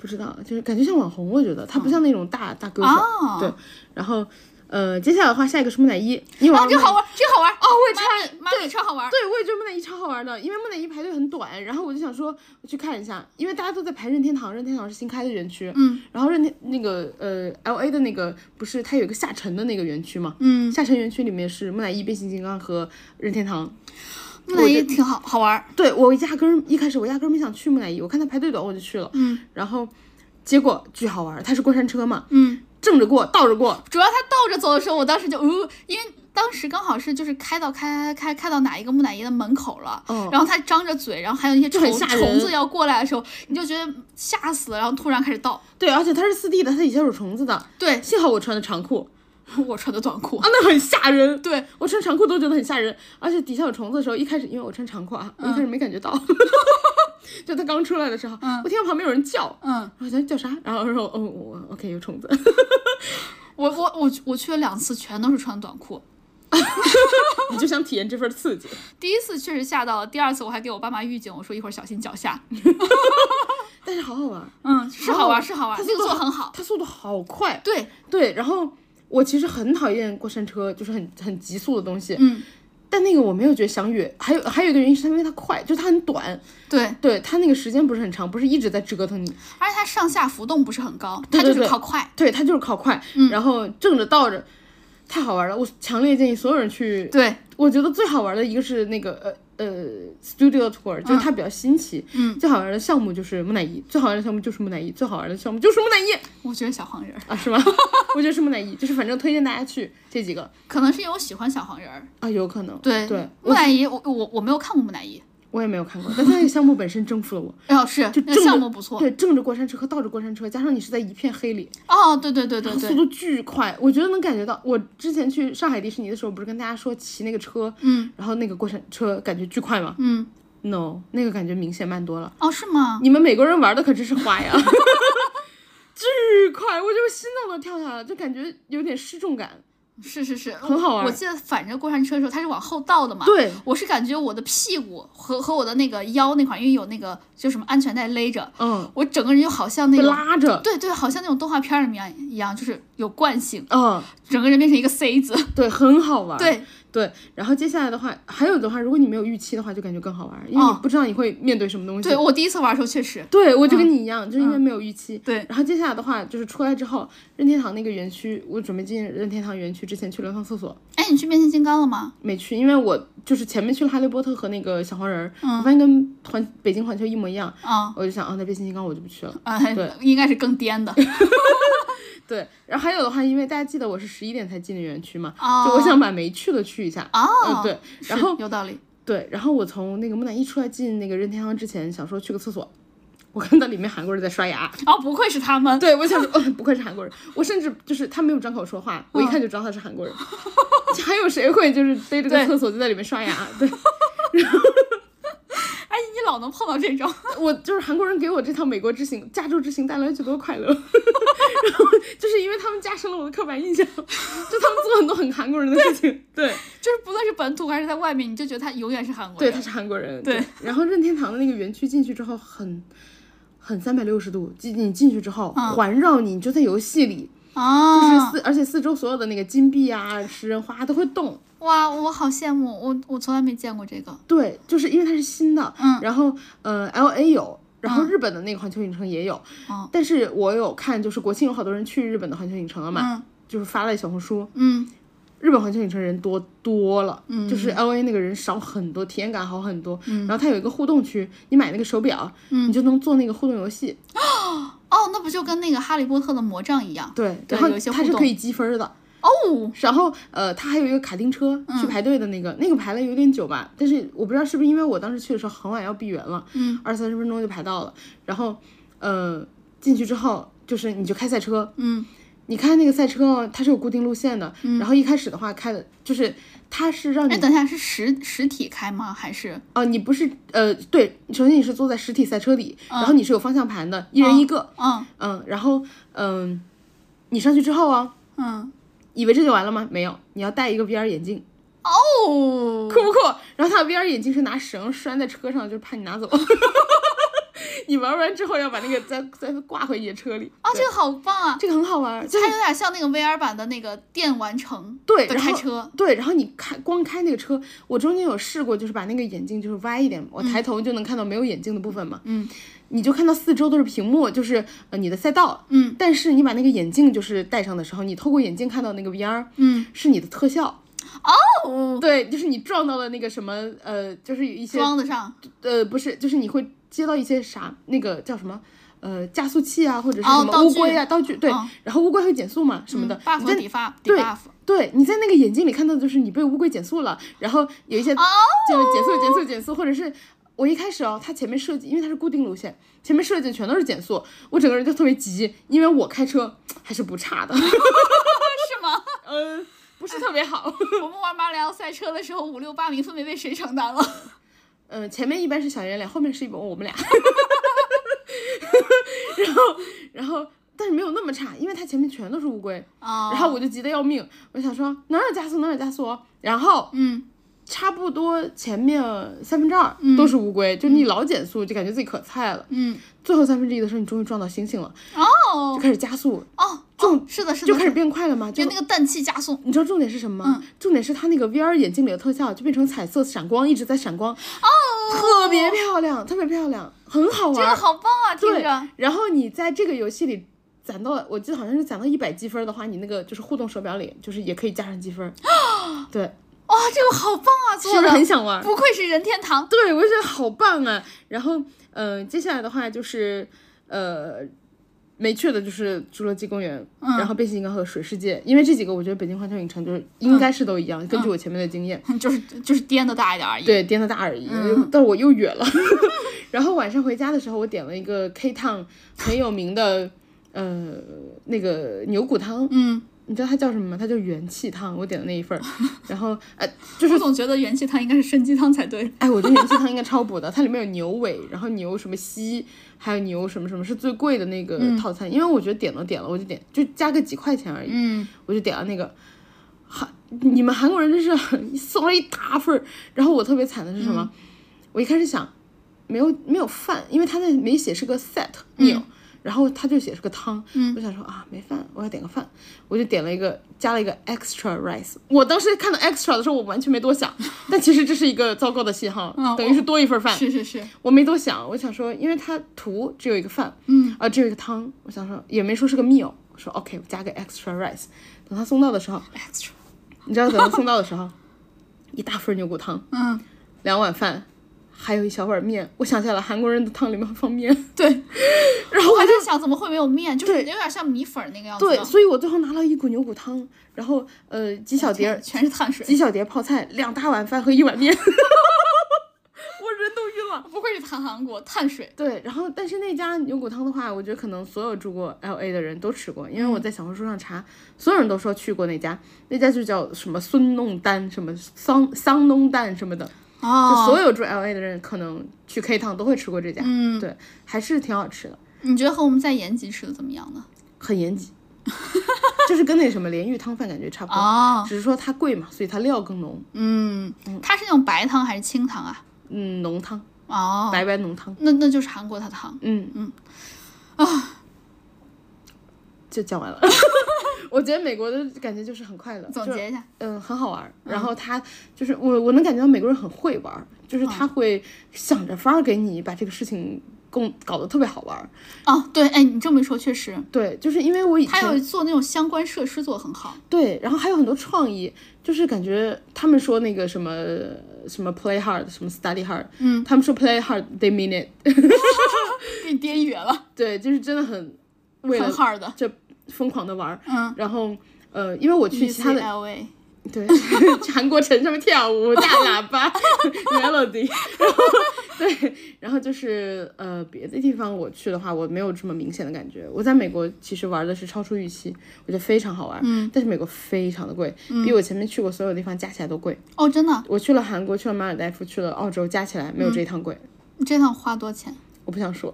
A: 不知道，就是感觉像网红，我觉得她不像那种大、大歌手，
B: 哦
A: 对，然后呃，接下来的话，下一个是木乃伊，因为我
B: 啊，这个好玩，这个好玩哦！
A: 我也
B: 妈咪，妈咪超好玩。
A: 对，我也觉得木乃伊超好玩的，因为木乃伊排队很短，然后我就想说我去看一下，因为大家都在排任天堂，任天堂是新开的园区，
B: 嗯，
A: 然后任天那个呃 L A 的那个不是它有一个下沉的那个园区嘛，
B: 嗯，
A: 下沉园区里面是木乃伊、变形金刚和任天堂。
B: 木乃伊挺好好玩。
A: 对我压根儿一开始我压根儿没想去木乃伊，我看他排队短我就去了，
B: 嗯
A: 然后结果巨好玩，它是过山车嘛，
B: 嗯，
A: 正着过，倒着过，
B: 主要他倒着走的时候，我当时就呃，因为当时刚好是就是开到开开开开到哪一个木乃伊的门口了，
A: 嗯
B: 然后它张着嘴，然后还有那些
A: 就
B: 虫
A: 很吓
B: 虫子
A: 人
B: 要过来的时候，你就觉得吓死了，然后突然开始倒。
A: 对，而且它是四 D 的，它底下有虫子的。
B: 对
A: 幸好我穿的长裤
B: 我穿的短裤
A: 啊，，那很吓人。
B: 对
A: 我穿长裤都觉得很吓人，而且底下有虫子的时候，一开始因为我穿长裤啊，我一
B: 嗯
A: 开始没感觉到， 就它刚出来的时候，我听到旁边有人叫，
B: 嗯，
A: 我想叫啥，然后我说哦，我 OK 有 虫子，
B: 我我我去我去了两次，全都是穿短裤。
A: 你就想体验这份刺激。
B: 第一次确实吓到了，第二次我还给我爸妈预警，我说一会儿小心脚下。
A: 但是好好玩，
B: 嗯，是好玩，是好玩，
A: 它
B: 这个
A: 哦速度
B: 做得很好。
A: 它速度好快。
B: 对，
A: 对，然后我其实很讨厌过山车，就是很很急速的东西，
B: 嗯，
A: 但那个我没有觉得相悦。还有还有一个原因是它因为它快，就是它很短，
B: 对，
A: 对它那个时间不是很长，不是一直在折腾你，
B: 而且它上下浮动不是很高，它
A: 对
B: 就
A: 对
B: 是
A: 对
B: 靠快。
A: 对它就是靠快，
B: 嗯
A: 然后正着倒着，太好玩了。我强烈建议所有人去。
B: 对，
A: 我觉得最好玩的一个是那个呃呃 studio tour，就是它比较新奇。
B: 嗯，
A: 最好玩的项目就是木乃伊，最好玩的项目就是木乃伊，最好玩的项目就是木乃伊
B: 我觉得小黄人儿，
A: 啊，是吗？ 我觉得是木乃伊，就是反正推荐大家去这几个
B: 可能是因为我喜欢小黄人儿。
A: 啊，有可能
B: 对
A: 对，
B: 木乃伊，我我我没有看过木乃伊。
A: 我也没有看过，但它那个项目本身征服了我。
B: 哎呦，是
A: 就 正
B: 那个
A: 着
B: 项目不错。
A: 对，正着过山车和倒着过山车，加上你是在一片黑里，
B: 哦，对对对对
A: 速
B: 对，
A: 度巨快，我觉得能感觉到。我之前去上海迪士尼的时候，不是跟大家说骑那个车，
B: 嗯
A: 然后那个过山车感觉巨快吗
B: 嗯，
A: ？No，那个感觉明显慢多了。
B: 哦，是吗？
A: 你们美国人玩的可真是花呀， 巨快，我就心动的跳下来了，就感觉有点失重感。
B: 是是是，
A: 很好玩
B: 我记得反着过山车的时候，它是往后倒的嘛。
A: 对，
B: 我是感觉我的屁股和和我的那个腰那块儿，因为有那个就什么安全带勒着，
A: 嗯，
B: 我整个人就好像那
A: 被
B: 种，
A: 拉着，
B: 对对，好像那种动画片儿里面一样，就是有惯性，
A: 嗯，
B: 整个人变成一个 C 字。
A: 对，很好玩。
B: 对，
A: 对，然后接下来的话，还有的话，如果你没有预期的话，就感觉更好玩，因为你
B: 哦
A: 不知道你会面对什么东西。
B: 对我第一次玩的时候确实，
A: 对，我就跟你一样，就是因为没有预期。
B: 对
A: 然后接下来的话，就是出来之后，任天堂那个园区，我准备进任天堂园区之前去了趟厕所，
B: 哎，你去变形金刚了吗？
A: 没去，因为我就是前面去了哈利波特和那个小黄人儿，
B: 嗯
A: 我发现跟环北京环球一模一样，
B: 啊、
A: 我就想啊，那变形金刚我就不去了。
B: 嗯，
A: 对
B: 应该是更颠的。
A: 对，然后还有的话，因为大家记得我是十一点才进的园区嘛，
B: 哦
A: 就我想把没去的去一下。
B: 哦，
A: 嗯，对，
B: 是，
A: 然后
B: 有道理。
A: 对，然后我从那个木乃伊出来进那个任天堂之前，想说去个厕所，我看到里面韩国人在刷牙。
B: 哦，不愧是他们。
A: 对，我想说，哦，不愧是韩国人。我甚至就是他没有张口说话，我一看就知道他是韩国人。 还有谁会就是逮着个
B: 对
A: 厕所就在里面刷牙？对
B: 哎，你老能碰到这种。
A: 我就是韩国人给我这趟美国之行、加州之行带来了巨多快乐，然 后就是因为他们加深了我的刻板印象，就他们做很多很韩国人的事情。对，
B: 就是不论是本土还是在外面，你就觉得他永远是韩国
A: 对，
B: 人。
A: 他是韩国人。
B: 对
A: 然后任天堂的那个园区进去之后很。很三百六十度，进你进去之后，
B: 嗯
A: 环绕你，你就在游戏里，就是
B: 啊，
A: 四，而且四周所有的那个金币啊、食人花啊都会动，
B: 哇，我好羡慕，我我从来没见过这个。
A: 对，就是因为它是新的，
B: 嗯
A: 然后呃，L A 有，然后日本的那个环球影城也有，
B: 哦
A: 但是我有看，就是国庆有好多人去日本的环球影城了嘛，
B: 嗯
A: 就是发了小红书，
B: 嗯
A: 日本环球影城人多多了，就是 L A 那个人少很多，体验感好很多，
B: 嗯
A: 然后它有一个互动区，你买那个手表，你就能做那个互动游戏，
B: 哦，那不就跟那个《哈利波特》的魔杖一样？
A: 对，
B: 对
A: 然后
B: 有一些
A: 它
B: 互
A: 是
B: 动
A: 可以积分的。
B: 哦，
A: 然后呃，它还有一个卡丁车
B: 嗯
A: 去排队的那个，那个排了有点久吧，但是我不知道是不是因为我当时去的时候很晚要闭园了，
B: 嗯，
A: 二三十分钟就排到了。然后呃，进去之后就是你就开赛车，
B: 嗯
A: 你开那个赛车哦它是有固定路线的，然后一开始的话开的就是它是让你
B: 哎，等一下，是实实体开吗？还是
A: 哦、你不是呃对，首先你是坐在实体赛车里，然后你是有方向盘的，一人一个，
B: 嗯
A: 嗯，然后嗯、你上去之后啊，
B: 嗯
A: 以为这就完了吗？没有，你要戴一个 VR 眼镜。
B: 哦，
A: 酷不酷？然后他的 VR 眼镜是拿绳拴在车上，就是怕你拿走。 你玩完之后要把那个再再挂回你的车里。
B: 啊，这个好棒啊！
A: 这个很好玩，就
B: 它
A: 是
B: 有点像那个 VR 版的那个电玩城
A: 对，
B: 的
A: 然
B: 开
A: 后
B: 车，
A: 对，然后你开光开那个车，我中间有试过，就是把那个眼镜就是歪一点，我抬头就能看到没有眼镜的部分嘛。
B: 嗯，
A: 你就看到四周都是屏幕，就是呃你的赛道。
B: 嗯
A: 但是你把那个眼镜就是戴上的时候，你透过眼镜看到那个 VR
B: 嗯
A: 是你的特效，
B: 哦，
A: 对，就是你撞到了那个什么呃，就是有一些
B: 装得上
A: 呃，不是，就是你会接到一些啥那个叫什么呃加速器啊，或者是
B: 哦
A: 什么
B: 道
A: 乌
B: 具
A: 龟啊道具，对，
B: 嗯
A: 然后乌龟会减速嘛什么的，
B: buff
A: 你
B: 和
A: 在
B: debuff
A: 对
B: debuff，
A: 对，你在那个眼睛里看到的就是你被乌龟减速了，然后有一
B: 哦
A: 些就是减速、减速、减速，或者是我一开始哦，它前面设计，因为它是固定路线，前面设计全都是减速，我整个人就特别急，因为我开车还是不差的，
B: 是吗？
A: 嗯，不是特别好，
B: 我们玩马里奥赛车的时候，五六八名分别被谁承担了？
A: 嗯，前面一般是小圆脸，后面是一本我们俩， 然后然后但是没有那么差，因为它前面全都是乌龟，
B: 啊、
A: 然后我就急得要命，我想说哪有加速哪有加速哦，然后
B: 嗯，
A: 差不多前面三分之二都是乌龟，就你老减速，就感觉自己可菜了。
B: 嗯，
A: 最后三分之一的时候，你终于撞到星星了，就
B: 哦
A: 开始加速，
B: 哦，
A: 重
B: 是的，是
A: 就
B: 的，
A: 开始变快了嘛。就
B: 就那个嗯氮气加速，
A: 你知道重点是什么吗？重点是它那个 VR 眼镜里的特效就变成彩色闪光，一直在闪光，
B: 哦
A: 特别漂亮，特别漂亮，很好
B: 这个
A: 玩。
B: 好棒啊！听
A: 对
B: 着，，
A: 然后你在这个游戏里。攒到，我记得好像是攒到一百积分的话，你那个就是互动手表里，就是也可以加上积 分。对，
B: 哇、这个好棒啊！
A: 是
B: 做
A: 不是
B: 的
A: 很想玩？
B: 不愧是任天堂，
A: 对，我就觉得好棒啊。然后，呃，接下来的话就是，呃，没去的就是侏罗纪公园，然后变形金刚和水世界，因为这几个我觉得北京环球影城就是应该是都一样，根据我前面的经验，
B: 就是就是颠的大一点而已。
A: 对，颠的大而已。但我又远了。 然后晚上回家的时候，我点了一个 K Town 很有名的，呃，那个牛骨汤。
B: 嗯，
A: 你知道它叫什么吗？它叫元气汤，我点的那一份儿。然后，呃，就是
B: 我总觉得元气汤应该是参鸡汤才 对。
A: 哎，我觉得元气汤应该超补的，它里面有牛尾，然后牛什么膝，还有牛什么什么是最贵的那个套餐，因为我觉得点都点了，我就点就加个几块钱而已，
B: 嗯，
A: 我就点了那个。韩，你们韩国人真是送了一大份儿，然后我特别惨的是什么？我一开始想没有没有饭，因为他那没写是个 set meal，、然后他就写是个汤，我想说啊没饭，我要点个饭，我就点了一个加了一个 extra rice。我当时看到 extra 的时候，我完全没多想，但其实这是一个糟糕的信号，等于是多一份饭。
B: 是是是，
A: 我没多想，我想说，因为它图只有一个饭，嗯，啊、只有一个汤，我想说也没说是个 meal，我说 OK，我加个 extra rice。等他送到的时候，你知道等他送到的时候， 一大份牛骨汤，
B: 嗯，
A: 两碗饭，还有一小碗面。我想起来了，韩国人的汤里面会放面。
B: 对。
A: 然后
B: 我
A: 我
B: 还
A: 就
B: 在想怎么会没有面，就是有
A: 对
B: 点像米粉儿那个样子。
A: 对，，所以我最后拿了一股牛骨汤，然后呃几小碟儿
B: 全是碳水
A: 几，小碟泡菜，两大碗饭和一碗面。我人都晕了。
B: 不愧是韩韩国碳水。
A: 对，然后但是那家牛骨汤的话，我觉得可能所有住过 L A 的人都吃过，因为
B: 嗯
A: 我在小红书上查，所有人都说去过那家，那家就叫什么孙弄丹，什么桑桑弄丹什么的，就
B: 哦，
A: 所有住 L A 的人可能去 K 汤都会吃过这家，
B: 嗯，
A: 对，还是挺好吃的，
B: 你觉得和我们在延吉吃的怎么样呢？
A: 很严谨， 就是跟那什么莲玉汤饭感觉差不多，
B: 哦，
A: 只是说它贵嘛，所以它料更浓，
B: 嗯，它是那种白汤还是清汤啊？
A: 嗯，浓汤，
B: 哦，
A: 白白浓汤，
B: 那那就是韩国的汤。
A: 嗯嗯，啊，就讲 完了。我觉得美国的感觉就是很快乐，
B: 总
A: 就是
B: 结一下，
A: 嗯，很好玩儿。然后他就是我，我能感觉到美国人很会玩儿，就是
B: 嗯
A: 他会想着法儿给你把这个事情共搞得特别好玩儿。
B: 哦，对，哎，你这么一说确实，
A: 对，就是因为我以
B: 他有
A: 前
B: 做那种相关设施做得很好。
A: 对，然后还有很多创意，就是感觉他们说那个什么什么 play hard，什么 study hard，
B: 嗯，
A: 他们说 play hard，they mean it，
B: 给你颠远了，
A: 对，就是真的很为
B: 很
A: 了
B: hard 的。
A: 这疯狂的玩儿。
B: 嗯
A: 然后呃，因为我去其他的
B: UCLA，
A: 对， 去韩国城上面跳舞，大喇 叭 melody，然 后对，然后就是呃别的地方我去的话，我没有这么明显的感觉。我在美国其实玩的是超出预期，我觉得非常好玩，嗯，但是美国非常的贵，比我前面去过所有地方加起来都贵。
B: 哦，真的，
A: 我去了韩国，去了马尔代夫，去了澳洲，加起来没有这一趟贵。
B: 你这趟花多少钱？
A: 我不想说，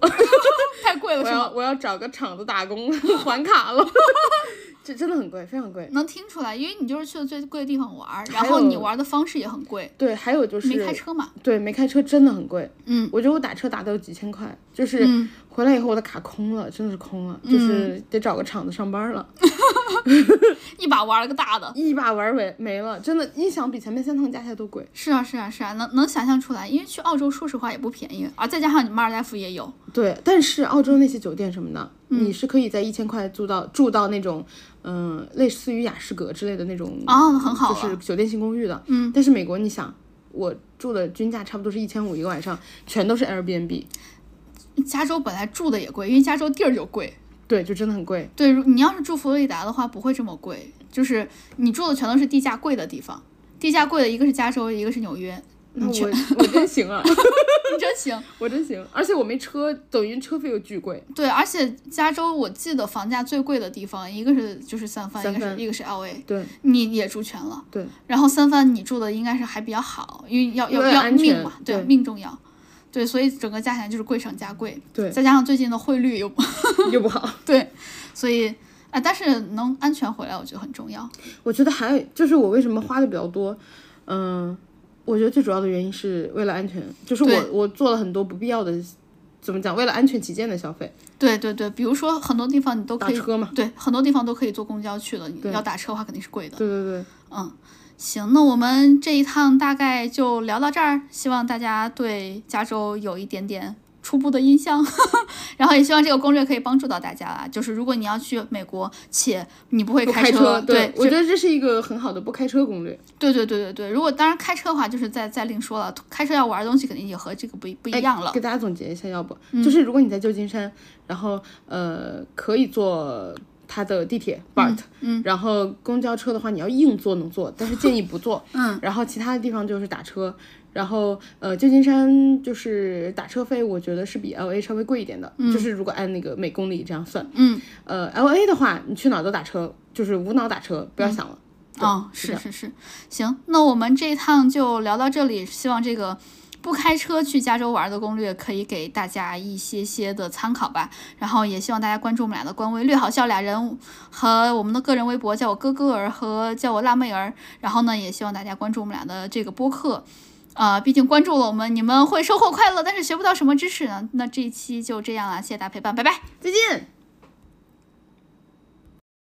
B: 太贵了
A: 我
B: 是 吗？
A: 要我要找个厂子打 工还卡了，这真的很贵，非常贵。
B: 能听出来，因为你就是去了最贵的地方玩儿，然
A: 还
B: 后
A: 有
B: 你玩的方式也很贵，
A: 对，还有就是
B: 没开车嘛。
A: 对，没开车真的很贵。
B: 嗯，
A: 我觉得我打车打到有几千块，就是回来以后我的卡空了，真的是空了，
B: 嗯
A: 就是得找个厂子上班了，
B: 一把玩了个大的。
A: 一把玩没没了，真的，一想比前面三趟加起来都贵。
B: 是啊，是啊，是啊，能能想象出来，因为去澳洲说实话也不便宜，啊而再加上你马尔代夫也有，
A: 对，但是澳洲那些酒店什么的，
B: 嗯
A: 你是可以在一千块租到住到那种，嗯、类似于雅诗阁之类的那种
B: 哦那很好
A: 就
B: 了
A: 是酒店型公寓的。嗯，但是美国，你想，我住的均价差不多是一千五一个晚上，全都是 Airbnb。
B: 加州本来住的也贵，因为加州地儿就贵。
A: 对，就真的很贵。
B: 对，如你要是住佛罗里达的话，不会这么贵，就是你住的全都是地价贵的地方。地价贵的一个是加州，一个是纽约。
A: 那我我真行啊，
B: 你 真行。
A: 我真行，而且我没车，抖音车费又巨 贵。
B: 对，而且加州我记得房价最贵的地方，一个是就是三藩，
A: 三
B: 一个
A: 藩
B: 是一个是 L A。
A: 对
B: 你也住全了，
A: 对，
B: 然后三藩你住的应该是还比较好，因为要
A: 因
B: 要
A: 为
B: 要
A: 安全
B: 命嘛，对
A: 对
B: 命重要，对，所以整个加起来就是贵上加贵，
A: 对
B: 再加上最近的汇率又不
A: 又不好。
B: 对，所以啊、但是能安全回来，我觉得很重要。
A: 我觉得还有就是我为什么花的比较多，嗯、我觉得最主要的原因是为了安全，就是
B: 对
A: 我我做了很多不必要的，怎么讲，为了安全起见的消费，
B: 对对对，比如说很多地方你都可
A: 打
B: 以，
A: 车嘛。
B: 对，很多地方都可以坐公交去了，你要打车的话肯定是贵的。
A: 对对对，
B: 嗯，行，那我们这一趟大概就聊到这儿，希望大家对加州有一点点初步的印象， 然后也希望这个攻略可以帮助到大家啦。就是如果你要去美国，且你不会
A: 不
B: 开
A: 开车，
B: 对，
A: 我觉得这是一个很好的不开车攻略。
B: 对对对对对。如果当然开车的话，就是再再另说了，开车要玩的东西肯定也和这个不一不
A: 哎
B: 一样了。
A: 给大家总结一下，要不、就是如果你在旧金山，然后呃可以坐它的地铁 BART，嗯，然后公交车的话你要硬坐能坐，但是建议不坐， 嗯，然后其他的地方就是打车，然后呃旧金山就是打车费我觉得是比 LA 稍微贵一点的，就是如果按那个每公里这样算，
B: 嗯，
A: 呃 LA 的话你去哪儿都打车，就是无脑打车，不要想了，
B: 哦，
A: 是
B: 是
A: 的
B: 是是，行，那我们这一趟就聊到这里，希望这个。不开车去加州玩的攻略可以给大家一些些的参考吧，然后也希望大家关注我们俩的官微“略好笑俩人”和我们的个人微博，叫我哥哥儿和叫我辣妹儿，然后呢，也希望大家关注我们俩的这个播客，啊、毕竟关注了我们，你们会收获快乐，但是学不到什么知识呢。那这一期就这样啦，谢谢大家陪伴，拜拜。
A: 再见。